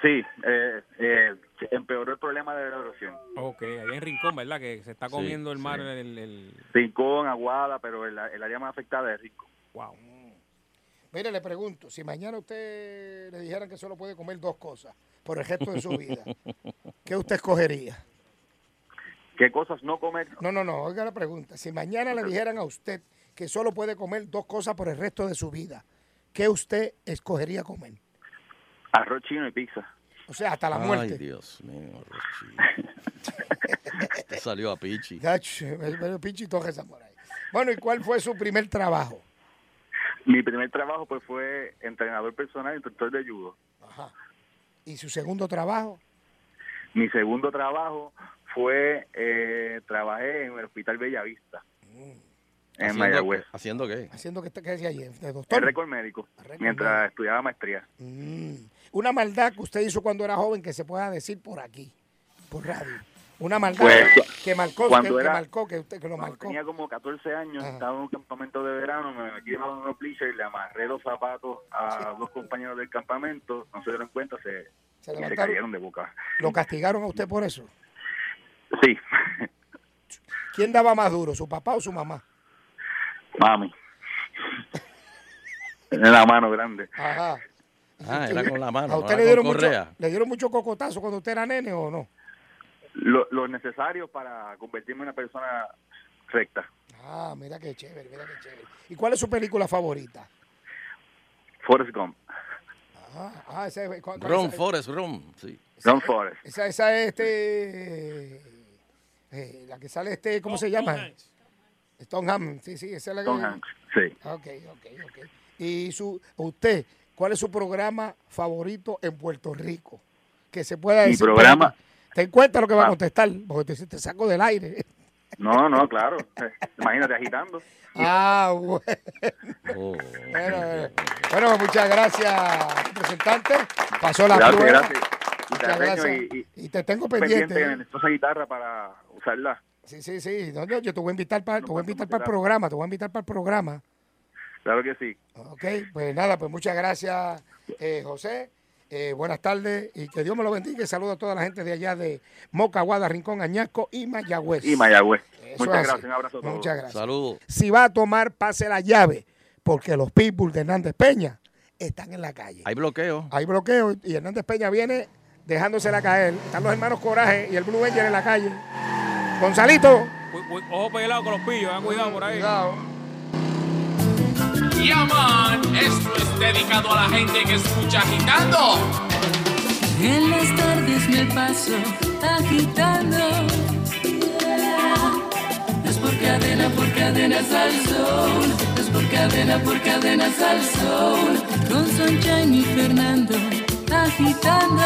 Speaker 20: Sí, eh, eh, empeoró el problema de la erosión.
Speaker 2: ok, ahí en Rincón, ¿verdad? Que se está
Speaker 20: Sí,
Speaker 2: comiendo el mar. Eh, El, el-
Speaker 20: Rincón, Aguada, pero el, el área más afectada es Rincón.
Speaker 2: Wow.
Speaker 16: Mire, le pregunto, si mañana usted le dijeran que solo puede comer dos cosas por el resto de su vida, ¿qué usted escogería?
Speaker 20: ¿Qué cosas no comer?
Speaker 16: No, no, no, oiga la pregunta. Si mañana le dijeran a usted que solo puede comer dos cosas por el resto de su vida, ¿qué usted escogería comer?
Speaker 20: Arroz chino y pizza.
Speaker 16: O sea, hasta la
Speaker 3: Ay,
Speaker 16: muerte.
Speaker 3: Dios mío, Rochi. Te salió a Pichi.
Speaker 16: Gacho, el- el pinche toque esa por ahí. Bueno, ¿y cuál fue su primer trabajo?
Speaker 20: Mi primer trabajo pues fue entrenador personal, instructor de judo.
Speaker 16: ¿Y su segundo trabajo?
Speaker 20: Mi segundo trabajo fue, eh, trabajé en el Hospital Bellavista, en
Speaker 3: ¿Haciendo
Speaker 20: Mayagüez.
Speaker 3: qué? ¿Haciendo qué?
Speaker 16: Haciendo que está que hacía ayer, de
Speaker 20: En
Speaker 16: doctor.
Speaker 20: récord médico, mientras estudiaba maestría.
Speaker 16: Mm. Una maldad que usted hizo cuando era joven que se pueda decir por aquí, por radio. Una maldad
Speaker 20: Pues,
Speaker 16: que marcó, que,
Speaker 20: cuando
Speaker 16: que
Speaker 20: era- Ah,
Speaker 16: marcó, que usted que lo
Speaker 20: Cuando
Speaker 16: marcó.
Speaker 20: tenía como 14 años, estaba en un campamento de verano, me metí en unos bleachers, le amarré los zapatos a dos compañeros del campamento, no se dieron cuenta, se,
Speaker 16: Se
Speaker 20: se
Speaker 16: levantaron.
Speaker 20: cayeron de boca.
Speaker 16: Lo castigaron a usted por eso.
Speaker 20: Sí,
Speaker 16: ¿Quién daba más duro, su papá o su mamá?
Speaker 20: mami. Tiene la mano grande.
Speaker 16: Ajá.
Speaker 3: Ah, era con la mano.
Speaker 16: ¿A
Speaker 3: no
Speaker 16: usted
Speaker 3: era
Speaker 16: le dieron,
Speaker 3: con
Speaker 16: mucho,
Speaker 3: correa.
Speaker 16: le dieron mucho cocotazo cuando usted era nene o no?
Speaker 20: Lo, lo necesario para convertirme en una persona recta.
Speaker 16: Ah, mira qué chévere, mira qué chévere. ¿Y cuál es su película favorita?
Speaker 20: Forrest Gump.
Speaker 16: Ah, ah esa es. ¿cuál- cuál
Speaker 3: Ron
Speaker 16: es esa?
Speaker 3: Forrest, Ron. Sí.
Speaker 20: Ron Forrest.
Speaker 16: Esa, esa es este. eh, la que sale este, ¿cómo se llama? Tom Hanks, sí, sí, esa es la que.
Speaker 20: Tom Hanks, sí.
Speaker 16: Ah, Ok, ok, ok. Y su, usted, ¿cuál es su programa favorito en Puerto Rico? Que se pueda
Speaker 20: Mi
Speaker 16: decir.
Speaker 20: programa.
Speaker 16: Ten cuenta lo que va a
Speaker 20: Ah.
Speaker 16: contestar, porque te, te saco del aire.
Speaker 20: No, no, claro. Imagínate agitando.
Speaker 16: Ah, bueno.
Speaker 3: Oh,
Speaker 16: Bueno, eh, bueno. Bueno, muchas gracias, representante. Pasó la
Speaker 20: gracias,
Speaker 16: prueba.
Speaker 20: gracias. Y te,
Speaker 16: Muchas
Speaker 20: arreglo
Speaker 16: gracias.
Speaker 20: y- y-
Speaker 16: Y te tengo pendiente. ¿eh?
Speaker 20: en esa guitarra para usarla.
Speaker 16: Sí, sí, sí. No, no, yo te voy a invitar para, te voy a invitar para el
Speaker 20: será.
Speaker 16: programa, te voy a invitar para el programa.
Speaker 20: Claro que sí.
Speaker 16: Ok, pues nada, pues muchas gracias, eh, José. Eh, buenas tardes y que Dios me lo bendiga. Y saludo a toda la gente de allá de Moca, Guada, Rincón, Añasco y Mayagüez.
Speaker 20: Y Mayagüez.
Speaker 16: Eso
Speaker 20: Muchas
Speaker 16: es así.
Speaker 20: gracias. Un abrazo a todos.
Speaker 16: Muchas gracias.
Speaker 3: Saludos.
Speaker 16: Si va a tomar, pase la llave, porque los pitbull de Hernández Peña están en la calle.
Speaker 3: Hay bloqueo.
Speaker 16: Hay bloqueo y Hernández Peña viene dejándosela caer. Están los hermanos Coraje y el Blue Angel en la calle. Gonzalito.
Speaker 2: Uy, uy, Ojo pelado con los pillos, eh, cuidado por ahí.
Speaker 14: Yaman, esto es dedicado a la gente que escucha agitando.
Speaker 21: En las tardes me paso agitando. Es por cadena, por cadenas al sol. Es por cadena, por cadenas al sol. Con Sunshine y Fernando agitando.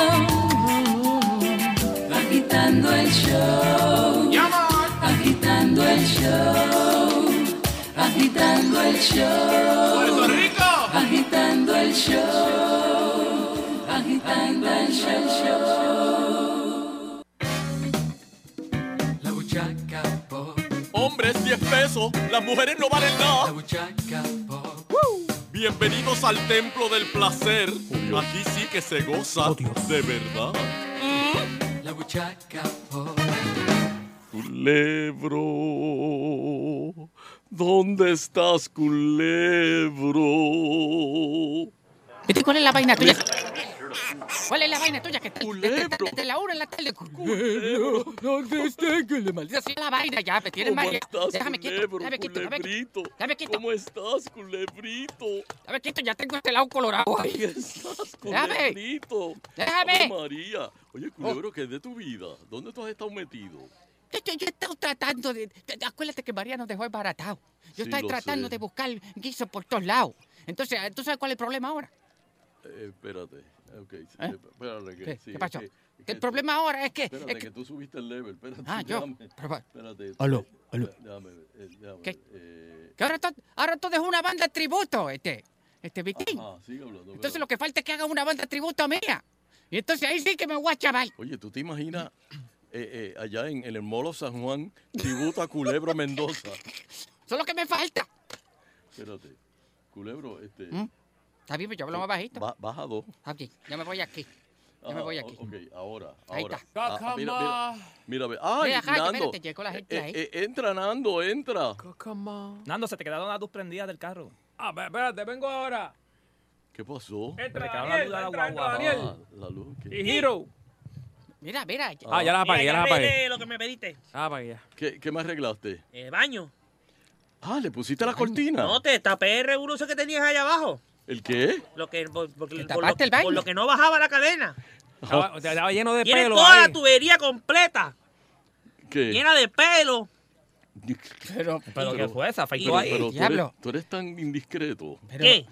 Speaker 21: Agitando el show. Agitando el show. Agitando el show. Puerto Rico. Agitando el show. Agitando el show.
Speaker 14: La buchaca pop. Hombres 10 pesos, las mujeres no valen nada. La buchaca pop. Bienvenidos al templo del placer. Aquí sí que se goza de verdad.
Speaker 6: La buchaca
Speaker 14: Culebro, ¿dónde estás, culebro?
Speaker 22: ¿Y cuál es la vaina tuya? ¿Cuál es la vaina tuya que está desde, desde la una en la tarde? Culebro, ¿dónde estás? Que le maldita sea la vaina ya, me tienes
Speaker 14: ¿Cómo
Speaker 22: mal.
Speaker 14: estás,
Speaker 22: Déjame quieto,
Speaker 14: culebro,
Speaker 22: déjame quieto, déjame quieto. Déjame quieto.
Speaker 14: ¿Cómo estás, culebrito?
Speaker 22: Déjame quieto, ya tengo este lado colorado
Speaker 14: ¿Dónde
Speaker 22: ahí.
Speaker 14: estás, Oh,
Speaker 22: Déjame.
Speaker 14: culebrito?
Speaker 22: Déjame.
Speaker 14: Ave María. Oye,
Speaker 16: Oh.
Speaker 14: culebro, ¿qué es de tu vida? ¿Dónde tú has estado metido?
Speaker 22: Yo, yo- yo he estado tratando de, de- de- Acuérdate que María nos dejó embaratado.
Speaker 14: Sí,
Speaker 22: Yo estaba
Speaker 14: lo
Speaker 22: tratando
Speaker 14: sé.
Speaker 22: de buscar guiso por todos lados. Entonces, ¿tú sabes cuál es el problema ahora?
Speaker 14: Eh, espérate. Ok, sí,
Speaker 22: ¿Eh?
Speaker 14: espérate. Que,
Speaker 22: ¿Qué?
Speaker 14: sí,
Speaker 22: ¿Qué pasó?
Speaker 14: es que- es que
Speaker 22: El problema ahora es que... es
Speaker 14: Espérate, que,
Speaker 22: que-
Speaker 14: tú subiste el level. Espérate,
Speaker 22: Ah, yo.
Speaker 14: déjame,
Speaker 22: Pero va-
Speaker 14: Espérate.
Speaker 22: Aló,
Speaker 14: eh,
Speaker 22: aló.
Speaker 14: Déjame, ver, eh, déjame.
Speaker 22: ¿Qué?
Speaker 14: ver, eh,
Speaker 22: que ahora tú, ahora tú dejas una banda de tributo, este, este Vitín.
Speaker 14: ah, sigue hablando.
Speaker 22: Entonces lo que falta es que haga una banda de tributo a mía. Y entonces ahí sí que me voy a chaval.
Speaker 14: Oye, ¿tú te imaginas eh, eh, allá en, en el Molo San Juan, tributo a Culebro Mendoza?
Speaker 22: Eso es lo que me falta.
Speaker 14: Espérate. Culebro, este.
Speaker 22: Está bien, pero yo hablo más bajito.
Speaker 14: ba- baja dos.
Speaker 22: ¿Mm? Aquí, ya me voy aquí. Ya me
Speaker 14: Ajá,
Speaker 23: Ah,
Speaker 22: voy
Speaker 14: o-
Speaker 22: aquí.
Speaker 14: Ok, ahora,
Speaker 22: Ahí
Speaker 14: ahora.
Speaker 22: está.
Speaker 14: Ah, ah, mira, mira, mira, ve- ay,
Speaker 22: Mira, Jaime,
Speaker 14: Nando.
Speaker 22: espérate, llegó la gente
Speaker 14: Eh,
Speaker 22: ahí.
Speaker 14: eh, entra, Nando, entra.
Speaker 7: Nando, se te quedaron las dos prendidas del carro.
Speaker 2: Ah, ve- espérate, vengo ahora.
Speaker 14: ¿Qué pasó?
Speaker 2: Entra,
Speaker 7: Te quedó la
Speaker 2: Daniel,
Speaker 7: duda de la
Speaker 2: entra, entra,
Speaker 7: guagua.
Speaker 2: Daniel.
Speaker 14: Ah, la luz. ¿qué?
Speaker 2: Y Hero.
Speaker 22: Mira, mira.
Speaker 2: Ah, ya la apagué, ya la apagué.
Speaker 23: lo que me pediste.
Speaker 2: Ah, para allá.
Speaker 14: ¿Qué, qué me arreglaste?
Speaker 23: El baño.
Speaker 14: Ah, le pusiste la cortina.
Speaker 23: No, te tapé el revolución que tenías allá abajo.
Speaker 14: ¿El qué?
Speaker 23: Lo que, por, por- por lo,
Speaker 2: tapaste el baño.
Speaker 23: por lo que no bajaba la cadena.
Speaker 2: Estaba, o sea, estaba lleno de
Speaker 23: Tienes
Speaker 2: pelo.
Speaker 23: toda
Speaker 2: ahí.
Speaker 23: la tubería completa,
Speaker 14: ¿Qué?
Speaker 23: llena de pelo.
Speaker 22: Pero,
Speaker 7: pero ¿qué fue esa? Afeitó
Speaker 14: Pero,
Speaker 7: ahí,
Speaker 14: pero tú,
Speaker 22: diablo.
Speaker 14: eres, tú eres tan indiscreto.
Speaker 22: Pero
Speaker 23: ¿Qué?
Speaker 22: que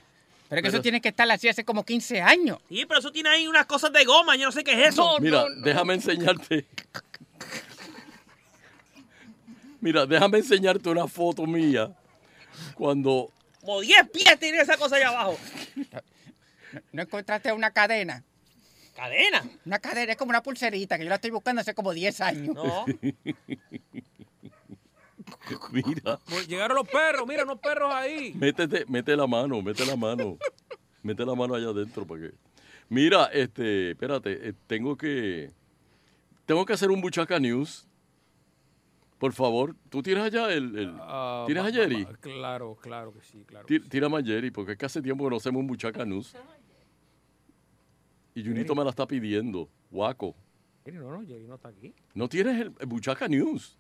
Speaker 14: Pero-
Speaker 22: eso tiene que estar así hace como 15 años.
Speaker 23: Sí, pero eso tiene ahí unas cosas de goma, yo no sé qué es eso.
Speaker 14: Mira, déjame enseñarte. Mira, déjame enseñarte una foto mía. Cuando.
Speaker 23: Como 10 pies tiene esa cosa allá abajo.
Speaker 22: ¿No encontraste una cadena?
Speaker 23: ¿Cadena?
Speaker 22: Una cadena es como una pulserita que yo la estoy buscando hace como 10 años.
Speaker 23: No.
Speaker 14: Mira,
Speaker 2: Pues Llegaron los perros, mira, unos perros ahí.
Speaker 14: métete, mete la mano, mete la mano. Mete la mano allá adentro para que. Mira, este, espérate, eh, tengo que. Tengo que hacer un Buchaca News. Por favor, tú tienes allá el. el-
Speaker 2: Ah,
Speaker 14: ¿Tienes
Speaker 2: ma-
Speaker 14: a Jerry?
Speaker 2: ma- Claro, claro que sí, claro.
Speaker 14: Tí- Tírame a Jerry, porque es que hace tiempo que no hacemos un Buchaca News. Y Junito me la está pidiendo. Guaco.
Speaker 2: Jerry, no, no, Jerry no está aquí.
Speaker 14: ¿No tienes el, el Buchaca News?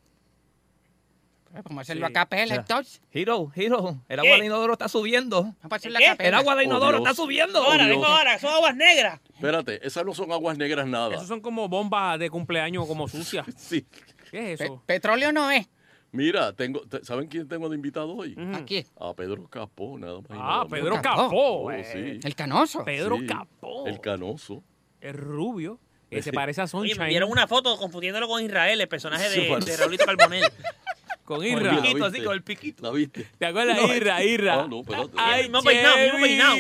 Speaker 22: Vamos a hacerlo acá a capela, entonces.
Speaker 7: Hero, Hero, el agua
Speaker 22: ¿Qué?
Speaker 7: de inodoro está subiendo.
Speaker 22: Vamos a hacerlo
Speaker 7: ¿Qué?
Speaker 22: a capela.
Speaker 7: El agua de inodoro
Speaker 14: Dios.
Speaker 7: está subiendo.
Speaker 14: Ahora, vengo
Speaker 23: ahora, son aguas negras.
Speaker 14: Espérate, esas no son aguas negras nada.
Speaker 2: Esos son como bombas de cumpleaños como sucias.
Speaker 14: sí.
Speaker 2: ¿Qué es eso?
Speaker 22: Petróleo no es.
Speaker 14: Mira, tengo, te- ¿saben quién tengo de invitado hoy?
Speaker 22: ¿A quién?
Speaker 14: A Pedro Capó, nada más. y
Speaker 2: Ah,
Speaker 14: nada menos.
Speaker 2: Pedro Capó,
Speaker 14: Oh,
Speaker 2: eh.
Speaker 14: sí.
Speaker 22: El canoso.
Speaker 2: Pedro
Speaker 14: Sí,
Speaker 2: Capó.
Speaker 14: El canoso.
Speaker 2: Es rubio. Que se
Speaker 14: Sí.
Speaker 2: parece a
Speaker 23: Oye,
Speaker 2: Sunshine.
Speaker 23: me dieron una foto confundiéndolo con Israel, el personaje
Speaker 2: Sí,
Speaker 23: de,
Speaker 2: bueno.
Speaker 23: de Raulito Carbonell.
Speaker 2: con
Speaker 23: Irra.
Speaker 14: Oye, ¿la
Speaker 23: Piquito,
Speaker 14: viste?
Speaker 23: así, con el piquito.
Speaker 14: ¿La viste?
Speaker 2: ¿Te acuerdas? Irra, Irra.
Speaker 14: Ah, no, espérate.
Speaker 2: Ay,
Speaker 23: Mismo peinado, mismo
Speaker 2: Chevy.
Speaker 23: peinado.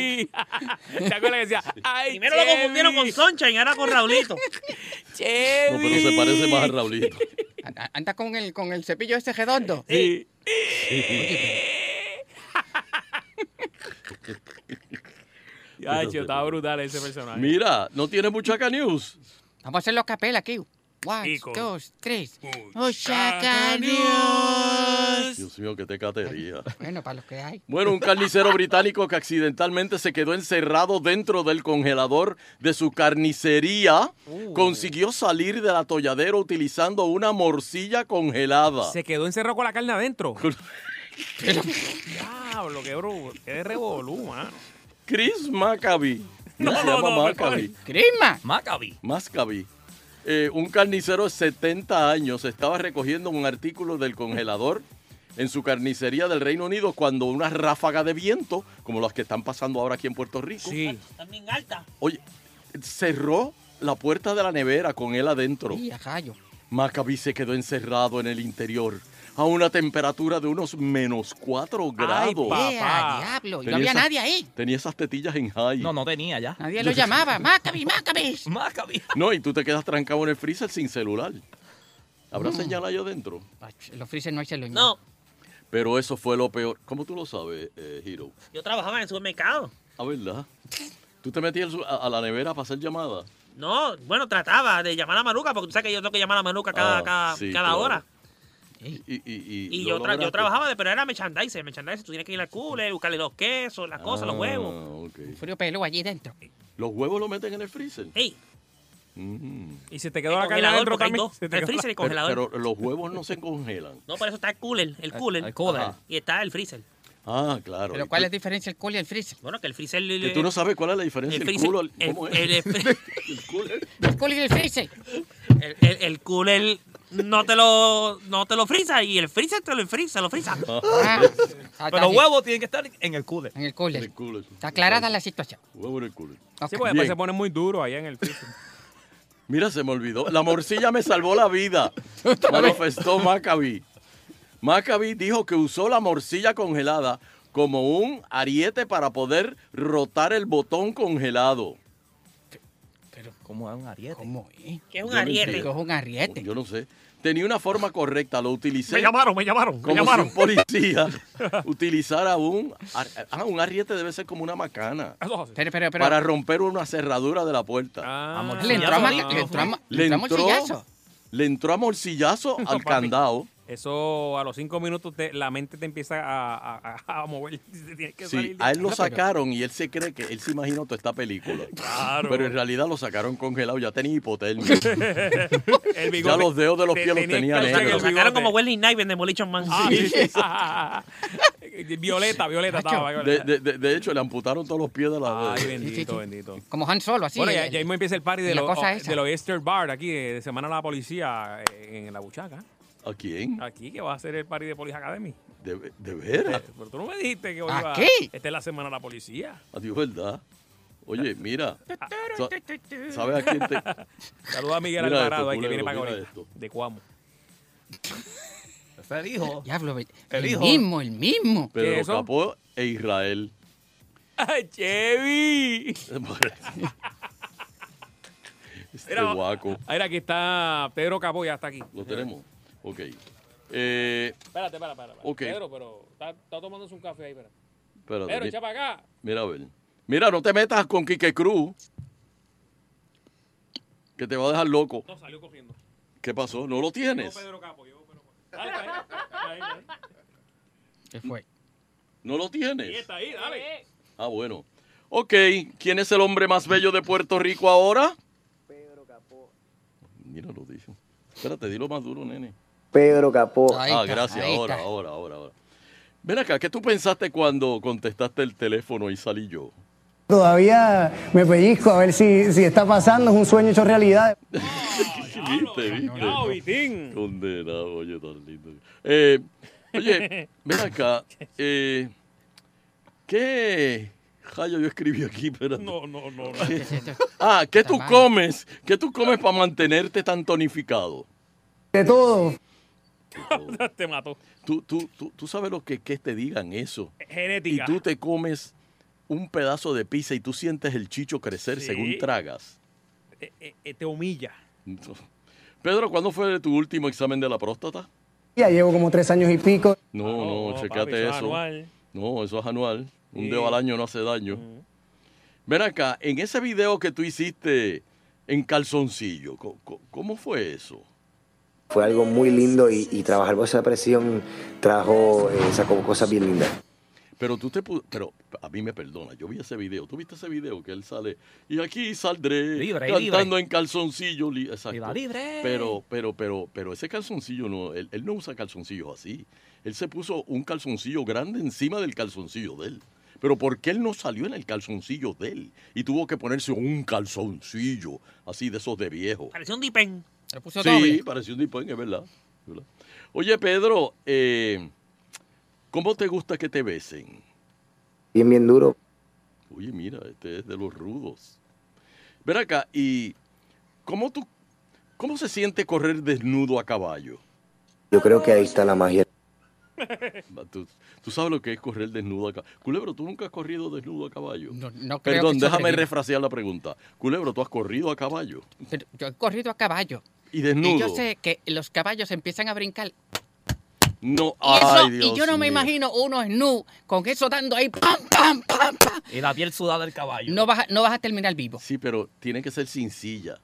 Speaker 2: ¿Te acuerdas que decía? Ay,
Speaker 23: Primero lo confundieron con Sunshine, ahora con Raulito.
Speaker 14: No, pero se parece más a Raulito.
Speaker 22: A- Anda con el, con el cepillo ese redondo.
Speaker 14: Sí.
Speaker 2: Ay, chico, estaba brutal ese personaje.
Speaker 14: Mira, no tiene muchaca news.
Speaker 22: Vamos a hacerlo a capela aquí. One,
Speaker 14: Y con-
Speaker 22: dos, tres.
Speaker 14: Muchaca
Speaker 22: Muchaca News.
Speaker 14: Dios mío, qué tecatería.
Speaker 22: Bueno, para los que hay.
Speaker 14: Bueno, un carnicero británico que accidentalmente se quedó encerrado dentro del congelador de su carnicería consiguió salir del atolladero utilizando una morcilla congelada.
Speaker 2: Se quedó encerrado con la carne adentro. Diablo, qué bro. Qué de revolú, mano.
Speaker 14: Chris Maccabi. No,
Speaker 2: No,
Speaker 14: se
Speaker 2: no,
Speaker 14: llama
Speaker 2: no,
Speaker 14: Maccabi.
Speaker 22: Crisma.
Speaker 7: Maccabi.
Speaker 14: Mascavi. Eh, un carnicero de 70 años estaba recogiendo un artículo del congelador en su carnicería del Reino Unido cuando una ráfaga de viento, como las que están pasando ahora aquí en Puerto Rico,
Speaker 23: También alta.
Speaker 14: oye, cerró la puerta de la nevera con él adentro.
Speaker 22: Y a rayo.
Speaker 14: Maccabi se quedó encerrado en el interior a una temperatura de unos menos 4 grados.
Speaker 22: Eh, a
Speaker 7: Ah.
Speaker 22: diablo. Y no
Speaker 14: Tenía
Speaker 22: había
Speaker 14: esas-
Speaker 22: nadie ahí.
Speaker 14: Tenía esas tetillas en high. No,
Speaker 7: no tenía ya.
Speaker 22: Nadie lo llamaba. Maccabi, Maccabi.
Speaker 7: Maccabi.
Speaker 14: No, y tú te quedas trancado en el freezer sin celular. ¿Habrá
Speaker 22: Mm.
Speaker 14: señal ahí adentro?
Speaker 22: Los freezer no hay celular.
Speaker 23: No,
Speaker 14: Pero eso fue lo peor. ¿Cómo tú lo sabes, eh, Hiro?
Speaker 23: yo trabajaba en el supermercado.
Speaker 14: Ah, ¿verdad? ¿Tú te metías al su- a, a la nevera para hacer llamadas?
Speaker 23: No, bueno, trataba de llamar a Manuca, porque tú sabes que yo tengo que llamar a Manuca cada,
Speaker 14: Ah,
Speaker 23: cada,
Speaker 14: sí,
Speaker 23: cada
Speaker 14: claro.
Speaker 23: hora.
Speaker 14: Y, y, y,
Speaker 23: Y
Speaker 14: lo
Speaker 23: yo, tra- yo
Speaker 14: lograste.
Speaker 23: trabajaba, de, pero era merchandise, merchandise. Tú tienes que ir al cooler, buscarle los quesos, las cosas, los
Speaker 14: Ah,
Speaker 23: huevos.
Speaker 14: ok.
Speaker 22: Frío pelo allí dentro.
Speaker 14: ¿Los huevos lo meten en el freezer?
Speaker 23: Ey,
Speaker 14: Mm.
Speaker 2: Y se te quedó la carne
Speaker 23: congelador,
Speaker 2: adentro
Speaker 23: porque hay
Speaker 2: también.
Speaker 23: dos.
Speaker 2: Se te
Speaker 23: El
Speaker 2: quedó
Speaker 23: freezer y
Speaker 2: la-
Speaker 14: Pero- Pero, los huevos no se congelan.
Speaker 23: no, por eso está el cooler, el cooler.
Speaker 14: al Ah, cooler.
Speaker 23: Ajá. Y está el freezer.
Speaker 14: Ah, claro.
Speaker 22: Pero
Speaker 14: Y
Speaker 22: ¿cuál
Speaker 14: tú-
Speaker 22: es la diferencia del cooler y el freezer?
Speaker 23: Bueno, que el freezer...
Speaker 14: que tú no sabes cuál es la diferencia.
Speaker 23: el
Speaker 14: El,
Speaker 23: freezer-
Speaker 14: culo, al-
Speaker 23: el-
Speaker 14: ¿cómo
Speaker 23: el-
Speaker 14: es? El cooler.
Speaker 22: El cooler y el freezer.
Speaker 23: El, el, el cooler no te lo no te lo frisa y el freezer te lo frisa, lo frisa.
Speaker 22: Ah, ah,
Speaker 7: Pero los
Speaker 22: está
Speaker 7: huevos tienen que estar en el cooler.
Speaker 22: En el cooler.
Speaker 14: cooler.
Speaker 22: Está aclarada la situación.
Speaker 14: Huevo en el cooler.
Speaker 2: Sí, porque después se pone muy duro allá en el piso.
Speaker 14: Mira, se me olvidó. La morcilla me salvó la vida. Manifestó Maccabi. Maccabi dijo que usó la morcilla congelada como un ariete para poder rotar el botón congelado.
Speaker 7: ¿Cómo es un ariete?
Speaker 22: ¿Cómo es?
Speaker 23: Que es
Speaker 14: Yo no
Speaker 22: Es
Speaker 14: entiendo.
Speaker 22: un arriete.
Speaker 14: Yo no sé. Tenía una forma correcta, lo utilicé.
Speaker 23: Me llamaron, me llamaron, me
Speaker 14: Como si
Speaker 23: llamaron.
Speaker 14: un policía utilizara un... ar- Ah, un ariete debe ser como una macana.
Speaker 23: Ah,
Speaker 22: Pero, pero, pero.
Speaker 14: Para romper una cerradura de la puerta.
Speaker 23: Ah,
Speaker 22: le entró a Maca- le entró a Ma- le entró a Morcillazo.
Speaker 14: le entró a morcillazo
Speaker 2: No,
Speaker 14: al
Speaker 2: papi.
Speaker 14: candado.
Speaker 2: Eso a los cinco minutos te- la mente te empieza a, a- a- a mover. Te tienes que
Speaker 14: Sí,
Speaker 2: salir de-
Speaker 14: a él lo
Speaker 2: No, pero-
Speaker 14: sacaron y él se cree que él se imaginó toda esta película.
Speaker 2: Claro.
Speaker 14: Pero en realidad lo sacaron congelado, ya tenía hipotermia. ya los dedos de los pies los tenía
Speaker 23: Lo
Speaker 14: negros.
Speaker 23: sacaron como Wesley Knight en Demolition Man.
Speaker 2: Ah, sí, sí, sí.
Speaker 14: Ah,
Speaker 2: Violeta, Violeta estaba.
Speaker 14: De,
Speaker 2: Violeta.
Speaker 14: de- de- de hecho, le amputaron todos los pies de la
Speaker 2: Ay, bendito, bendito.
Speaker 22: Como Han Solo, así.
Speaker 2: bueno, ya,
Speaker 22: el-
Speaker 2: ya mismo empieza el party
Speaker 22: y
Speaker 2: de
Speaker 22: la
Speaker 2: los,
Speaker 22: cosa
Speaker 2: o-
Speaker 22: esa.
Speaker 2: de los Easter Bar aquí, eh, de Semana de la Policía eh, en la Buchaca.
Speaker 14: ¿A quién?
Speaker 2: Aquí que va a ser el party de Police Academy.
Speaker 14: ¿De, de veras?
Speaker 2: Eh, Pero tú no me dijiste que hoy iba.
Speaker 14: ¿Aquí?
Speaker 2: Esta es la Semana de la Policía.
Speaker 14: Adiós, ¿verdad? Oye, mira. sa- ¿Sabes a quién te...?
Speaker 2: Saluda a Miguel
Speaker 14: Mira
Speaker 2: Alvarado,
Speaker 14: esto,
Speaker 2: ahí que viene para
Speaker 14: culebro,
Speaker 2: acá
Speaker 14: mira
Speaker 2: ahorita, de Cuamo.
Speaker 7: El hijo.
Speaker 22: Diablo, el,
Speaker 7: El
Speaker 22: el
Speaker 7: hijo.
Speaker 22: mismo, el mismo.
Speaker 14: Pedro
Speaker 22: eso?
Speaker 14: Capó e Israel.
Speaker 2: ¡Ay, Chevy!
Speaker 14: Este guaco.
Speaker 2: Ah, Mira, aquí está Pedro Capó, ya está aquí.
Speaker 14: ¿Lo tenemos? Ok. Eh,
Speaker 2: Espérate, espera, espera. espera.
Speaker 14: Ok.
Speaker 2: Pedro, pero está, está tomándose un café ahí, espera.
Speaker 14: espérate,
Speaker 2: Pedro,
Speaker 14: mi-
Speaker 2: echa para acá.
Speaker 14: Mira, a ver. Mira, no te metas con Quique Cruz. Que te va a dejar loco.
Speaker 2: No, salió cogiendo.
Speaker 14: ¿Qué pasó? ¿No lo tienes?
Speaker 2: Yo, Pedro Capo, yo, Pedro Capo. Dale, dale, dale, dale.
Speaker 22: ¿Qué fue?
Speaker 14: ¿No lo
Speaker 2: Ahí
Speaker 14: tienes?
Speaker 2: está, ahí,
Speaker 23: Eh,
Speaker 2: dale.
Speaker 14: Ah, bueno. Ok, ¿quién es el hombre más bello de Puerto Rico ahora? Pedro Capó. Mira, lo dijo. Espérate, dilo más duro, nene.
Speaker 1: Pedro Capó.
Speaker 14: ah, gracias. Ahora, ahora, ahora, ahora. Ven acá, ¿qué tú pensaste cuando contestaste el teléfono y salí yo?
Speaker 1: Todavía me pellizco a ver si, si está pasando, es un sueño hecho realidad.
Speaker 14: ¿Viste, viste? Condenado, oye, tan lindo. Eh, oye, ven acá. eh, ¿Qué? Jaya, yo escribí aquí, pero.
Speaker 6: No, no, no.
Speaker 14: Ah, ¿qué tú
Speaker 1: Está mal.
Speaker 14: comes? ¿Qué tú comes para mantenerte tan tonificado?
Speaker 1: De todo.
Speaker 2: te mató.
Speaker 14: Tú, tú, tú, tú sabes lo que, que te digan eso.
Speaker 2: Genética.
Speaker 14: Y tú te comes un pedazo de pizza y tú sientes el chicho crecer
Speaker 2: Sí.
Speaker 14: según tragas.
Speaker 2: Eh, eh, eh, te humilla.
Speaker 14: Pedro, ¿cuándo fue tu último examen de la próstata?
Speaker 1: Ya llevo como tres años y pico.
Speaker 14: No, no, checate
Speaker 2: Ah, papi, eso es
Speaker 14: eso.
Speaker 2: anual.
Speaker 14: No, eso es anual. Un
Speaker 2: Sí.
Speaker 14: dedo al año no hace daño. Ven acá, en ese video que tú hiciste en calzoncillo, co- co- ¿cómo fue eso?
Speaker 1: Fue algo muy lindo y, y trabajar bajo esa presión trajo, eh, sacó cosas bien lindas.
Speaker 14: Pero tú te pu- pero a mí me perdona, yo vi ese video, tú viste ese video que él sale y aquí saldré
Speaker 6: Libre,
Speaker 14: cantando en calzoncillo, li- exacto.
Speaker 6: Viva libre.
Speaker 14: Pero pero pero pero ese calzoncillo no él, él no usa calzoncillos así. Él se puso un calzoncillo grande encima del calzoncillo de él. Pero ¿por qué él no salió en el calzoncillo de él y tuvo que ponerse un calzoncillo así de esos de viejo?
Speaker 23: Pareció un dipen.
Speaker 14: Sí, pareció un dipón, es verdad. es verdad. Oye, Pedro, eh, ¿cómo te gusta que te besen?
Speaker 1: Bien, bien duro.
Speaker 14: Oye, mira, este es de los rudos. Ven acá, ¿y cómo tú, cómo se siente correr desnudo a caballo?
Speaker 1: Yo creo que ahí está la magia.
Speaker 14: Tú, tú sabes lo que es correr desnudo a caballo. Culebro, ¿tú nunca has corrido desnudo a caballo?
Speaker 22: no creo
Speaker 14: Perdón,
Speaker 22: que
Speaker 14: déjame
Speaker 22: sobreviva.
Speaker 14: refrasear la pregunta. Culebro, ¿tú has corrido a caballo?
Speaker 22: Pero yo he corrido a caballo.
Speaker 14: Y desnudo.
Speaker 22: Y yo sé que los caballos empiezan a brincar.
Speaker 14: No,
Speaker 22: Y, eso-
Speaker 14: ay,
Speaker 22: y
Speaker 14: Dios
Speaker 22: yo no me
Speaker 14: mío.
Speaker 22: imagino uno snu con eso dando ahí. ¡pam, pam, pam, pam!
Speaker 7: Y la piel sudada del caballo.
Speaker 22: No vas, a- no vas a terminar vivo.
Speaker 14: Sí, pero tiene que ser sin silla.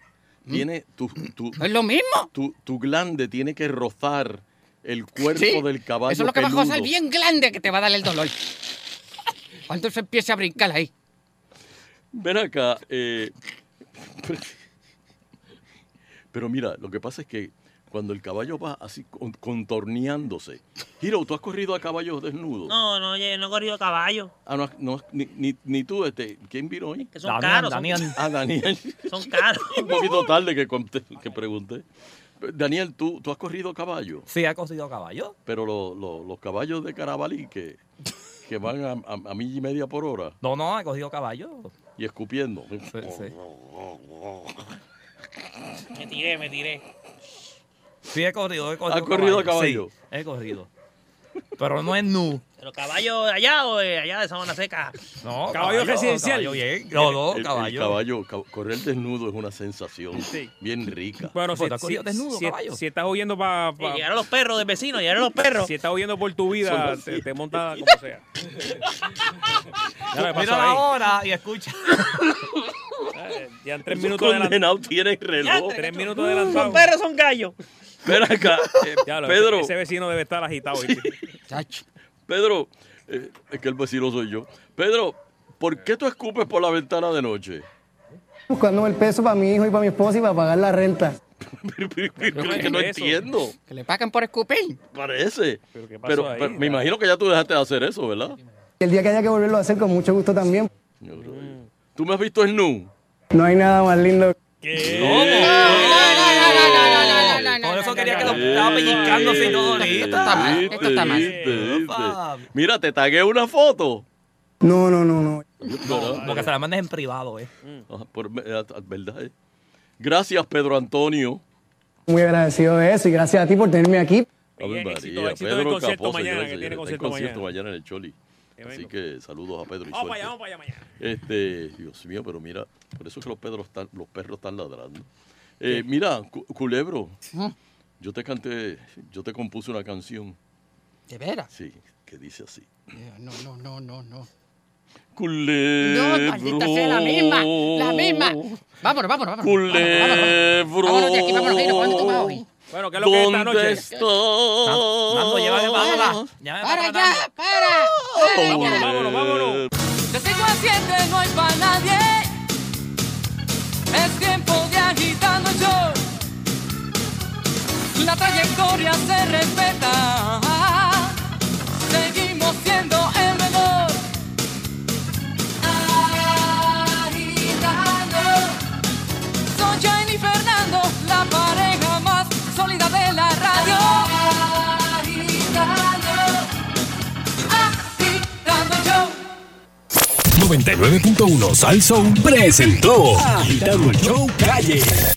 Speaker 14: Tiene tu, tu-
Speaker 22: ¿No es lo mismo?
Speaker 14: Tu, tu glande tiene que rozar el cuerpo
Speaker 22: Sí,
Speaker 14: del caballo.
Speaker 22: Eso es lo que va a
Speaker 14: peludo.
Speaker 22: causar bien grande que te va a dar el dolor. Cuando se empiece a brincar ahí.
Speaker 14: Ven acá. eh, pero mira, lo que pasa es que cuando el caballo va así con- contorneándose. Hiro, ¿tú has corrido a caballos desnudos?
Speaker 23: No, no, oye, no he corrido a caballo.
Speaker 14: Ah, no, no, ni, ni- ni tú, este, ¿quién vino hoy?
Speaker 23: Que son Damián, caros, son- Damián.
Speaker 14: Ah, Daniel.
Speaker 23: Son caros.
Speaker 14: Un poquito tarde que, conté- que pregunté. Daniel, ¿tú, ¿tú has corrido a caballo?
Speaker 7: Sí, ha cosido caballo.
Speaker 14: Pero lo- lo- los caballos de Carabalí que, que van a, a, a milla y media por hora
Speaker 7: No, no, ha cogido caballo.
Speaker 14: y escupiendo. Oh,
Speaker 23: Me tiré, me tiré.
Speaker 7: Sí, he corrido, he corrido.
Speaker 14: ¿Ha corrido caballo?
Speaker 7: Sí, he corrido. Pero no es nu.
Speaker 23: Pero caballo de allá o de allá de Sabana Seca.
Speaker 7: No,
Speaker 23: Caballo residencial.
Speaker 7: caballo bien. No, no,
Speaker 14: El- el
Speaker 7: caballo.
Speaker 14: caballo, ca- correr desnudo es una sensación
Speaker 2: Sí.
Speaker 14: bien rica.
Speaker 2: Bueno, si, si- si- si estás huyendo para.
Speaker 23: Sí, llegaron los perros del vecino, llegaron los perros.
Speaker 2: Si estás huyendo por tu
Speaker 14: Son
Speaker 2: vida,
Speaker 14: los-
Speaker 2: te, te monta como sea. Ya me pasó
Speaker 7: Mira la
Speaker 2: ahí.
Speaker 7: hora y escucha.
Speaker 2: Ya en tres
Speaker 14: Esos
Speaker 2: minutos adelantado.
Speaker 14: condenados tienen reloj.
Speaker 2: Tres minutos adelantado.
Speaker 23: Son perros, son gallos.
Speaker 14: Ven acá, eh,
Speaker 2: Ya lo-
Speaker 14: Pedro.
Speaker 2: Ese vecino debe estar agitado. ¿viste?
Speaker 14: Pedro, eh, es que el vecino soy yo. Pedro, ¿por qué tú escupes por la ventana de noche?
Speaker 1: Buscando el peso para mi hijo y para mi esposa y para pagar la renta.
Speaker 14: que no entiendo.
Speaker 22: Que le pagan por escupir.
Speaker 14: Parece. Pero,
Speaker 23: ¿qué
Speaker 16: pasó ahí?
Speaker 14: pero me imagino que ya tú dejaste de hacer eso, ¿verdad?
Speaker 1: El día que haya que volverlo a hacer, con mucho gusto también.
Speaker 14: ¿Tú me has visto en nu?
Speaker 1: No hay nada más lindo.
Speaker 7: Por eso quería que lo estaba pellizcándose y todo ahorita.
Speaker 1: está mal,
Speaker 14: Viste,
Speaker 1: esto está mal.
Speaker 14: viste, viste. Mira, te tagué una foto.
Speaker 1: No, no, no, no.
Speaker 7: No, porque se la mandes en privado, eh.
Speaker 14: Ajá, por- eh, ¿Verdad? eh? Gracias, Pedro Antonio.
Speaker 1: Muy agradecido de eso y gracias a ti por tenerme aquí.
Speaker 14: Ave María,
Speaker 2: éxito, éxito del
Speaker 14: Pedro
Speaker 2: concierto
Speaker 14: Capó,
Speaker 2: mañana,
Speaker 14: señoras y
Speaker 2: que tiene
Speaker 14: señores,
Speaker 2: concierto
Speaker 14: hay concierto mañana en el Choli. Así que saludos a Pedro y
Speaker 2: Vamos
Speaker 14: suerte.
Speaker 2: para allá, vamos para allá mañana.
Speaker 14: Este, Dios mío, pero mira, por eso es que los, pedros están, los perros están ladrando. Eh, mira, Cu- Culebro,
Speaker 22: ¿Ah?
Speaker 14: yo te canté, yo te compuse una canción.
Speaker 22: ¿De veras?
Speaker 14: Sí, que dice así.
Speaker 22: Eh, No, no, no, no, no. No,
Speaker 14: Culebro.
Speaker 22: maldita sea la misma, la misma. Vámonos, vámonos, vámonos.
Speaker 14: Culebro.
Speaker 22: Vámonos de aquí, vámonos, Lino, ¿cuándo tú vas hoy?
Speaker 2: Bueno, ¿qué
Speaker 14: es lo que es esta noche?
Speaker 22: ¿Ah?
Speaker 7: Nando, llévame para allá. Llévame para allá.
Speaker 22: para.
Speaker 14: Vámonos, vámonos, vámonos.
Speaker 21: Yo sigo haciendo y no hay para nadie. Es tiempo de agitando yo. La traje trayectoria se respeta. Seguimos siendo el mejor. Agitando. Sunshine y Fernando, la pareja más sólida de la radio. Agitando. Agitando el show.
Speaker 5: 99.1 Sal Soul presentó Agitando el Show Calle.